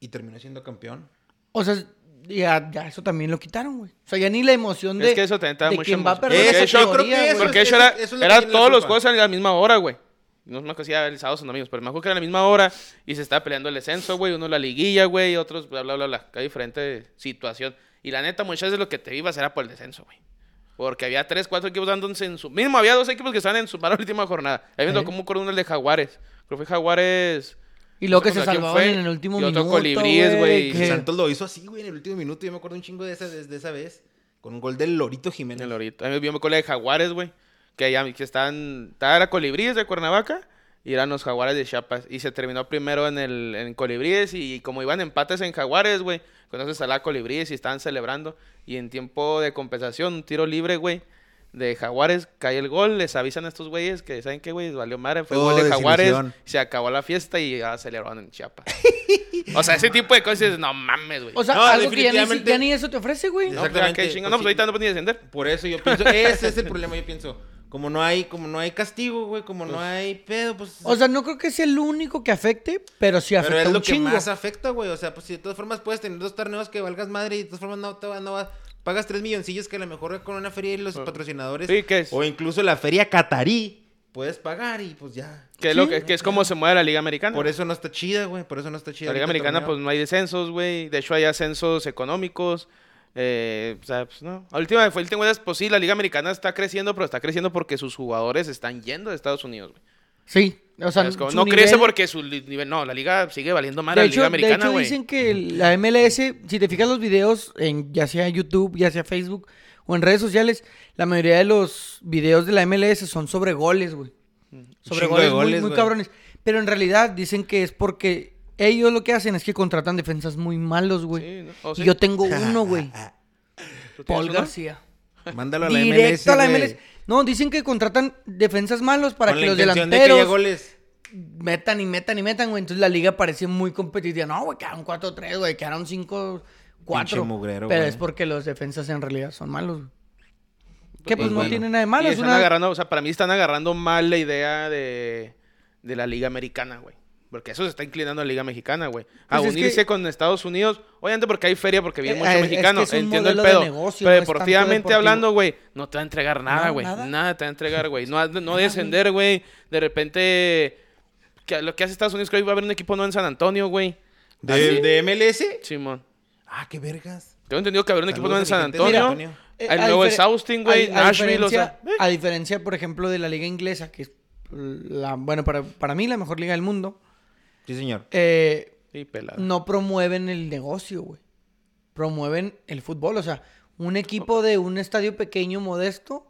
Speaker 3: y terminó siendo campeón.
Speaker 1: O sea, ya, ya eso también lo quitaron, güey. O sea, ya ni la emoción de,
Speaker 4: Es que eso también te da
Speaker 1: de
Speaker 4: mucha
Speaker 1: quién va a
Speaker 4: emoción.
Speaker 1: perder
Speaker 3: Eso,
Speaker 1: la
Speaker 3: yo creo
Speaker 1: categoría,
Speaker 3: que eso
Speaker 1: güey.
Speaker 4: Porque
Speaker 3: es-
Speaker 4: eso era,
Speaker 3: eso es lo que
Speaker 4: era
Speaker 3: tiene la
Speaker 4: todos los
Speaker 3: culpa.
Speaker 4: juegos a la misma hora, güey. No me acuerdo si era el sábado o domingo, pero me acuerdo que era a la misma hora y se estaba peleando el descenso, güey. Uno la liguilla, güey, otros bla, bla, bla, bla. Cada diferente situación. Y la neta, muchas veces lo que te ibas era por el descenso, güey. Porque había tres, cuatro equipos dándose en su... Mismo había dos equipos que estaban en su para la [LAUGHS] última jornada. Ahí viendo
Speaker 1: Ok.
Speaker 4: como con uno el de Jaguares. Creo que fue Jaguares...
Speaker 1: Y luego que se
Speaker 4: contra quién
Speaker 1: salvaban
Speaker 4: fue,
Speaker 1: en el último
Speaker 4: y otro
Speaker 1: minuto,
Speaker 4: Colibríes,
Speaker 1: güey,
Speaker 4: güey.
Speaker 1: que-
Speaker 3: El
Speaker 1: Sí.
Speaker 3: Santos lo hizo así, güey, en el último minuto. Yo me acuerdo un chingo de esa, de, de esa vez. Con un gol del Lorito Jiménez.
Speaker 4: El orito. A mí me acuerdo de Jaguares, güey. Que allá que están. Estaba era Colibríes de Cuernavaca. Y eran los Jaguares de Chiapas. Y se terminó primero en el en Colibríes. Y como iban empates en Jaguares, güey. Entonces salía Colibríes y estaban celebrando. Y en tiempo de compensación, un tiro libre, güey. De Jaguares cae el gol, les avisan a estos güeyes que saben qué, güey, valió madre, fue
Speaker 3: Oh,
Speaker 4: gol de Jaguares,
Speaker 3: desilusión.
Speaker 4: se acabó la fiesta y ya celebraron en Chiapas. [LAUGHS] o sea, ese tipo de cosas, no mames, güey.
Speaker 1: O sea,
Speaker 3: No,
Speaker 1: algo que ya ni,
Speaker 3: definitivamente-
Speaker 1: ya ni eso te ofrece, güey.
Speaker 4: no,
Speaker 3: exactamente,
Speaker 4: qué chingo.
Speaker 3: pues
Speaker 4: no, pues
Speaker 3: sí.
Speaker 4: ahorita no puedes ni descender.
Speaker 3: Por eso yo
Speaker 4: [LAUGHS]
Speaker 3: pienso, ese es el problema, yo pienso. Como no hay, como no hay castigo, güey, como no
Speaker 4: Pues-
Speaker 3: hay pedo, pues.
Speaker 1: O sea, no creo que sea el único que afecte, pero sí afecta
Speaker 3: pero es
Speaker 1: un
Speaker 3: lo que
Speaker 1: chingo.
Speaker 3: más afecta, güey. O sea, pues si de todas formas puedes tener dos torneos que valgas madre y de todas formas no te va- no va- Pagas tres milloncillos que a lo mejor con una feria y los patrocinadores.
Speaker 4: Sí, ¿qué Ah. es?
Speaker 3: O incluso la feria catarí puedes pagar y pues ya.
Speaker 4: Que, es lo que, que es como se mueve la Liga Americana.
Speaker 3: Por eso no está chida, güey. Por eso no está chida.
Speaker 4: la Liga
Speaker 3: ahorita
Speaker 4: Americana, pues
Speaker 3: torneo.
Speaker 4: no hay descensos, güey. De hecho, hay ascensos económicos. eh, o sea, pues no. A última fue el último día, pues sí, la Liga Americana está creciendo, pero está creciendo porque sus jugadores están yendo de Estados Unidos, güey.
Speaker 1: Sí, o sea,
Speaker 4: Es como,
Speaker 1: su
Speaker 4: no crece
Speaker 1: nivel-
Speaker 4: porque su li- nivel. No, la Liga sigue valiendo más
Speaker 1: De
Speaker 4: la
Speaker 1: hecho,
Speaker 4: Liga
Speaker 1: de
Speaker 4: Americana,
Speaker 1: hecho
Speaker 4: güey.
Speaker 1: dicen que la MLS, si te fijas los videos, en, ya sea YouTube, ya sea Facebook o en redes sociales, la mayoría de los videos de la MLS son sobre goles, güey. Sobre
Speaker 3: chingo de
Speaker 1: goles, muy-
Speaker 3: goles,
Speaker 1: muy,
Speaker 3: güey.
Speaker 1: cabrones. Pero en realidad dicen que es porque ellos lo que hacen es que contratan defensas muy malos, güey.
Speaker 4: Sí, ¿no? ¿O
Speaker 1: Y
Speaker 4: sí?
Speaker 1: yo tengo uno, güey.
Speaker 4: ¿Tú tienes
Speaker 1: Paul
Speaker 4: uno?
Speaker 1: García.
Speaker 4: pues,
Speaker 3: Mándalo a la MLS.
Speaker 1: Directo a la
Speaker 3: güey,
Speaker 1: MLS. No, dicen que contratan defensas malos para
Speaker 3: con
Speaker 1: que
Speaker 3: la
Speaker 1: los
Speaker 3: intención de
Speaker 1: delanteros
Speaker 3: que haya goles.
Speaker 1: metan y metan y metan, güey. Entonces la liga parecía muy competitiva. No, güey, quedaron 4-3, güey, quedaron 5-4.
Speaker 3: Pinche mugrero,
Speaker 1: pero
Speaker 3: güey.
Speaker 1: es porque los defensas en realidad son malos, güey. Que pues,
Speaker 3: Pues
Speaker 1: no
Speaker 3: bueno.
Speaker 1: tiene nada de
Speaker 4: Y
Speaker 1: malo. Es
Speaker 4: están
Speaker 1: una...
Speaker 4: agarrando, o sea, para mí están agarrando mal la idea de, de la Liga Americana, güey. Porque eso se está inclinando a la Liga Mexicana, güey. A
Speaker 1: Pues es que-
Speaker 4: unirse con Estados Unidos. Obviamente porque hay feria, porque viene
Speaker 1: Eh,
Speaker 4: mucho
Speaker 1: eh, es que
Speaker 4: mexicano.
Speaker 1: es un
Speaker 4: Entiendo el
Speaker 1: modelo de
Speaker 4: pedo.
Speaker 1: negocio,
Speaker 4: pero
Speaker 1: no es tanto
Speaker 4: deportivamente
Speaker 1: deportivo.
Speaker 4: hablando, güey, no te va a entregar nada,
Speaker 1: No,
Speaker 4: güey.
Speaker 1: nada.
Speaker 4: Nada. te va a entregar, güey. No, no descender, güey. De repente, que- lo que hace Estados Unidos, creo que va a haber un equipo nuevo en San Antonio, güey.
Speaker 3: ¿De,
Speaker 4: ¿Ah, sí?
Speaker 3: de MLS?
Speaker 4: Simón.
Speaker 3: Ah, qué vergas.
Speaker 4: Tengo entendido que va a haber un equipo nuevo en
Speaker 3: Saludos
Speaker 4: San
Speaker 3: a mi gente de San
Speaker 4: Antonio.
Speaker 3: Antonio.
Speaker 1: eh,
Speaker 4: El
Speaker 1: a
Speaker 4: nuevo es
Speaker 1: difer-
Speaker 4: Austin, güey.
Speaker 1: a- a
Speaker 4: Nashville, o sea. Eh.
Speaker 1: diferencia- A diferencia, por ejemplo, de la liga inglesa, que es la, bueno, para, para mí la mejor liga del mundo,
Speaker 3: Sí, señor.
Speaker 1: eh,
Speaker 4: Y pelado.
Speaker 1: no promueven el negocio, güey. Promueven el fútbol. O sea, un equipo de un estadio pequeño, modesto,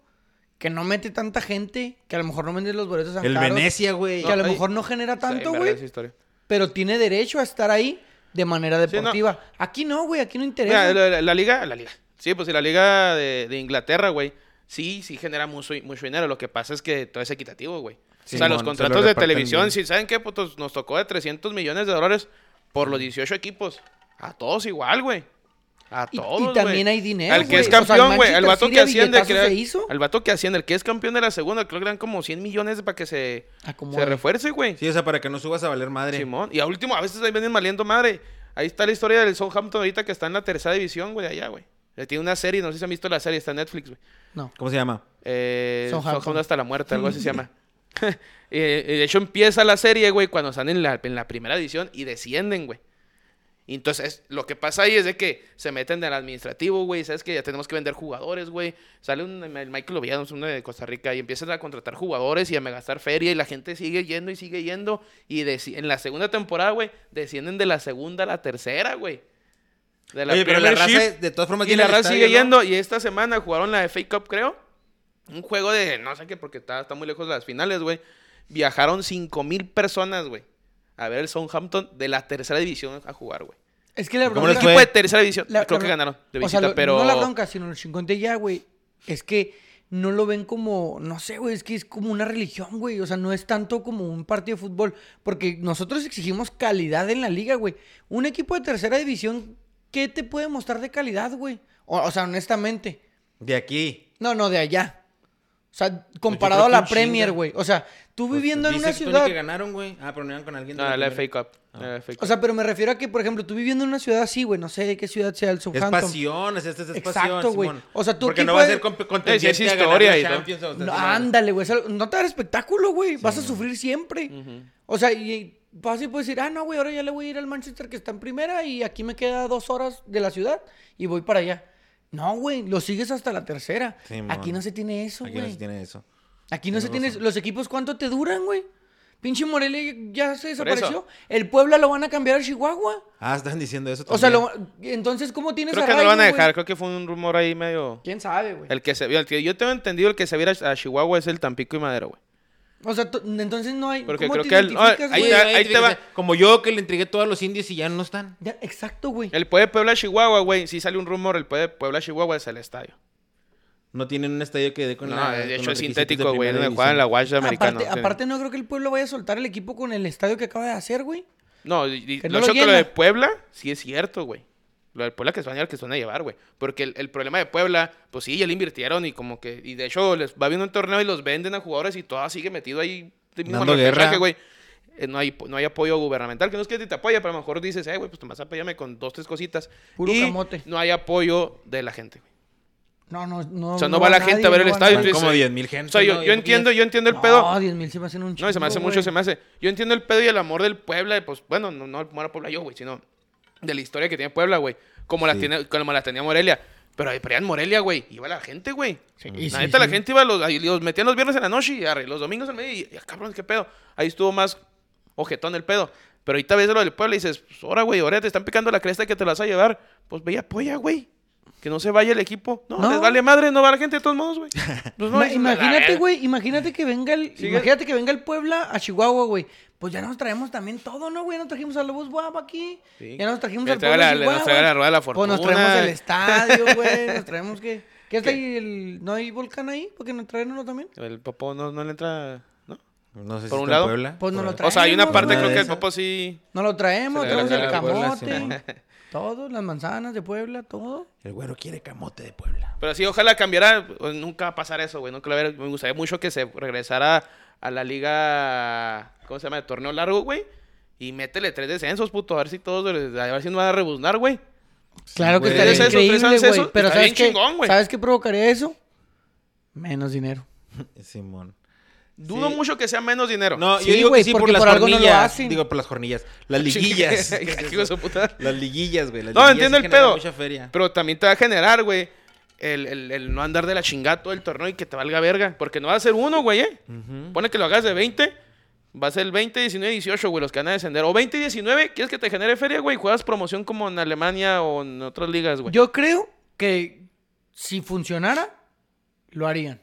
Speaker 1: que no mete tanta gente, que a lo mejor no vende los boletos tan
Speaker 3: El
Speaker 1: caros,
Speaker 3: Venecia, güey.
Speaker 1: Que a lo
Speaker 4: No, ay.
Speaker 1: mejor no genera
Speaker 4: Está bien
Speaker 1: tanto,
Speaker 4: verga
Speaker 1: güey.
Speaker 4: esa historia.
Speaker 1: Pero tiene derecho a estar ahí de manera
Speaker 4: no.
Speaker 1: deportiva. Aquí no, güey. Aquí no interesa.
Speaker 4: Mira, la, la- la liga, la liga. Sí, pues sí, la liga de, de Inglaterra, güey. Sí, sí genera mucho, mucho dinero. Lo que pasa es que todo es equitativo, güey. o sea,
Speaker 3: Simón,
Speaker 4: los
Speaker 3: se lo
Speaker 4: contratos de
Speaker 3: reparten
Speaker 4: televisión,
Speaker 3: bien.
Speaker 4: si saben qué, putos, nos tocó de 300 millones de dólares por los 18 equipos. A todos igual, güey. A
Speaker 1: Y- y
Speaker 4: todos,
Speaker 1: también
Speaker 4: güey.
Speaker 1: hay dinero,
Speaker 4: Al que es
Speaker 1: güey. O sea, el
Speaker 4: campeón, güey. al
Speaker 1: Manchester
Speaker 4: vato
Speaker 1: City
Speaker 4: que
Speaker 1: a
Speaker 4: asciende,
Speaker 1: billetazos
Speaker 4: creo.
Speaker 1: se hizo.
Speaker 4: Al vato que asciende, el que es campeón de la segunda, creo que eran como 100 millones para que se,
Speaker 1: Acomoda.
Speaker 4: se refuerce, güey.
Speaker 3: Sí, o sea, para que no subas a valer madre.
Speaker 4: Simón. Y a último, a veces ahí vienen maliendo madre. Ahí está la historia del Southampton ahorita que está en la tercera división, güey, allá, güey. Eh, Tiene una serie, no sé si han visto la serie, está en Netflix, güey.
Speaker 1: No.
Speaker 3: ¿Cómo se llama?
Speaker 4: Eh,
Speaker 1: Southampton.
Speaker 4: Southampton hasta la muerte, algo así se llama. [LAUGHS] Eh, eh, de hecho, empieza la serie, güey, cuando están en la, en la primera división y descienden, güey. Y entonces, lo que pasa ahí es de que se meten al administrativo, güey. Sabes que ya tenemos que vender jugadores, güey. Sale un, el Michael Oviedo, uno de Costa Rica, y empiezan a contratar jugadores y a gastar feria. Y la gente sigue yendo y sigue yendo. Y deci- en la segunda temporada, güey, descienden de la segunda a la tercera, güey. De
Speaker 3: Oye, pero la
Speaker 4: Premier
Speaker 3: raza,
Speaker 4: Shift.
Speaker 3: es- de todas formas,
Speaker 4: Y
Speaker 3: llena
Speaker 4: la
Speaker 3: el
Speaker 4: raza
Speaker 3: estadio,
Speaker 4: sigue
Speaker 3: ¿no?
Speaker 4: yendo. Y esta semana jugaron la FA Cup, creo. Un juego de, no sé qué, porque está, está muy lejos de las finales, güey. Viajaron 5 mil personas, güey. A ver el Southampton de la tercera división a jugar, güey.
Speaker 1: Es que la
Speaker 3: ¿Cómo
Speaker 1: bronca-
Speaker 3: les
Speaker 4: Un equipo de tercera división.
Speaker 1: La-
Speaker 4: creo
Speaker 1: la
Speaker 4: que
Speaker 1: bron-
Speaker 4: ganaron de
Speaker 1: o sea,
Speaker 4: visita,
Speaker 1: lo-
Speaker 4: pero...
Speaker 1: No la bronca, sino los chingón de ya, güey. Es que no lo ven como, no sé, güey, es que es como una religión, güey. O sea, no es tanto como un partido de fútbol. Porque nosotros exigimos calidad en la liga, güey. Un equipo de tercera división, ¿qué te puede mostrar de calidad, güey? O, o sea, honestamente.
Speaker 3: De aquí.
Speaker 1: No, no, de allá. O sea, comparado a la
Speaker 3: Pues creo que un chingo. Pues,
Speaker 1: Premier, güey. O sea, tú viviendo en
Speaker 3: Dice
Speaker 1: una
Speaker 3: que Tony
Speaker 1: ciudad...
Speaker 3: que ganaron, güey. Ah, pero no iban con alguien. de
Speaker 4: No, la FA
Speaker 3: primera.
Speaker 4: Cup. la FA Cup.
Speaker 1: Ah. O sea, pero me refiero a que, por ejemplo, tú viviendo en una ciudad así, güey, no sé de qué ciudad sea el
Speaker 3: Es
Speaker 1: Southampton.
Speaker 3: pasión, es, es, es
Speaker 1: Exacto,
Speaker 3: pasión,
Speaker 1: güey.
Speaker 3: Simón.
Speaker 1: O sea, tu
Speaker 3: Porque no
Speaker 1: equipo
Speaker 3: va a
Speaker 1: de-
Speaker 3: ser comp- contendiente
Speaker 4: Sí, sí, es
Speaker 3: a ganar
Speaker 4: historia
Speaker 3: la
Speaker 4: y todo.
Speaker 3: Champions, o sea,
Speaker 1: No,
Speaker 3: esa madre.
Speaker 1: ándale, güey. o sea, No te va a dar espectáculo, güey. Vas a sufrir siempre. O sea, y vas y puedes decir, ah, no, güey, ahora ya le voy a ir al Manchester que está en primera y aquí me queda dos horas de la ciudad y voy para allá. No, güey, lo sigues hasta la tercera.
Speaker 3: Sí, mon.
Speaker 1: aquí no se tiene eso,
Speaker 3: Aquí no se
Speaker 1: güey.
Speaker 3: tiene eso.
Speaker 1: Aquí no se tiene. eso. ¿Los equipos cuánto te duran, güey? Pinche Morelia ya se
Speaker 4: Por eso.
Speaker 1: desapareció. El Puebla lo van a cambiar a Chihuahua.
Speaker 3: Ah, están diciendo eso
Speaker 1: O sea,
Speaker 3: también.
Speaker 1: lo- entonces, ¿cómo tienes
Speaker 4: creo que no
Speaker 1: arraigo,
Speaker 4: lo van a
Speaker 1: güey?
Speaker 4: dejar. Creo que fue un rumor ahí medio...
Speaker 1: ¿Quién sabe, güey?
Speaker 4: El que se vio, el que yo tengo entendido, el que se viera a Chihuahua es el Tampico y Madero, güey.
Speaker 1: O sea, tú- entonces no hay...
Speaker 4: Porque
Speaker 1: ¿cómo
Speaker 4: creo
Speaker 1: te
Speaker 4: que el- ah,
Speaker 1: identificas,
Speaker 4: ahí
Speaker 1: güey?
Speaker 3: Güey,
Speaker 4: te-
Speaker 3: ahí
Speaker 4: ahí
Speaker 3: tiene que
Speaker 4: va.
Speaker 3: ser- Como yo que le entregué todos los indies y ya no están.
Speaker 1: Ya, Exacto, güey.
Speaker 4: El pueblo de Puebla, Chihuahua, güey. Sí sale un rumor, el pueblo de Puebla, Chihuahua es el estadio.
Speaker 3: No tienen un estadio que dé con
Speaker 4: No,
Speaker 3: la.
Speaker 4: de
Speaker 3: con
Speaker 4: hecho
Speaker 3: los
Speaker 4: es
Speaker 3: requisitos
Speaker 4: sintético,
Speaker 3: de
Speaker 4: güey.
Speaker 3: primera
Speaker 4: Donde juegan la
Speaker 3: división.
Speaker 4: Watch americana.
Speaker 1: Aparte, aparte no creo que el pueblo vaya a soltar el equipo con el estadio que acaba de hacer, güey.
Speaker 4: No, y- y
Speaker 1: Que
Speaker 4: lo,
Speaker 1: no lo
Speaker 4: hecho que lo de
Speaker 1: llena.
Speaker 4: Puebla sí es cierto, güey. Lo de Puebla que se van a llevar, que se van a llevar, güey. Porque el, el problema de Puebla, pues sí, ya le invirtieron y como que... Y de hecho les va bien un torneo y los venden a jugadores y todo sigue metido ahí. de mismo
Speaker 3: Dando
Speaker 4: en el
Speaker 3: guerra.
Speaker 4: repechaje, güey. Eh, no, hay, no hay apoyo gubernamental, que no es que te apoya, pero a lo mejor dices, eh, güey, pues Tomás, apóyame con dos, tres cositas.
Speaker 1: Puro
Speaker 4: y
Speaker 1: camote.
Speaker 4: no hay apoyo de la gente, güey.
Speaker 1: No, no, no.
Speaker 4: O sea, no va la gente a ver el estadio,
Speaker 3: Van
Speaker 4: tú
Speaker 3: como
Speaker 4: dices-
Speaker 3: 10 mil gente.
Speaker 4: O sea, yo,
Speaker 3: ¿no?
Speaker 4: yo entiendo, yo entiendo el
Speaker 1: pedo.
Speaker 4: pedo.
Speaker 1: No, 10 mil se me hacen un chingo.
Speaker 4: No, se me hace mucho,
Speaker 1: güey.
Speaker 4: se me hace. Yo entiendo el pedo y el amor del Puebla, y pues bueno, no, no el amor a Puebla yo, güey, sino de la historia que tiene Puebla, güey. Como, la
Speaker 3: Sí.
Speaker 4: tiene, como la tenía Morelia. Pero ahí, pero allá en Morelia, güey, iba la gente, güey.
Speaker 1: Sí,
Speaker 4: la
Speaker 1: sí,
Speaker 4: neta, la
Speaker 1: sí.
Speaker 4: gente iba, los, ahí los metían los viernes en la noche y arre, los domingos al medio y, y, cabrón, qué pedo. Ahí estuvo más ojetón el pedo. Pero ahorita ves lo del Puebla y dices, pues ahora, güey, ahora te están picando la cresta que te la vas a llevar. Pues ve y apoya, güey. Que no se vaya el equipo. No,
Speaker 1: No.
Speaker 4: les vale madre, no va la gente de todos
Speaker 1: [LAUGHS]
Speaker 4: modos, güey. Pues, no,
Speaker 1: Ma-
Speaker 4: es una- la
Speaker 1: imagínate,
Speaker 4: verga.
Speaker 1: güey, imagínate que venga el,
Speaker 4: Sigue.
Speaker 1: imagínate que venga el Puebla a Chihuahua, güey. Pues ya nos traemos también todo, ¿no, güey? Ya nos trajimos al Lobos Guap aquí.
Speaker 4: Sí.
Speaker 1: Ya nos trajimos
Speaker 4: Ya
Speaker 1: al
Speaker 4: traiga
Speaker 1: Puebla
Speaker 4: la-
Speaker 1: de
Speaker 4: nos
Speaker 1: Chihuahua.
Speaker 4: traiga la rueda de la
Speaker 1: Pues nos
Speaker 4: fortuna.
Speaker 1: traemos el estadio,
Speaker 4: [LAUGHS]
Speaker 1: güey. Nos traemos que... ¿Qué está ahí? El, ¿No hay volcán ahí? ¿Por qué no traen uno también?
Speaker 4: El popó no, no le entra, ¿no?
Speaker 3: No sé si
Speaker 4: Por
Speaker 3: está
Speaker 4: un
Speaker 3: en
Speaker 4: lado.
Speaker 3: Puebla.
Speaker 1: Pues no lo
Speaker 4: O sea, hay una
Speaker 1: traemos,
Speaker 4: parte
Speaker 1: güey.
Speaker 4: creo que el
Speaker 3: Esa.
Speaker 4: popó sí...
Speaker 1: Nos lo traemos,
Speaker 4: Se le
Speaker 1: traemos
Speaker 4: regaló
Speaker 1: el
Speaker 3: a Puebla,
Speaker 1: camote.
Speaker 3: Simón.
Speaker 4: [LAUGHS]
Speaker 1: Todo, las manzanas de Puebla, todo.
Speaker 3: El güero quiere camote de Puebla. [LAUGHS]
Speaker 4: Pero sí, ojalá cambiara. pues, Nunca va a pasar eso, güey. Nunca lo va a ver. Me gustaría mucho que se regresara a la liga... ¿Cómo se llama? De torneo largo, güey. Y métele tres descensos, puto. A ver si todos... A ver si no van a rebuznar, güey.
Speaker 1: Claro que
Speaker 3: güey.
Speaker 1: estaría
Speaker 3: Tres
Speaker 4: esos, tres
Speaker 1: increíble,
Speaker 4: ancesos,
Speaker 1: güey. Pero
Speaker 4: está
Speaker 1: ¿sabes
Speaker 4: bien
Speaker 1: qué?
Speaker 4: chingón, güey.
Speaker 1: ¿Sabes qué provocaría eso? Menos dinero.
Speaker 3: Simón.
Speaker 4: Dudo
Speaker 3: Sí.
Speaker 4: mucho que sea menos dinero.
Speaker 3: No,
Speaker 1: Sí,
Speaker 3: yo digo
Speaker 1: güey,
Speaker 3: que sí
Speaker 1: porque
Speaker 3: por las
Speaker 1: por algo no lo
Speaker 3: jornillas.
Speaker 1: hacen.
Speaker 3: Digo, por las jornillas.
Speaker 4: [LAUGHS]
Speaker 3: Las liguillas.
Speaker 4: Hijo de su puta.
Speaker 3: las liguillas, güey. las
Speaker 4: No,
Speaker 3: liguillas
Speaker 4: entiendo
Speaker 3: sí generan
Speaker 4: el pedo.
Speaker 3: mucha feria.
Speaker 4: Pero también te va a generar, güey, el, el- el no andar de la chingada todo el torneo y que te valga verga. Porque no va a ser uno, güey, ¿eh? Pone que lo hagas de 20, va a ser el 20, 19, 18, güey, los que van a descender. O 20 y 19, ¿quieres que te genere feria, güey? Juegas promoción como en Alemania o en otras ligas, güey.
Speaker 1: Yo creo que si funcionara, lo harían.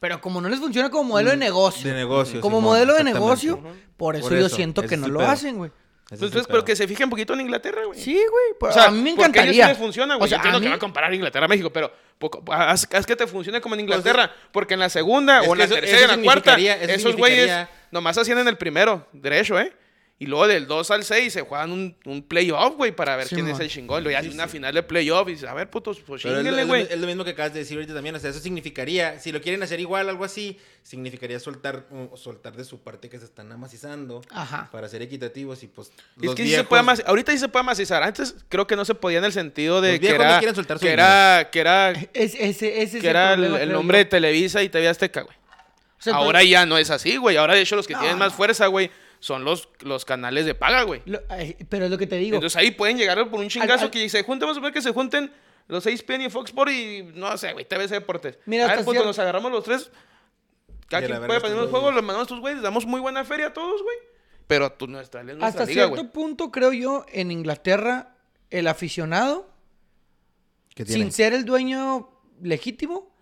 Speaker 1: Pero como no les funciona como modelo de
Speaker 4: Mm,
Speaker 1: negocio.
Speaker 3: de negocio,
Speaker 1: Como
Speaker 3: Simón,
Speaker 1: modelo de
Speaker 3: exactamente.
Speaker 1: negocio,
Speaker 3: Ujú.
Speaker 1: por eso,
Speaker 3: Por
Speaker 1: yo
Speaker 3: eso,
Speaker 1: siento
Speaker 3: ese
Speaker 1: que
Speaker 3: es
Speaker 1: no
Speaker 3: el
Speaker 1: lo
Speaker 3: pedo.
Speaker 1: hacen, güey.
Speaker 3: Ese es el
Speaker 4: Entonces, pues, pero
Speaker 3: pedo.
Speaker 4: que se fijen un poquito en Inglaterra, güey.
Speaker 1: Sí, güey. pues,
Speaker 4: O sea,
Speaker 1: a mí me
Speaker 4: porque a ellos
Speaker 1: encantaría.
Speaker 4: sí les funciona, güey.
Speaker 1: O sea,
Speaker 4: Yo entiendo
Speaker 1: a
Speaker 4: que
Speaker 1: mí-
Speaker 4: va a comparar Inglaterra a México, pero poco- haz, haz que te funcione como en Inglaterra. porque en la segunda
Speaker 3: Pues es
Speaker 4: o en
Speaker 3: que
Speaker 4: la
Speaker 3: eso-
Speaker 4: tercera
Speaker 3: eso
Speaker 4: y en la cuarta,
Speaker 3: significaría- eso
Speaker 4: esos güeyes
Speaker 3: significaría-
Speaker 4: nomás ascienden el primero, derecho, ¿eh? Y luego del 2 al 6 se juegan un, un playoff, güey, para ver quién
Speaker 1: Simón.
Speaker 4: es el chingón. Luego ya hay una final de playoff y dices, a ver, putos, pues
Speaker 3: Pero es, lo-
Speaker 4: chinguenle,
Speaker 3: es lo-
Speaker 4: güey.
Speaker 3: es lo mismo que acabas de decir ahorita también. O sea, eso significaría, si lo quieren hacer igual, algo así, significaría soltar, mm, soltar de su parte que se están amacizando
Speaker 1: Ajá.
Speaker 3: para ser equitativos y pues.
Speaker 4: Es
Speaker 3: los
Speaker 4: que sí se
Speaker 3: viejos-
Speaker 4: puede amacizar. Ahorita sí se puede amacizar. Antes creo que no se podía en el sentido de
Speaker 3: Los
Speaker 4: que
Speaker 3: viejos no
Speaker 4: era,
Speaker 3: quieren soltar su
Speaker 4: que era.
Speaker 3: [LAUGHS]
Speaker 4: Que era.
Speaker 1: Es- ese, ese es
Speaker 4: Que era el,
Speaker 1: problema,
Speaker 4: el
Speaker 1: creo
Speaker 4: nombre de
Speaker 1: yo.
Speaker 4: Televisa y TV Azteca, güey.
Speaker 1: O sea,
Speaker 4: Ahora
Speaker 1: pero-
Speaker 4: ya no es así, güey. Ahora, de hecho, los que
Speaker 1: No,
Speaker 4: tienen más
Speaker 1: no.
Speaker 4: fuerza, güey, son los, los canales de paga, güey.
Speaker 1: lo- ay, pero es lo que te digo.
Speaker 4: Entonces ahí pueden llegar por un chingazo
Speaker 1: al-
Speaker 4: que se junten, vamos a ver que se junten los 6 PN y Fox Sports y no sé, güey, TVC Deportes.
Speaker 1: Mira,
Speaker 4: Mira, a ver,
Speaker 1: hasta
Speaker 4: puto,
Speaker 1: cier-
Speaker 4: nos agarramos los tres.
Speaker 3: Y
Speaker 4: Cada
Speaker 3: a
Speaker 4: quien
Speaker 3: la
Speaker 4: puede
Speaker 3: verga
Speaker 4: poner
Speaker 3: estos
Speaker 4: los juegos, los mandamos a estos güeyes, les damos muy buena feria a todos, güey. Pero tú no estás en nuestra
Speaker 1: Hasta
Speaker 4: liga,
Speaker 1: cierto
Speaker 4: güey.
Speaker 1: punto, creo yo, en Inglaterra, el aficionado,
Speaker 3: que tienen.
Speaker 1: sin ser el dueño legítimo,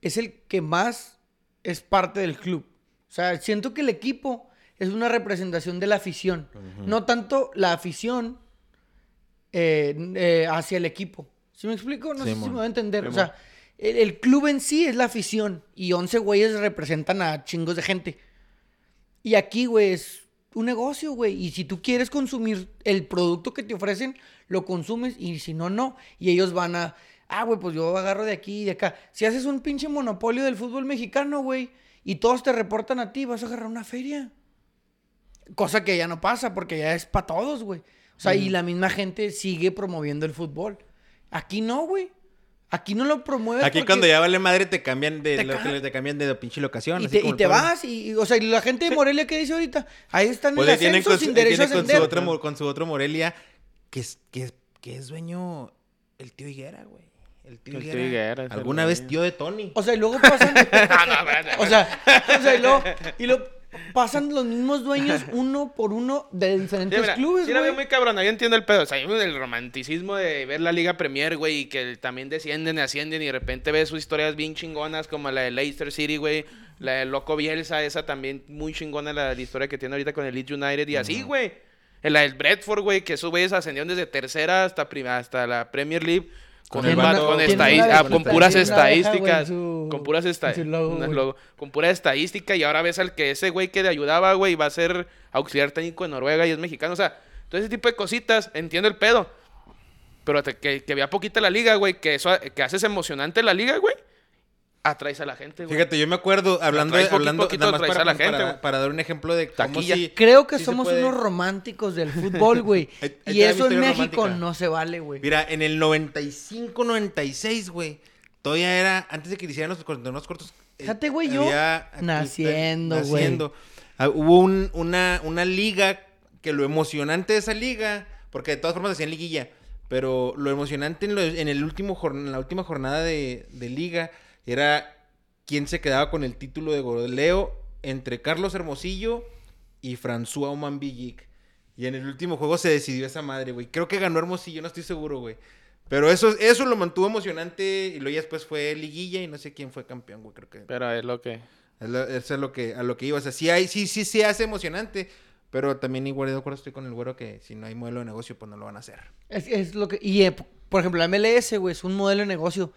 Speaker 1: es el que más es parte del club. O sea, siento que el equipo es una representación de la afición, no tanto la afición eh, eh, hacia el equipo. ¿Sí me explico? No sé si
Speaker 3: Simón.
Speaker 1: me va a entender. O sea, el, el club en sí es la afición y 11 güeyes representan a chingos de gente. Y aquí, güey, es un negocio, güey. Y si tú quieres consumir el producto que te ofrecen, lo consumes y si no, no. Y ellos van a, ah, güey, pues yo agarro de aquí y de acá. Si haces un pinche monopolio del fútbol mexicano, güey, y todos te reportan a ti, vas a agarrar una feria. Cosa que ya no pasa porque ya es para todos, güey. O sea, y la misma gente sigue promoviendo el fútbol. Aquí no, güey. Aquí no lo promueves.
Speaker 3: Aquí
Speaker 1: porque-
Speaker 3: cuando ya vale madre te cambian de
Speaker 1: Te
Speaker 3: lo que
Speaker 1: ca-
Speaker 3: le- te cambian de pinche locación.
Speaker 1: Y
Speaker 3: así
Speaker 1: te,
Speaker 3: como
Speaker 1: y
Speaker 3: el
Speaker 1: te
Speaker 3: pueblo.
Speaker 1: vas, y, y- o sea, y la gente de Morelia que dice ahorita, ahí están
Speaker 3: Pues
Speaker 1: en
Speaker 3: ahí
Speaker 1: el
Speaker 3: tienen
Speaker 1: ascenso
Speaker 3: con su,
Speaker 1: sin
Speaker 3: ahí
Speaker 1: derecho a
Speaker 3: tienen con su
Speaker 1: ascender.
Speaker 3: otro mo- con su otro Morelia que es que es, que es dueño el tío Higuera, güey. El tío
Speaker 4: El tío
Speaker 3: Higuera.
Speaker 4: Higuera, ese
Speaker 3: Alguna
Speaker 4: lo
Speaker 3: vez
Speaker 4: vi.
Speaker 3: tío de Tony.
Speaker 1: O sea, y luego pasan.
Speaker 4: Ah, [LAUGHS] no, espérate.
Speaker 1: o sea, o sea, y luego, y luego pasan los mismos
Speaker 3: [LAUGHS]
Speaker 1: dueños uno por uno de
Speaker 4: Sí,
Speaker 1: diferentes
Speaker 4: mira,
Speaker 1: clubes,
Speaker 4: sí la veo
Speaker 1: güey.
Speaker 4: muy cabrona, yo entiendo el pedo. O sea, yo el romanticismo de ver la Liga Premier, güey, y que también descienden y ascienden y de repente ves sus historias bien chingonas, como la de Leicester City, güey, la de Loco Bielsa, esa también muy chingona la, la historia que tiene ahorita con el Leeds United y así, güey. La del Bradford, güey, que esos güeyes ascendieron desde tercera hasta, prim- hasta la Premier League. Con,
Speaker 3: Con el
Speaker 4: ma-
Speaker 3: vato-
Speaker 4: con,
Speaker 3: tiene una
Speaker 4: estadis-
Speaker 3: de-
Speaker 4: ah,
Speaker 3: con
Speaker 4: con puras
Speaker 3: estadísticas.
Speaker 4: estadísticas.
Speaker 1: Una abeja, güey, en su-
Speaker 4: Con puras
Speaker 1: en su
Speaker 4: estadísticas.
Speaker 1: logo, güey.
Speaker 4: Con pura estadística. Y ahora ves al que ese güey que te ayudaba, güey, va a ser auxiliar técnico en Noruega y es mexicano. O sea, todo ese tipo de cositas. Entiendo el pedo. Pero te- que, que vea poquita la liga, güey. Que eso que haces emocionante la liga, güey. Atraes a la gente, güey.
Speaker 3: Fíjate, yo me acuerdo hablando de
Speaker 4: Atraes poquito a
Speaker 3: hablando
Speaker 4: poquito,
Speaker 3: nada más
Speaker 4: atraes
Speaker 3: para,
Speaker 4: a la gente,
Speaker 3: para-
Speaker 4: güey.
Speaker 3: para dar un ejemplo de cómo
Speaker 4: Taquilla.
Speaker 3: sí-
Speaker 1: Creo que
Speaker 3: sí se
Speaker 1: somos
Speaker 3: puede.
Speaker 1: unos románticos del fútbol, güey.
Speaker 3: [LAUGHS] Ahí-
Speaker 1: y
Speaker 3: ahí te va mi
Speaker 1: eso en
Speaker 3: historia
Speaker 1: México
Speaker 3: romántica.
Speaker 1: no se vale, güey.
Speaker 3: Mira, en el 95 96, güey, Todavía era, antes de que iniciaran los torneos cortos. eh,
Speaker 1: Fíjate, güey, yo
Speaker 3: había aquí-
Speaker 1: naciendo, güey.
Speaker 3: Ah, hubo un- una, una liga que lo emocionante de esa liga, porque de todas formas hacían liguilla, pero lo emocionante en, lo- en el último jorn- en la última jornada de, de liga era quién se quedaba con el título de goleo entre Carlos Hermosillo y François Oman Villic. Y en el último juego se decidió esa madre, güey. Creo que ganó Hermosillo, no estoy seguro, güey. Pero eso, eso lo mantuvo emocionante y luego ya después fue liguilla y no sé quién fue campeón, güey. Creo que
Speaker 4: Pero es lo que.
Speaker 3: es lo- eso es lo que, a lo que iba. O sea, sí, hay, sí, sí, sí hace emocionante. Pero también igual de acuerdo estoy con el güero que si no hay modelo de negocio, pues no lo van a hacer.
Speaker 1: Es, es lo que. Y, eh, p- por ejemplo, la MLS, güey, es un modelo de negocio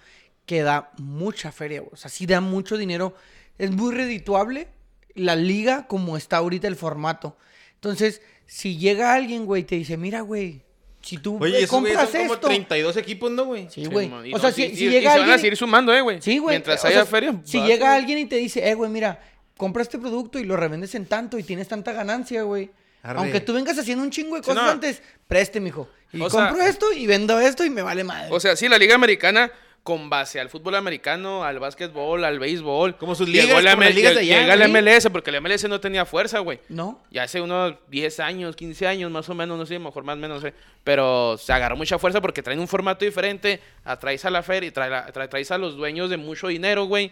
Speaker 1: que da mucha feria, güey. O sea, sí da mucho dinero. Es muy redituable la liga como está ahorita el formato. Entonces, si llega alguien, güey, y te dice, mira, güey, si tú eh,
Speaker 3: Oye, esos güeyes
Speaker 1: compras
Speaker 3: son como
Speaker 1: esto.
Speaker 3: 32 equipos, ¿no, güey?
Speaker 1: Sí, güey.
Speaker 4: Simón, y
Speaker 1: o
Speaker 4: no,
Speaker 1: sea,
Speaker 4: sí,
Speaker 1: si,
Speaker 4: y-
Speaker 1: si
Speaker 4: y
Speaker 1: llega
Speaker 4: se
Speaker 1: alguien.
Speaker 4: van a seguir sumando, ¿eh, güey?
Speaker 1: Sí, güey.
Speaker 4: Mientras
Speaker 1: O
Speaker 4: haya
Speaker 1: sea,
Speaker 4: feria.
Speaker 1: Si
Speaker 4: va,
Speaker 1: llega
Speaker 4: güey.
Speaker 1: alguien y te dice, eh, güey, mira, compra este producto y lo revendes en tanto y tienes tanta ganancia, güey.
Speaker 3: Arre.
Speaker 1: Aunque tú vengas haciendo un chingo de
Speaker 4: Sí,
Speaker 1: cosas
Speaker 4: no.
Speaker 1: antes, preste, mijo. Y
Speaker 4: O sea-
Speaker 1: compro esto y vendo esto y me vale madre.
Speaker 4: O sea, sí, la Liga Americana, con base al fútbol americano, al básquetbol, al béisbol.
Speaker 3: Como sus
Speaker 4: llegó
Speaker 3: ligas,
Speaker 4: la
Speaker 3: como
Speaker 4: M-
Speaker 3: las ligas de allá,
Speaker 4: Llega la
Speaker 3: ¿sí?
Speaker 4: MLS, porque la MLS no tenía fuerza, güey.
Speaker 1: ¿No?
Speaker 4: Ya hace unos 10 años, 15 años, más o menos, no sé, mejor más o menos, no sé. Pero se agarró mucha fuerza porque traen un formato diferente, atraes a la feria, trae la- tra- traes a los dueños de mucho dinero, güey.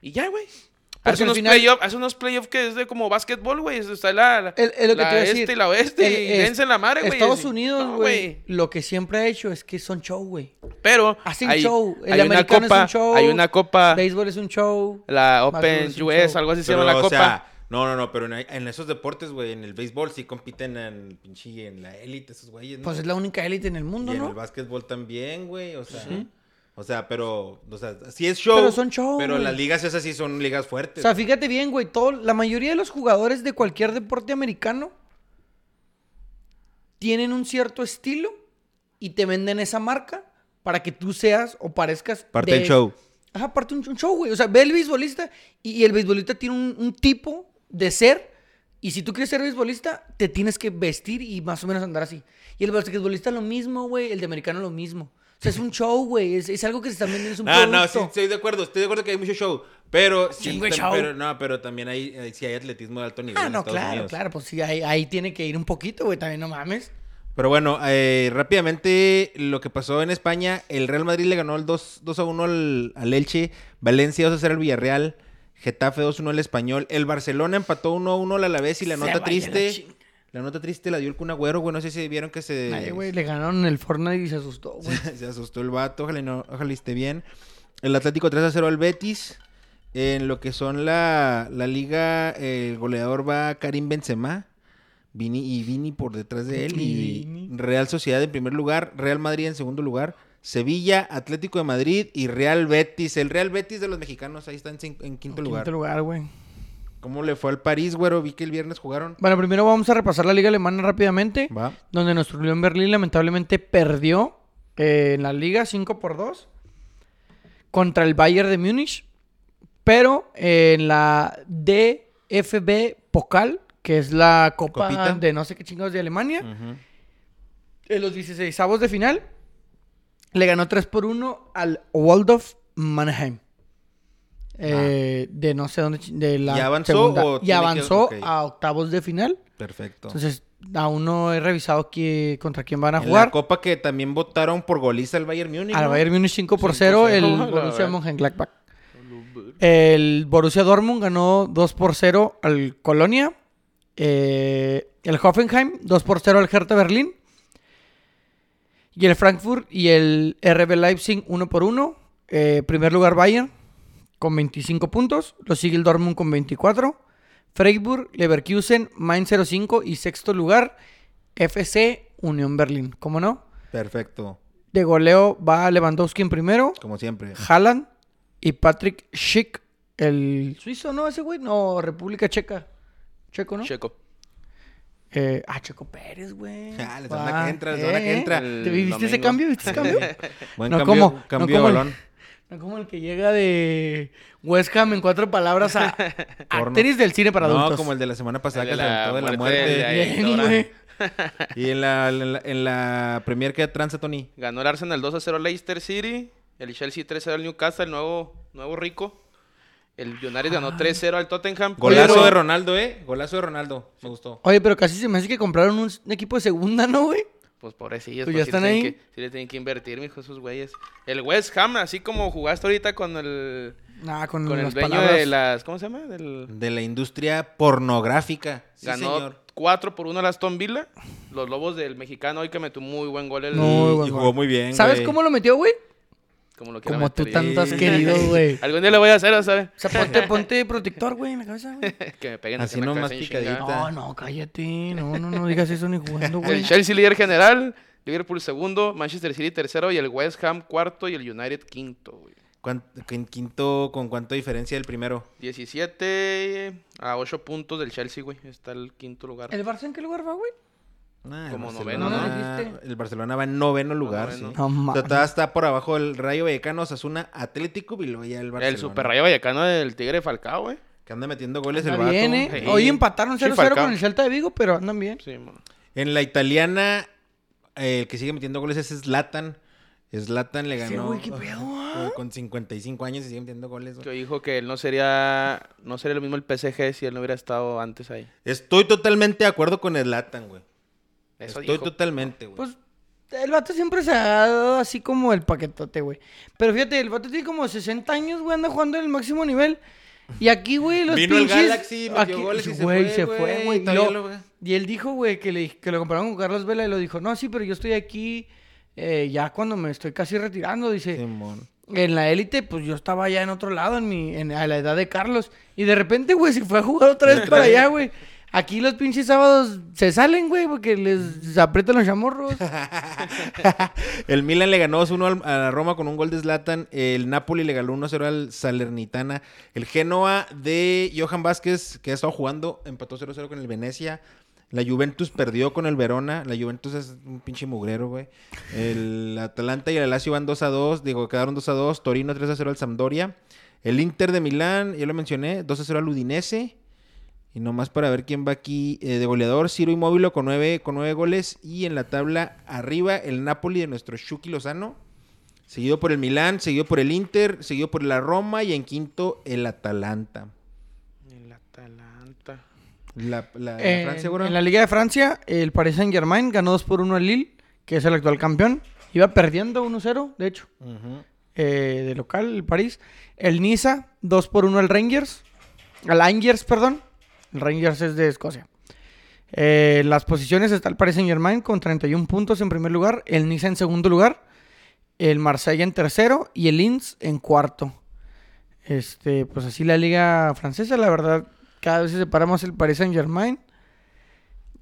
Speaker 4: Y ya, güey.
Speaker 1: Porque
Speaker 4: Hace
Speaker 1: al
Speaker 4: unos,
Speaker 1: final-
Speaker 4: playoff, hace unos playoff que es de como básquetbol, güey. Está la, la,
Speaker 1: El- es lo que
Speaker 4: la
Speaker 1: te iba a
Speaker 4: este
Speaker 1: decir.
Speaker 4: y la oeste.
Speaker 1: El-
Speaker 4: y
Speaker 1: es-
Speaker 4: dense la madre, güey.
Speaker 1: Estados
Speaker 4: Sí.
Speaker 1: Unidos,
Speaker 4: No,
Speaker 1: güey, lo que siempre ha hecho es que son show, güey.
Speaker 4: Pero
Speaker 1: Hacen
Speaker 4: hay,
Speaker 1: show. El
Speaker 4: hay una
Speaker 1: americano
Speaker 4: copa,
Speaker 1: es un show.
Speaker 4: hay una copa,
Speaker 1: Béisbol es un show.
Speaker 4: la
Speaker 1: Maduro
Speaker 4: Open
Speaker 1: es un
Speaker 4: US,
Speaker 1: show.
Speaker 4: algo así se
Speaker 3: Pero,
Speaker 4: llama la
Speaker 3: o
Speaker 4: copa.
Speaker 3: sea, no, no, no, pero en, en esos deportes, güey, en el béisbol sí compiten en pinche en la élite, esos güeyes. ¿no?
Speaker 1: Pues es la única élite en el mundo,
Speaker 3: y en
Speaker 1: ¿no?
Speaker 3: el básquetbol también, güey, o sea. O sea, pero, o sea, sí es show.
Speaker 1: Pero son show,
Speaker 3: Pero
Speaker 1: güey.
Speaker 3: las ligas esas sí son ligas
Speaker 1: O
Speaker 3: fuertes.
Speaker 1: sea, fíjate bien, güey, todo, la mayoría de los jugadores de cualquier deporte americano tienen un cierto estilo y te venden esa marca para que tú seas o parezcas...
Speaker 3: Parte del show.
Speaker 1: Ajá, parte un, un show, güey. O sea, ve el beisbolista y, y el beisbolista tiene un, un tipo de ser y si tú quieres ser beisbolista, te tienes que vestir y más o menos andar así. Y el basquetbolista lo mismo, güey, el de americano lo mismo. O sea, es un show, güey, es, es algo que se está vendiendo, es un
Speaker 3: Ah, no,
Speaker 1: producto.
Speaker 3: sí, estoy de acuerdo, estoy de acuerdo que hay mucho show, pero sí,
Speaker 1: Chingo de
Speaker 3: tam-
Speaker 1: show.
Speaker 3: pero no, pero también hay, hay- sí hay atletismo de alto nivel
Speaker 1: Ah,
Speaker 3: en
Speaker 1: no,
Speaker 3: Estados
Speaker 1: claro,
Speaker 3: Unidos.
Speaker 1: claro, pues sí, ahí, ahí tiene que ir un poquito, güey, también no mames.
Speaker 3: Pero bueno, eh, rápidamente lo que pasó en España, el Real Madrid le ganó el 2, 2 a 1 al, al Elche, Valencia 2 a 0 al Villarreal, Getafe 2 a 1 al Español, el Barcelona empató 1 a 1 al Alavés y la
Speaker 1: Se
Speaker 3: nota
Speaker 1: vaya la
Speaker 3: triste,
Speaker 1: chingada.
Speaker 3: la, nota triste la dio el Kun Agüero, güey, no sé si vieron que se
Speaker 1: Ay, güey, le ganaron el Fortnite y se asustó, güey.
Speaker 3: [LAUGHS] Se asustó el vato, ojalá, y no, ojalá y esté bien. El Atlético 3 a 0 al Betis. En lo que son la, la liga, el goleador va Karim Benzema. Vini y Vini por detrás de él. Y
Speaker 1: Vini.
Speaker 3: Real Sociedad en primer lugar, Real Madrid en segundo lugar. Sevilla, Atlético de Madrid y Real Betis. El Real Betis de los mexicanos, ahí está en, cin- en quinto lugar.
Speaker 1: Quinto lugar, güey.
Speaker 3: ¿Cómo le fue al París, güero? Vi que el viernes jugaron.
Speaker 1: Bueno, primero vamos a repasar la liga alemana rápidamente,
Speaker 3: Va.
Speaker 1: donde nuestro León Berlín lamentablemente perdió eh, en la liga 5 por 2 contra el Bayern de Múnich, pero eh, en la DFB Pokal, que es la copa
Speaker 3: Copita. Mm.
Speaker 1: de no sé qué chingados de Alemania, en los 16 de final, le ganó 3 por 1 al Waldorf Mannheim. Eh, De no sé dónde. chi- De la
Speaker 3: ¿Ya Ah. avanzó
Speaker 1: segunda-
Speaker 3: o
Speaker 1: y
Speaker 3: tiene que-
Speaker 1: avanzó
Speaker 3: ok. Oh.
Speaker 1: a octavos de final.
Speaker 3: Perfecto.
Speaker 1: Entonces, aún no he revisado qué- contra quién van a
Speaker 3: En
Speaker 1: jugar.
Speaker 3: la copa que también votaron por goliza al Bayern Múnich.
Speaker 1: Al
Speaker 3: ¿no?
Speaker 1: Bayern Múnich 5 por
Speaker 4: 5
Speaker 1: 0,
Speaker 4: por
Speaker 1: el
Speaker 4: 0, la
Speaker 1: Borussia
Speaker 4: verdad.
Speaker 1: Mönchengladbach. El Borussia Dortmund ganó 2 por 0 al Colonia. Eh, el Hoffenheim 2 por 0 al Hertha Berlín. Y el Frankfurt y el RB Leipzig 1 por 1. Eh, primer lugar Bayern con 25 puntos. Lo sigue el Dortmund con 24. Freiburg, Leverkusen, Main 05 y sexto lugar FC Unión Berlín. ¿Cómo no?
Speaker 3: Perfecto.
Speaker 1: De goleo va Lewandowski en primero.
Speaker 3: Como siempre.
Speaker 1: Haaland y Patrick Schick, el suizo, ¿no? Ese güey, no, República Checa. Checo, ¿no?
Speaker 4: Checo.
Speaker 1: Eh, ah, Checo Pérez, güey.
Speaker 3: [LAUGHS]
Speaker 1: ¿eh?
Speaker 3: Ah, la semana que entra, la semana que entra.
Speaker 1: ¿Te
Speaker 4: El
Speaker 1: viviste ese
Speaker 4: domingo.
Speaker 1: cambio? ¿Viste ese
Speaker 3: [LAUGHS]
Speaker 1: cambio?
Speaker 3: Buen
Speaker 1: No
Speaker 3: cambio,
Speaker 1: como- no
Speaker 3: cambio
Speaker 1: como
Speaker 3: de
Speaker 1: el-
Speaker 3: balón.
Speaker 1: no como el que llega de West Ham en cuatro palabras a
Speaker 3: [LAUGHS] Porno.
Speaker 1: actriz del cine [LAUGHS] para adultos.
Speaker 3: No, como el de la semana pasada
Speaker 4: El
Speaker 3: que
Speaker 4: de
Speaker 3: se
Speaker 4: la
Speaker 3: aventó de la
Speaker 4: muerte de
Speaker 3: muerte.
Speaker 4: la-
Speaker 1: Bien,
Speaker 4: Dora.
Speaker 1: güey.
Speaker 3: Y en la, en la, en la premier que tranza Tony.
Speaker 4: Ganó el Arsenal 2 a 0 Leicester City. El Chelsea 3-0 al Newcastle, el nuevo, nuevo rico. El United ganó 3-0 al Tottenham.
Speaker 3: Golazo
Speaker 4: Pero-
Speaker 3: de Ronaldo, ¿eh? Golazo de Ronaldo. Me gustó.
Speaker 1: Oye, pero casi se me hace que compraron un s- un equipo de segunda, ¿no, güey?
Speaker 4: Pues pobrecillos.
Speaker 1: Pues
Speaker 4: porque
Speaker 1: ya
Speaker 4: sí
Speaker 1: están
Speaker 4: tienen
Speaker 1: ahí.
Speaker 4: que- sí le tienen que invertir, mijo, esos güeyes. El West Ham, así como jugaste ahorita con el,
Speaker 1: Nah, con,
Speaker 4: con
Speaker 1: Mm,
Speaker 4: el
Speaker 1: las
Speaker 4: dueño
Speaker 1: palabras.
Speaker 4: de las... ¿Cómo se llama? Del...
Speaker 3: De la industria pornográfica. Sí,
Speaker 4: Ganó
Speaker 3: señor.
Speaker 4: 4 por 1 al Aston Villa. Los Lobos del Mexicano hoy que metió muy buen gol. El,
Speaker 1: No. Muy buen
Speaker 3: y
Speaker 1: gol.
Speaker 3: jugó muy bien.
Speaker 1: ¿Sabes
Speaker 3: güey.
Speaker 1: cómo lo metió, güey?
Speaker 4: Como lo quiera
Speaker 1: Como tú
Speaker 4: meter, ya.
Speaker 1: tanto has querido,
Speaker 3: [LAUGHS]
Speaker 1: güey.
Speaker 4: Algún día le voy a hacer, ¿sabes?
Speaker 1: O sea, ponte, ponte protector, güey, en la cabeza, güey.
Speaker 4: [LAUGHS] que me peguen
Speaker 3: Así
Speaker 4: en la
Speaker 3: nomás
Speaker 4: cabeza en chingada.
Speaker 3: picadita.
Speaker 1: No, no, cállate. No, no, no digas eso ni jugando,
Speaker 3: [LAUGHS]
Speaker 1: [LAUGHS]
Speaker 4: El
Speaker 1: güey.
Speaker 4: Chelsea líder general, Liverpool segundo, Manchester City tercero y el West Ham cuarto y el United quinto, güey.
Speaker 3: ¿Cuán- en quinto, ¿con cuánta diferencia del primero?
Speaker 4: 17 a 8 puntos del Chelsea, güey. Está el quinto lugar.
Speaker 1: ¿El Barça en qué lugar va, güey?
Speaker 3: Ah, el
Speaker 4: Como
Speaker 3: Barcelona-
Speaker 1: noveno, ¿no dijiste?
Speaker 3: El Barcelona va en noveno lugar,
Speaker 4: noveno.
Speaker 3: sí.
Speaker 1: No
Speaker 3: O sea,
Speaker 1: mames.
Speaker 3: todavía está por abajo el Rayo Vallecano, Osasuna, Atlético y luego ya el Barcelona.
Speaker 4: el Super Rayo Vallecano del Tigre Falcao, güey.
Speaker 3: Que anda metiendo goles el
Speaker 1: Está
Speaker 3: vato.
Speaker 1: bien, ¿eh?
Speaker 4: Sí.
Speaker 1: Hoy empataron
Speaker 4: Sí,
Speaker 1: 0-0
Speaker 4: Falcao.
Speaker 1: con el Celta de Vigo, pero andan bien.
Speaker 4: Sí, mano.
Speaker 3: En la italiana, eh, el que sigue metiendo goles es Zlatan. Zlatan le
Speaker 1: Ese
Speaker 3: ganó
Speaker 1: güey, qué pedo, ¿ah?
Speaker 3: ajá, con 55 años y sigue metiendo goles. güey.
Speaker 4: Que dijo que él no sería no sería lo mismo el PSG si él no hubiera estado antes ahí.
Speaker 3: Estoy totalmente de acuerdo con Zlatan, güey.
Speaker 4: Eso
Speaker 3: Estoy
Speaker 4: dijo.
Speaker 3: totalmente, güey.
Speaker 1: Pues el vato siempre se ha dado así como el paquetote, güey. Pero fíjate, el vato tiene como 60 años, güey, anda jugando en el máximo nivel. Y aquí, güey, los
Speaker 3: Vino el
Speaker 1: pinches...
Speaker 3: Galaxy, metió goles y se fue, güey,
Speaker 1: güey.
Speaker 3: y
Speaker 1: Y,
Speaker 3: todavía
Speaker 1: lo-
Speaker 3: lo-
Speaker 1: y él dijo, güey, que, le, que lo compararon con Carlos Vela y lo dijo, no, sí, pero yo estoy aquí eh, ya cuando me estoy casi retirando, dice.
Speaker 3: Simón.
Speaker 1: En la élite, pues yo estaba allá en otro lado, en mi, en, a la edad de Carlos. Y de repente, güey, se fue a jugar otra vez para allá, güey. Aquí los pinches sábados se salen, güey, porque les aprietan los chamorros.
Speaker 3: El Milan le ganó 2-1 al- a la Roma con un gol de Zlatan. El Napoli le ganó 1-0 al Salernitana. El Genoa de Johan Vázquez, que ha estado jugando, empató 0-0 con el Venecia. La Juventus perdió con el Verona. La Juventus es un pinche mugrero, güey. El Atalanta y el Lazio van 2-2. Digo, quedaron 2-2. Torino 3-0 al Sampdoria. El Inter de Milán, ya lo mencioné, 2-0 al Udinese. Y nomás para ver quién va aquí eh, de goleador, Ciro Inmóvil con nueve, con nueve goles. Y en la tabla arriba, el Napoli de nuestro Shuki Lozano. Seguido por el Milán, seguido por el Inter, seguido por la Roma y en quinto el Atalanta.
Speaker 4: El Atalanta. [LAUGHS]
Speaker 3: La, la- la
Speaker 1: Eh,
Speaker 3: Francia, güey.
Speaker 1: en la Liga de Francia, el Paris Saint Germain ganó 2 por 1 al Lille, que es el actual campeón. Iba perdiendo 1-0, de hecho,
Speaker 3: Ujú.
Speaker 1: eh, de local, el París. El Niza, 2 por 1 al Rangers. Al Angers, perdón. El Rangers es de Escocia. Eh, las posiciones está el Paris Saint Germain con 31 puntos en primer lugar, el Niza en segundo lugar, el Marsella en tercero y el Inns en cuarto. Este, pues así la liga francesa, la verdad, cada vez se separa más el Paris Saint Germain.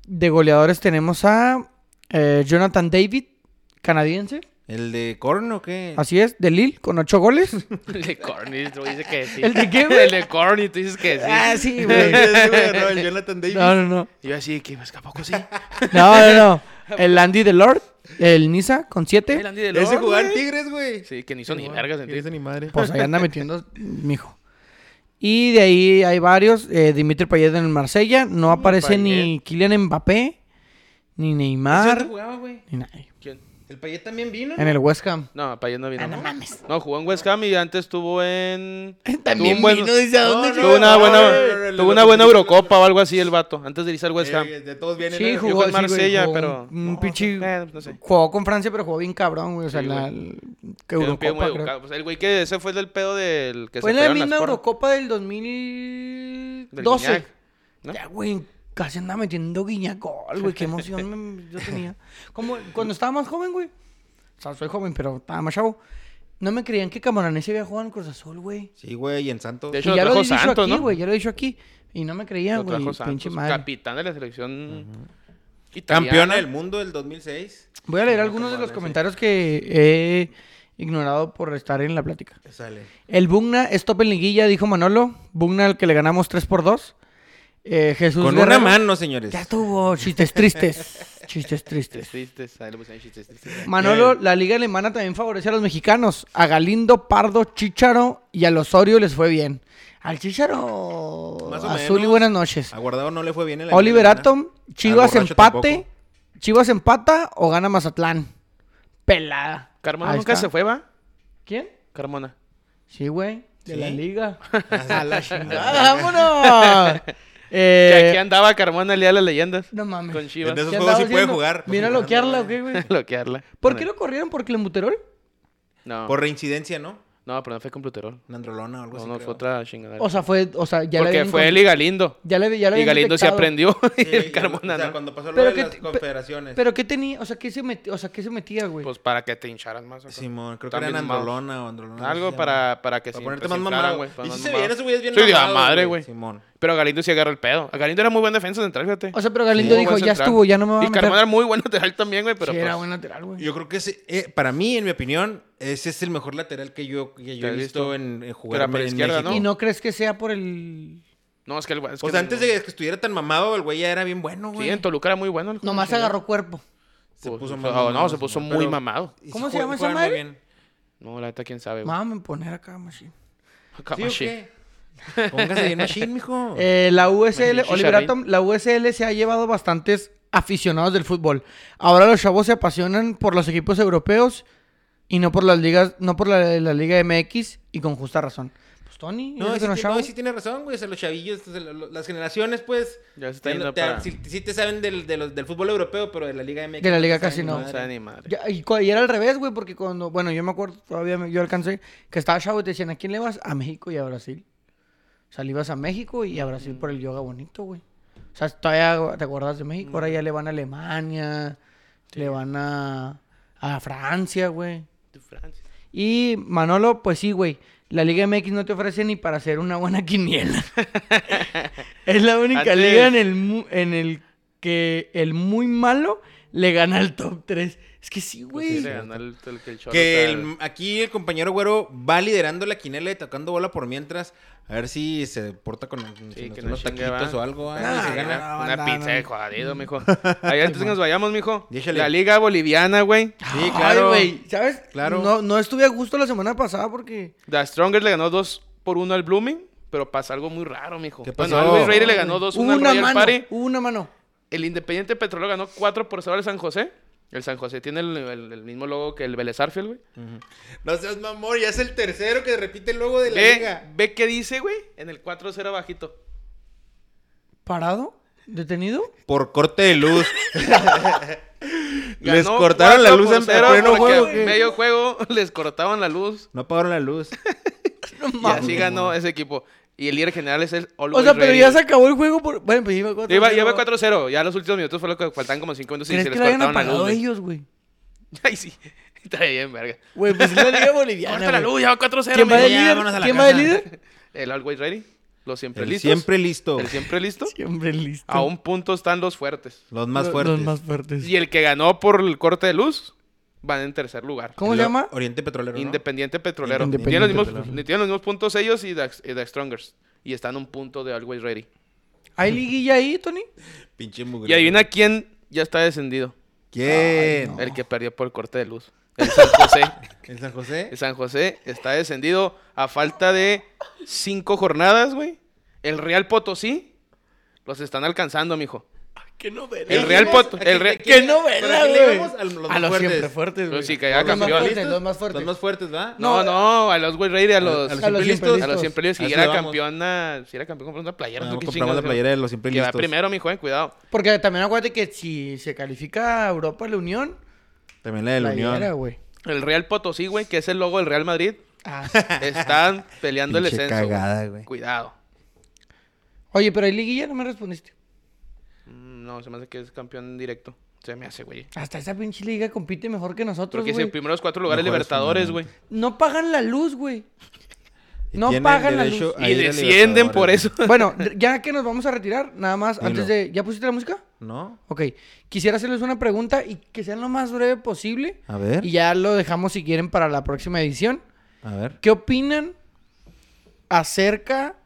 Speaker 1: De goleadores tenemos a eh, Jonathan David, canadiense,
Speaker 3: ¿El de Corno o qué?
Speaker 1: así es, de Lille, con 8 goles.
Speaker 4: El de Corny, tú dices que sí.
Speaker 1: ¿El de qué, güey?
Speaker 4: [LAUGHS]
Speaker 1: Ah,
Speaker 4: El de Corny, tú dices que sí. [LAUGHS]
Speaker 1: sí,
Speaker 3: Ese, güey, no, el Jonathan Davis.
Speaker 1: No, no, no.
Speaker 4: Y Yo así, que pues, ¿a
Speaker 1: [LAUGHS]
Speaker 4: poco sí?
Speaker 1: No, no, no. El Andy Delord, el Niza, con 7.
Speaker 4: El Andy de
Speaker 3: Ese
Speaker 4: Lord,
Speaker 3: jugaba en
Speaker 4: güey.
Speaker 3: Tigres, güey.
Speaker 4: Sí, que ni son ni vergas en
Speaker 3: Tigres
Speaker 4: Tigres.
Speaker 3: ni madre.
Speaker 1: Pues ahí anda metiendo, mijo. Y de ahí hay varios. eh, Dimitri Payet en el Marsella. No aparece ni Kylian Mbappé, ni
Speaker 3: ¿Ese dónde
Speaker 1: Neymar,
Speaker 3: jugaba, güey?
Speaker 1: ni nadie.
Speaker 4: ¿Quién?
Speaker 3: El Payet también vino. ¿no?
Speaker 1: En el West Ham.
Speaker 4: No, para no vino.
Speaker 1: Ah, no
Speaker 4: ¿no?
Speaker 1: mames.
Speaker 4: No, jugó en West Ham y antes
Speaker 1: [LAUGHS]
Speaker 4: estuvo en. tuvo
Speaker 1: También
Speaker 4: un buen-
Speaker 1: vino, dice, ¿a
Speaker 3: No,
Speaker 1: dónde
Speaker 3: no,
Speaker 1: llegó?
Speaker 4: Tuvo una
Speaker 3: No,
Speaker 4: buena,
Speaker 3: no, no, no, no,
Speaker 4: tuvo una
Speaker 3: no,
Speaker 4: buena
Speaker 3: no, no,
Speaker 4: Eurocopa o algo así el vato, antes de irse al West Ham.
Speaker 3: Eh, de todos vienen.
Speaker 1: pues, Sí,
Speaker 3: ¿no?
Speaker 1: jugó,
Speaker 4: jugó en
Speaker 1: sí, güey,
Speaker 4: Marsella,
Speaker 1: jugó
Speaker 4: pero-
Speaker 1: Un
Speaker 4: No,
Speaker 1: pinche.
Speaker 4: eh, no sé.
Speaker 1: Jugó con Francia, pero jugó bien cabrón, güey. O sea,
Speaker 4: Sí,
Speaker 1: la. Que
Speaker 4: Era un
Speaker 1: Eurocopa,
Speaker 4: pibe muy
Speaker 1: creo.
Speaker 4: educado. Pues el güey que ese fue el del pedo del que
Speaker 1: Fue
Speaker 4: se
Speaker 1: la
Speaker 4: pelearon las
Speaker 1: misma
Speaker 4: porras.
Speaker 1: Eurocopa del
Speaker 4: Del
Speaker 1: 2012.
Speaker 4: Guiñac, ¿no?
Speaker 1: Ya, güey, casi andaba metiendo guiñacol, güey. Qué emoción me- yo tenía. Como cuando estaba más joven, güey. O sea, soy joven, pero estaba más chavo. No me creían que Camaranesi había jugado en Cruz Azul, güey.
Speaker 3: Sí, güey, y en Santos.
Speaker 4: De
Speaker 1: Y
Speaker 4: hecho, lo
Speaker 1: ya lo
Speaker 4: trajo
Speaker 1: he dicho
Speaker 4: Santos,
Speaker 1: aquí,
Speaker 4: ¿no?
Speaker 1: güey. Ya lo he dicho aquí. Y no me creían,
Speaker 4: Lo
Speaker 1: güey.
Speaker 4: trajo
Speaker 1: Pinche
Speaker 4: Santos,
Speaker 1: madre.
Speaker 4: capitán de la selección. italiana.
Speaker 3: Campeona del mundo del 2006.
Speaker 1: Voy a leer
Speaker 3: No,
Speaker 1: algunos de los
Speaker 3: Camaranesi.
Speaker 1: comentarios que he ignorado por estar en la plática.
Speaker 3: Sale.
Speaker 1: El Bugna es top en liguilla, dijo Manolo. Bugna al que le ganamos 3 por 2 Eh, Jesús
Speaker 3: Con una
Speaker 1: Guerrero-
Speaker 3: mano, señores.
Speaker 1: Ya estuvo, chistes tristes. Chistes
Speaker 4: Chistes
Speaker 1: tristes.
Speaker 4: tristes, ahí le pusieron chistes tristes.
Speaker 1: Manolo, la liga alemana también favorece a los mexicanos. A Galindo, Pardo, Chicharo y al Osorio les fue bien. Al Chicharo,
Speaker 3: Más o
Speaker 1: Azul y
Speaker 3: menos.
Speaker 1: bueras noches.
Speaker 3: Aguardado no le fue bien en la
Speaker 1: Oliver
Speaker 3: liga alemana.
Speaker 1: Atom, Chivas
Speaker 3: borracho
Speaker 1: empate.
Speaker 3: tampoco.
Speaker 1: Chivas empata o gana Mazatlán. Pelada.
Speaker 4: Carmona
Speaker 1: Ahí
Speaker 4: nunca
Speaker 1: está.
Speaker 4: se fue, ¿va?
Speaker 1: ¿Quién?
Speaker 4: Carmona.
Speaker 1: Sí, güey. De la
Speaker 3: ¿Sí? [LAUGHS]
Speaker 1: liga. A la chingada. ¡Vámonos! Eh,
Speaker 4: [LAUGHS] Que aquí andaba Carmona el día de las leyendas.
Speaker 1: No mames.
Speaker 4: Con
Speaker 1: ¿Qué
Speaker 4: Chivas.
Speaker 3: En esos
Speaker 1: andaba
Speaker 3: juegos sí puede
Speaker 1: haciendo?
Speaker 3: jugar.
Speaker 1: ¿Vino a loquearla o qué, güey?
Speaker 4: Bloquearla.
Speaker 1: ¿Por qué lo corrieron? ¿Por clenbuterol?
Speaker 4: No,
Speaker 3: Por reincidencia, ¿no?
Speaker 4: no, pero no fue con Pluterol.
Speaker 3: Nandrolona o algo
Speaker 4: No,
Speaker 3: así.
Speaker 4: no,
Speaker 3: creo.
Speaker 4: fue otra chingada.
Speaker 1: O sea, fue... O sea, ya le
Speaker 4: Porque
Speaker 1: habían
Speaker 4: fue
Speaker 1: con-
Speaker 4: el y Galindo.
Speaker 1: Ya le, ya le
Speaker 4: Y
Speaker 1: habían
Speaker 4: Galindo se
Speaker 1: detectado.
Speaker 4: aprendió.
Speaker 3: Sí,
Speaker 4: y [LAUGHS] el
Speaker 3: yo-
Speaker 4: Carmona
Speaker 3: O sea,
Speaker 4: no.
Speaker 3: cuando pasó lo
Speaker 1: Pero
Speaker 3: de
Speaker 1: que
Speaker 3: las
Speaker 1: te- pe-
Speaker 3: confederaciones.
Speaker 1: ¿Pero qué tenía? O sea, ¿qué se, meti- o sea, ¿qué se metía, güey?
Speaker 4: Pues para que te hincharas más. o sea.
Speaker 3: Simón, creo que
Speaker 4: También
Speaker 3: eran
Speaker 4: mamados.
Speaker 3: Androlona o Androlona. no sé
Speaker 4: Algo
Speaker 3: si
Speaker 4: para, para que
Speaker 3: se llama. Para ponerte
Speaker 4: se- se
Speaker 3: más
Speaker 4: inflaran,
Speaker 3: mamado.
Speaker 4: güey, para
Speaker 3: Y
Speaker 4: más
Speaker 3: sí se
Speaker 4: mamado.
Speaker 3: veían esos güeyes bien
Speaker 4: Sí, de la
Speaker 3: mamados,
Speaker 4: madre, güey.
Speaker 3: Simón.
Speaker 4: Pero Galindo sí agarra el pedo. A Galindo era muy buen defensa central, fíjate.
Speaker 1: O sea, pero Galindo
Speaker 4: Muy
Speaker 1: dijo,
Speaker 4: buen
Speaker 1: ya
Speaker 4: central.
Speaker 1: estuvo, ya no me va a
Speaker 4: Y
Speaker 1: meter.
Speaker 4: Carmona era muy buen lateral también, güey, pero
Speaker 1: Sí,
Speaker 4: pues...
Speaker 1: era buen lateral, güey.
Speaker 3: Yo creo que ese, eh, para mí, en mi opinión, ese es el mejor lateral que yo, que yo
Speaker 4: Que
Speaker 3: he
Speaker 4: has
Speaker 3: visto
Speaker 4: visto.
Speaker 3: en, en
Speaker 4: Pero
Speaker 3: jugar
Speaker 4: por
Speaker 3: en
Speaker 4: izquierda,
Speaker 3: México.
Speaker 4: ¿no?
Speaker 1: ¿Y no crees que sea por el...?
Speaker 4: No, es que el... es
Speaker 3: O sea,
Speaker 4: que el-
Speaker 3: antes de que estuviera tan mamado, el güey ya era bien bueno,
Speaker 4: Sí,
Speaker 3: güey.
Speaker 4: en Toluca era muy bueno. el-
Speaker 1: Nomás agarró cuerpo.
Speaker 3: se
Speaker 4: Pues,
Speaker 3: puso
Speaker 4: o
Speaker 3: más
Speaker 4: sea,
Speaker 3: mamado,
Speaker 4: No, se puso
Speaker 3: Simón.
Speaker 4: muy
Speaker 3: Pero-
Speaker 4: mamado.
Speaker 3: y
Speaker 1: ¿Cómo
Speaker 3: sí
Speaker 1: se
Speaker 3: jue-
Speaker 1: llama esa
Speaker 3: juegan muy
Speaker 1: madre?
Speaker 3: bien.
Speaker 4: No, la neta, quién sabe, güey.
Speaker 1: Vamos a poner acá, machine.
Speaker 3: ¿Sí o
Speaker 4: Camachi.
Speaker 3: qué? Póngase bien machine, mijo.
Speaker 1: Eh, la USL,
Speaker 4: Imagínate,
Speaker 1: Oliver
Speaker 4: Chicharrín.
Speaker 1: Atom, la USL se ha llevado bastantes aficionados del fútbol. Ahora los chavos se apasionan por los equipos europeos y no por las ligas, no por la, la Liga MX y con justa razón. Pues Tony,
Speaker 3: No,
Speaker 1: eres
Speaker 3: sí,
Speaker 1: de los
Speaker 3: ti- no,
Speaker 1: chavos.
Speaker 3: sí tiene razón, güey. O sea, los chavillos, o sea, lo- lo- las generaciones, pues.
Speaker 4: Ya se está
Speaker 3: te-
Speaker 4: yendo
Speaker 3: te-
Speaker 4: para-
Speaker 3: sí, sí te saben del, de los- del fútbol europeo, pero de la Liga MX.
Speaker 1: De la Liga
Speaker 3: te saben
Speaker 1: casi
Speaker 3: ni
Speaker 1: no.
Speaker 4: No
Speaker 3: madre.
Speaker 4: sabe ni madre.
Speaker 1: Ya, y, cu- y era al revés, güey, porque cuando, bueno, yo me acuerdo, todavía me- yo alcancé, que estaba chavo y te decían, ¿a quién le vas? A México y a Brasil. O sea, le ibas a México y a Brasil por el yoga bonito, güey. O sea, todavía te acordás de México, ahora ya le van a Alemania, le van a, a Francia, güey.
Speaker 4: De Francia.
Speaker 1: Y Manolo, pues sí, güey, la Liga MX no te ofrece ni para hacer una buena [LAUGHS] quiniela. es la única
Speaker 4: Antes-
Speaker 1: liga en el, mu- en el que el muy malo le gana al top 3. Es que sí,
Speaker 4: Pues
Speaker 1: güey.
Speaker 4: sí, le ganó el, el, el
Speaker 3: Que
Speaker 4: Cholo, o sea,
Speaker 3: el- aquí el compañero güero va liderando la quinela y tocando bola por mientras. A ver si se porta con con
Speaker 4: Sí, que no
Speaker 3: unos
Speaker 4: chingue,
Speaker 3: taquitos
Speaker 4: va.
Speaker 3: o algo. ah,
Speaker 4: Ah,
Speaker 3: y se gana.
Speaker 1: no,
Speaker 4: una
Speaker 1: no,
Speaker 4: pizza
Speaker 1: no.
Speaker 4: de jodido,
Speaker 3: Mm.
Speaker 4: mijo. Ahí antes que nos
Speaker 3: [LAUGHS]
Speaker 4: vayamos, mijo.
Speaker 3: Déjale.
Speaker 4: La Liga Boliviana, güey.
Speaker 3: Sí, claro.
Speaker 1: Ay, güey, ¿sabes?
Speaker 3: Claro.
Speaker 1: No, no estuve a gusto la semana pasada porque...
Speaker 4: The Strongest le ganó 2 por 1 al Blooming, pero pasa algo muy raro, mijo.
Speaker 3: ¿Qué
Speaker 4: Bueno,
Speaker 3: pasó?
Speaker 4: al Luis Reyes le ganó 2
Speaker 1: Hubo
Speaker 4: 1 al
Speaker 1: una
Speaker 4: Royal
Speaker 1: mano,
Speaker 4: Party.
Speaker 1: hubo una mano.
Speaker 4: El Independiente Petrolero ganó 4 por 0 al San José. El San José tiene el, el- el mismo logo que el Vélez Arfield, güey.
Speaker 3: No seas mamón, ya es el tercero que repite el logo de la
Speaker 4: Ve,
Speaker 3: liga.
Speaker 4: ve qué dice, güey, en el 4-0 bajito.
Speaker 1: ¿Parado? ¿Detenido?
Speaker 3: Por corte de luz.
Speaker 4: [LAUGHS]
Speaker 3: Les
Speaker 4: Ganó
Speaker 3: cortaron la
Speaker 4: 4
Speaker 3: luz
Speaker 4: por
Speaker 3: en
Speaker 4: 0
Speaker 3: pleno
Speaker 4: porque
Speaker 3: juego.
Speaker 4: en medio juego [LAUGHS] les cortaban la luz.
Speaker 3: No apagaron la
Speaker 4: [LAUGHS]
Speaker 3: luz.
Speaker 1: No
Speaker 4: Y así ganó ese equipo. Y el líder general es el Always
Speaker 1: O sea, pero
Speaker 4: Ready,
Speaker 1: ya
Speaker 4: güey.
Speaker 1: se acabó el juego por... Bueno, pues iba 4
Speaker 4: Ya iba, ya iba 4-0. Ya los últimos minutos fue lo que faltaban como 5 minutos y
Speaker 1: ¿Crees que
Speaker 4: se les
Speaker 1: lo hayan
Speaker 4: cortaron la luz.
Speaker 1: apagado
Speaker 4: güey.
Speaker 1: ellos, güey?
Speaker 4: [LAUGHS] Ay, sí. [LAUGHS] Está bien, verga.
Speaker 1: Güey, pues es la Liga Boliviana,
Speaker 4: [LAUGHS] Corta la
Speaker 1: güey.
Speaker 4: luz, ya va 4-0.
Speaker 1: ¿Quién va de
Speaker 4: amigo.
Speaker 3: Ya,
Speaker 1: líder?
Speaker 3: vámonos a la
Speaker 1: ¿Quién va de
Speaker 3: casa.
Speaker 1: líder?
Speaker 4: El Always Ready. Los siempre
Speaker 3: El
Speaker 4: listos.
Speaker 3: Siempre listo.
Speaker 4: El
Speaker 1: [LAUGHS]
Speaker 4: siempre listo.
Speaker 1: [LAUGHS] Siempre listo.
Speaker 4: A un punto están los fuertes.
Speaker 3: Los más
Speaker 1: Los-
Speaker 3: fuertes.
Speaker 1: Los más fuertes.
Speaker 4: Y el que ganó por el corte de luz van en tercer lugar.
Speaker 1: ¿Cómo se
Speaker 3: Lo-
Speaker 1: llama?
Speaker 3: Oriente Petrolero. ¿no?
Speaker 4: Independiente Petrolero.
Speaker 1: Independiente
Speaker 4: tienen, los mismos,
Speaker 1: Petrolero.
Speaker 4: tienen los mismos puntos ellos y The, y The Strongers. Y están a un punto de Always Ready.
Speaker 1: ¿Hay liguilla ahí, Tony?
Speaker 3: Pinche mugre.
Speaker 4: Y adivina quién ya está descendido.
Speaker 1: Ay,
Speaker 3: ¿Quién?
Speaker 1: no.
Speaker 4: El que perdió por el corte de luz. El
Speaker 3: [LAUGHS]
Speaker 4: San José.
Speaker 3: ¿El San José?
Speaker 4: El San José está descendido a falta de cinco jornadas, güey. El Real Potosí los están alcanzando, mijo.
Speaker 1: Que no
Speaker 4: El Real Pot- el Real-
Speaker 1: Que no verá, güey.
Speaker 3: A los,
Speaker 1: A
Speaker 3: más
Speaker 1: los
Speaker 3: fuertes.
Speaker 1: siempre fuertes, güey.
Speaker 4: Pues sí, que ya
Speaker 1: Los más
Speaker 4: campeón.
Speaker 1: fuertes, Los más fuertes.
Speaker 3: Los más fuertes, ¿va? Ah,
Speaker 4: No,
Speaker 1: No,
Speaker 4: no, a los güey Raiders, a los,
Speaker 3: a los
Speaker 4: a
Speaker 3: siempre listos.
Speaker 4: los siempre listos,
Speaker 3: Así
Speaker 4: que
Speaker 3: le
Speaker 4: era
Speaker 3: vamos.
Speaker 4: campeón, a- si era campeón compró una playera,
Speaker 3: Ah,
Speaker 4: ¿tú qué
Speaker 3: compramos
Speaker 4: chingados,
Speaker 3: la
Speaker 4: güey?
Speaker 3: playera de los siempre
Speaker 4: Que va
Speaker 3: listos.
Speaker 4: primero, mijo, eh, cuidado.
Speaker 1: Porque también acuérdate que si se califica a Europa la Unión,
Speaker 3: También la de la Unión.
Speaker 1: era, güey.
Speaker 4: El Real Potosí, güey, que es el logo del
Speaker 3: [LAUGHS]
Speaker 4: Real Madrid,
Speaker 1: Ah.
Speaker 4: están peleando el
Speaker 3: Pinche
Speaker 4: descenso.
Speaker 3: cagada, güey.
Speaker 4: Cuidado.
Speaker 1: Oye, pero hay liguilla, no me respondiste.
Speaker 4: Mm, No, se me hace que es campeón directo. Se me hace, güey.
Speaker 1: Hasta esa pinche liga compite mejor que nosotros,
Speaker 4: Porque es
Speaker 1: güey.
Speaker 4: el primeros cuatro lugares
Speaker 3: Mejores
Speaker 4: Libertadores, güey.
Speaker 3: fundamentos.
Speaker 1: No pagan la luz, güey.
Speaker 3: Y
Speaker 1: No
Speaker 3: tienen
Speaker 1: pagan la
Speaker 3: derecho
Speaker 1: luz.
Speaker 3: a
Speaker 4: Y
Speaker 3: ir a
Speaker 4: descienden por
Speaker 3: Libertadores.
Speaker 4: eso.
Speaker 1: Bueno, ya que nos vamos a retirar, nada más
Speaker 3: Dilo.
Speaker 1: antes de... ¿Ya pusiste la música?
Speaker 3: ¿No?
Speaker 1: Ok. Quisiera hacerles una pregunta y que sea lo más breve posible.
Speaker 3: A ver.
Speaker 1: Y ya lo dejamos, si quieren, para la próxima edición.
Speaker 3: A ver.
Speaker 1: ¿Qué opinan acerca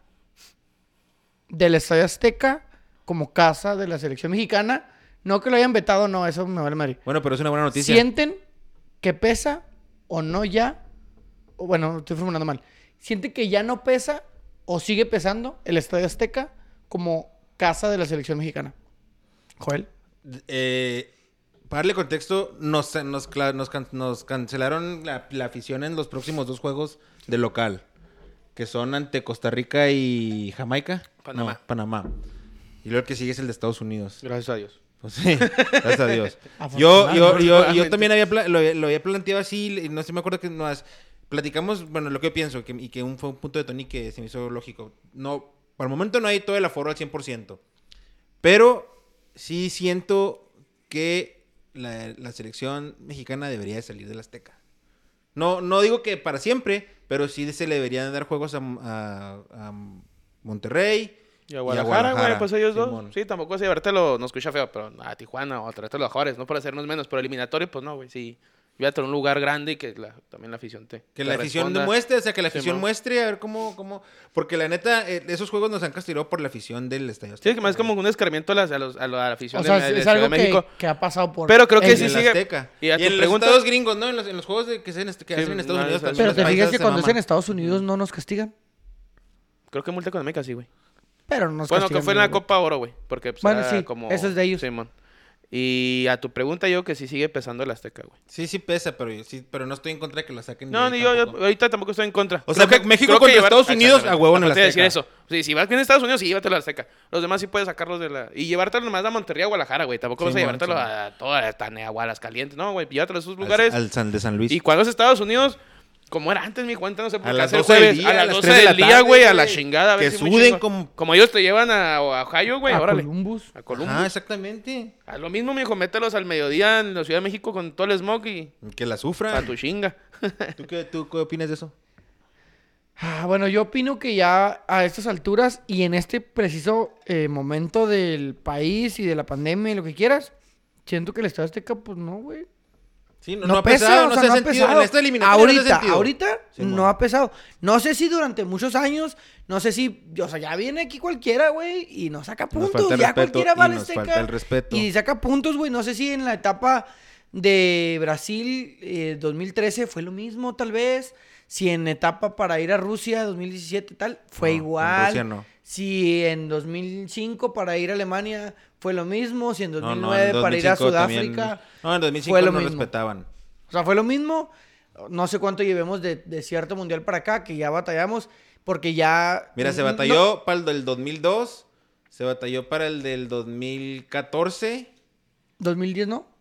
Speaker 1: del Estadio Azteca como casa de la selección mexicana? No que lo hayan vetado, no, eso me vale madre.
Speaker 3: Bueno, pero es una buena noticia.
Speaker 1: ¿Sienten que pesa o no ya? O bueno, estoy formulando mal. ¿Sienten que ya no pesa o sigue pesando el Estadio Azteca como casa de la selección mexicana? Joel.
Speaker 3: Eh, Para darle contexto, nos, nos, cla- nos can- nos cancelaron la, la afición en los próximos dos juegos de local, que son ante Costa Rica y Jamaica.
Speaker 4: Panamá.
Speaker 3: No, Panamá. Y luego el que sigue es el de Estados Unidos.
Speaker 4: Gracias a Dios.
Speaker 3: Pues sí, gracias a
Speaker 4: [LAUGHS]
Speaker 3: Dios. Yo, yo, yo, yo
Speaker 4: Afortunadamente.
Speaker 3: también había pla- lo, había- lo había planteado así, y no sé, me acuerdo que nos platicamos, bueno, lo que yo pienso, que- y que un, fue un punto de Tony que se me hizo lógico. No, por el momento no hay todo el aforo al 100%, pero sí siento que la, la selección mexicana debería de salir del Azteca. No, no digo que para siempre, pero sí se le deberían dar juegos a, a- a Monterrey.
Speaker 4: Y a Guadalajara, güey, pues ellos
Speaker 3: Simón.
Speaker 4: dos. Sí, tampoco es llevártelo, no escucha feo, pero a Tijuana o a traértelo a Juárez, no para hacernos menos, pero eliminatorio, pues no, güey, sí. Yo voy a traer un lugar grande y que la- también la afición te.
Speaker 3: Que
Speaker 4: te
Speaker 3: la afición
Speaker 4: responda.
Speaker 3: demuestre, o sea, que la afición
Speaker 4: Simón.
Speaker 3: muestre, a ver cómo, cómo... Porque la neta, eh, esos juegos nos han castigado por la afición del Estadio
Speaker 4: Sí, es que más como un escarmiento a, las- a los- a la afición
Speaker 1: O sea,
Speaker 4: de,
Speaker 1: es,
Speaker 4: de
Speaker 1: es
Speaker 4: Ciudad de
Speaker 1: algo que,
Speaker 4: México.
Speaker 1: que ha pasado por...
Speaker 4: Pero creo que
Speaker 1: en-
Speaker 4: sí,
Speaker 3: en el
Speaker 4: sigue-
Speaker 3: Azteca.
Speaker 4: y a
Speaker 3: Y
Speaker 4: tu
Speaker 3: en
Speaker 4: pregunta-
Speaker 3: los estados gringos, ¿no? En los, en los juegos de- que, se hacen en est- que
Speaker 4: Sí,
Speaker 3: hacen en Estados
Speaker 4: no,
Speaker 3: Unidos
Speaker 4: no,
Speaker 3: también
Speaker 4: no,
Speaker 1: Pero
Speaker 3: los
Speaker 1: te
Speaker 3: paisas
Speaker 1: fijas que
Speaker 3: se
Speaker 1: cuando es en
Speaker 3: maman.
Speaker 1: Estados Unidos no nos castigan.
Speaker 4: Creo que multa económica sí, güey.
Speaker 1: Pero no nos
Speaker 4: Bueno,
Speaker 1: castigan.
Speaker 4: que fue en la
Speaker 1: güey.
Speaker 4: Copa Oro, güey. Porque pues,
Speaker 1: Bueno,
Speaker 4: era
Speaker 1: sí,
Speaker 4: como.
Speaker 1: eso es de ellos.
Speaker 4: Simón. Y a tu pregunta, yo que sí sigue pesando el Azteca, güey.
Speaker 3: Sí, sí pesa, pero, yo- sí, pero no estoy en contra de que lo saquen.
Speaker 4: No,
Speaker 3: de
Speaker 4: ni
Speaker 3: ahí
Speaker 4: yo, pues, yo
Speaker 3: tampoco.
Speaker 4: ahorita tampoco estoy en contra.
Speaker 3: O sea, México contra Estados Unidos,
Speaker 4: Exactamente.
Speaker 3: a huevo en el
Speaker 4: Aparte de decir
Speaker 3: Azteca.
Speaker 4: eso. Sí, si vas bien a Estados Unidos, sí, llévatelo a Azteca. Los demás sí puedes sacarlos de la... Y llevártelo nomás a Monterrey, a Guadalajara, güey. Tampoco vas a
Speaker 3: Simón,
Speaker 4: llevártelo
Speaker 3: Simón.
Speaker 4: a toda Tanea, Guadalajara, No, güey, llévatelo a esos
Speaker 3: Al-
Speaker 4: lugares.
Speaker 3: Al, San de San Luis.
Speaker 4: Y cuando es Estados Unidos, como era antes mi cuenta, no sé por
Speaker 3: A
Speaker 4: qué
Speaker 3: las
Speaker 4: hacer
Speaker 3: 12 del
Speaker 4: jueves,
Speaker 3: día,
Speaker 4: a las 12
Speaker 3: 3 de la
Speaker 4: del día,
Speaker 3: tarde,
Speaker 4: güey, a la
Speaker 3: güey.
Speaker 4: chingada. a ver
Speaker 3: Que
Speaker 4: si muy
Speaker 3: suden
Speaker 4: chingo.
Speaker 3: como-
Speaker 4: Como ellos te llevan a a Ohio, güey,
Speaker 1: A
Speaker 4: órale.
Speaker 1: Columbus.
Speaker 4: A
Speaker 3: Ah,
Speaker 4: Columbus.
Speaker 3: exactamente.
Speaker 4: A lo mismo, mijo, mételos al mediodía en la Ciudad de México con todo el smog y...
Speaker 3: Que la sufra.
Speaker 4: A tu chinga.
Speaker 3: ¿Tú, qué, ¿Tú qué opinas de eso?
Speaker 1: Ah, bueno, yo opino que ya a estas alturas y en este preciso eh, momento del país y de la pandemia y lo que quieras, siento que el Estado Azteca, pues no, güey.
Speaker 3: Sí, no,
Speaker 1: No,
Speaker 3: no ha
Speaker 1: pesa,
Speaker 3: pesado,
Speaker 1: o
Speaker 3: no
Speaker 1: sea,
Speaker 3: se ha
Speaker 1: no ha
Speaker 3: sentido. En
Speaker 1: pesado.
Speaker 3: esta eliminatoria no se ha
Speaker 1: ahorita,
Speaker 3: sentido.
Speaker 1: ahorita
Speaker 3: Sí,
Speaker 1: no
Speaker 3: bueno.
Speaker 1: ha pesado. No sé si durante muchos años, no sé si, o sea, ya viene aquí cualquiera, güey, y nos saca
Speaker 3: Nos
Speaker 1: puntos.
Speaker 3: falta el
Speaker 1: ya
Speaker 3: respeto
Speaker 1: cualquiera va
Speaker 3: y
Speaker 1: al
Speaker 3: nos
Speaker 1: Azteca
Speaker 3: falta el respeto.
Speaker 1: y saca puntos, güey. No sé si en la etapa de Brasil eh, 2013 fue lo mismo, tal vez. Si en etapa para ir a Rusia 2017 tal, fue
Speaker 3: No, en
Speaker 1: igual.
Speaker 3: Rusia no.
Speaker 1: Si en 2005 para ir a Alemania fue lo mismo. Si en
Speaker 3: No,
Speaker 1: 2009
Speaker 3: no, en
Speaker 1: para ir a
Speaker 3: 2005 también-
Speaker 1: Sudáfrica.
Speaker 3: No, en 2005
Speaker 1: fue lo
Speaker 3: no
Speaker 1: mismo.
Speaker 3: respetaban.
Speaker 1: O sea, fue lo mismo. No sé cuánto llevemos de, de cierto mundial para acá, que ya batallamos, porque ya.
Speaker 3: Mira, se
Speaker 1: no-
Speaker 3: batalló para el del 2002, se batalló para el del 2014,
Speaker 1: 2010, ¿no?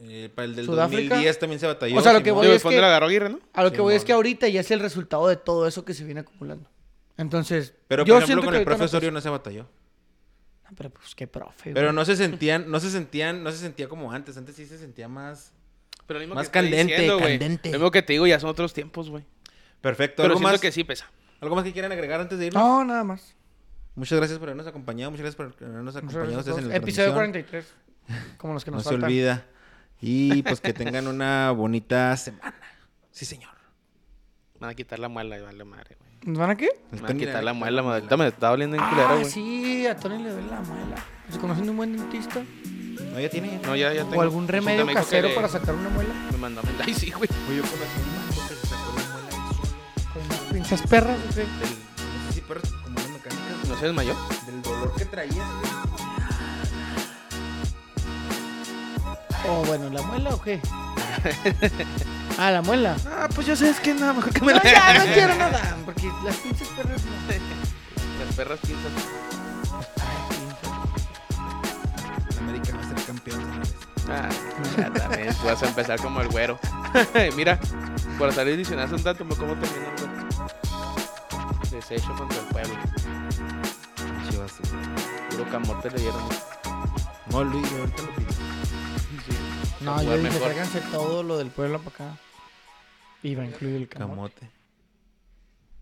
Speaker 3: eh, para el del
Speaker 1: ¿Sudáfrica?
Speaker 3: 2010 también se batalló.
Speaker 1: O sea, lo que
Speaker 3: Simón.
Speaker 1: voy-
Speaker 4: Yo
Speaker 1: es
Speaker 4: responder
Speaker 1: que-
Speaker 4: a Garo Aguirre, ¿no?
Speaker 1: A lo que voy es
Speaker 3: Simón.
Speaker 1: que ahorita ya es el resultado de todo eso que se viene acumulando. Entonces,
Speaker 3: Pero, por
Speaker 1: yo
Speaker 3: ejemplo,
Speaker 1: siento
Speaker 3: con
Speaker 1: que
Speaker 3: el
Speaker 1: ahorita no
Speaker 3: profesor
Speaker 1: pasa-
Speaker 3: no se batalló.
Speaker 1: No, pero pues qué profe.
Speaker 3: Pero
Speaker 1: güey.
Speaker 3: no se sentían, no se sentían, no se sentía como antes. Antes sí se sentía más
Speaker 4: Pero lo mismo
Speaker 3: Más
Speaker 4: que estoy
Speaker 3: candente,
Speaker 4: diciendo, güey.
Speaker 3: candente.
Speaker 4: Lo mismo que te digo, ya son otros tiempos, güey.
Speaker 3: perfecto.
Speaker 4: Pero
Speaker 3: ¿Algo
Speaker 4: siento
Speaker 3: más,
Speaker 4: que sí pesa.
Speaker 3: ¿Algo más que quieran agregar antes de irnos?
Speaker 1: No, nada más.
Speaker 3: Muchas gracias por habernos acompañado, muchas gracias por habernos acompañado a ustedes en la
Speaker 1: Episodio
Speaker 3: transmisión.
Speaker 1: 43. Como los que
Speaker 3: No
Speaker 1: nos
Speaker 3: se
Speaker 1: faltan.
Speaker 3: olvida. Y pues que tengan una bonita semana. Sí, señor.
Speaker 4: Van a quitar la muela y vale madre, güey.
Speaker 1: ¿Nos van a qué?
Speaker 3: Pues
Speaker 4: Van a quitar la muela, madre. Ahorita me está doliendo en culero,
Speaker 1: Ah,
Speaker 4: güey.
Speaker 1: sí, a Tony le duele la muela. Pues conociendo un buen dentista.
Speaker 3: No, ya tiene.
Speaker 4: No, ya, ya tengo.
Speaker 1: O algún
Speaker 4: Resulta
Speaker 1: remedio
Speaker 4: médico que
Speaker 1: casero
Speaker 4: le-
Speaker 1: para sacar una muela.
Speaker 4: Me mandó. [LAUGHS] Ay, sí, güey.
Speaker 3: Oye, yo conocí un vato que se sacó la muela del suelo.
Speaker 1: Con unas pinzas perras, ¿o qué?
Speaker 4: El-
Speaker 3: No sé si perros como una mecánica
Speaker 4: ¿No se desmayó?
Speaker 3: del dolor que traía.
Speaker 1: O bueno, ¿la muela o
Speaker 3: [LAUGHS]
Speaker 1: qué? Ah, la muela.
Speaker 4: Ah, pues ya sabes que nada, mejor que me
Speaker 1: No,
Speaker 4: la...
Speaker 1: ya, no quiero nada. Porque las pinches perras no.
Speaker 4: Las perras piensan.
Speaker 3: En América va a ser campeón. señores.
Speaker 4: Ah, ya también. Tú vas a empezar como el güero. [LAUGHS] Mira, por salir diciendo un tanto, ¿cómo terminó, güey? Desecho contra el pueblo.
Speaker 3: Chivas. güey.
Speaker 4: Puro camote le dieron. güey.
Speaker 3: No, Luis, ahorita lo pido.
Speaker 1: No,
Speaker 4: Para
Speaker 1: yo
Speaker 4: jugar
Speaker 1: dije,
Speaker 4: mejor.
Speaker 1: tráiganse todo lo del pueblo para acá. Y va a incluir el camote.
Speaker 3: Camote.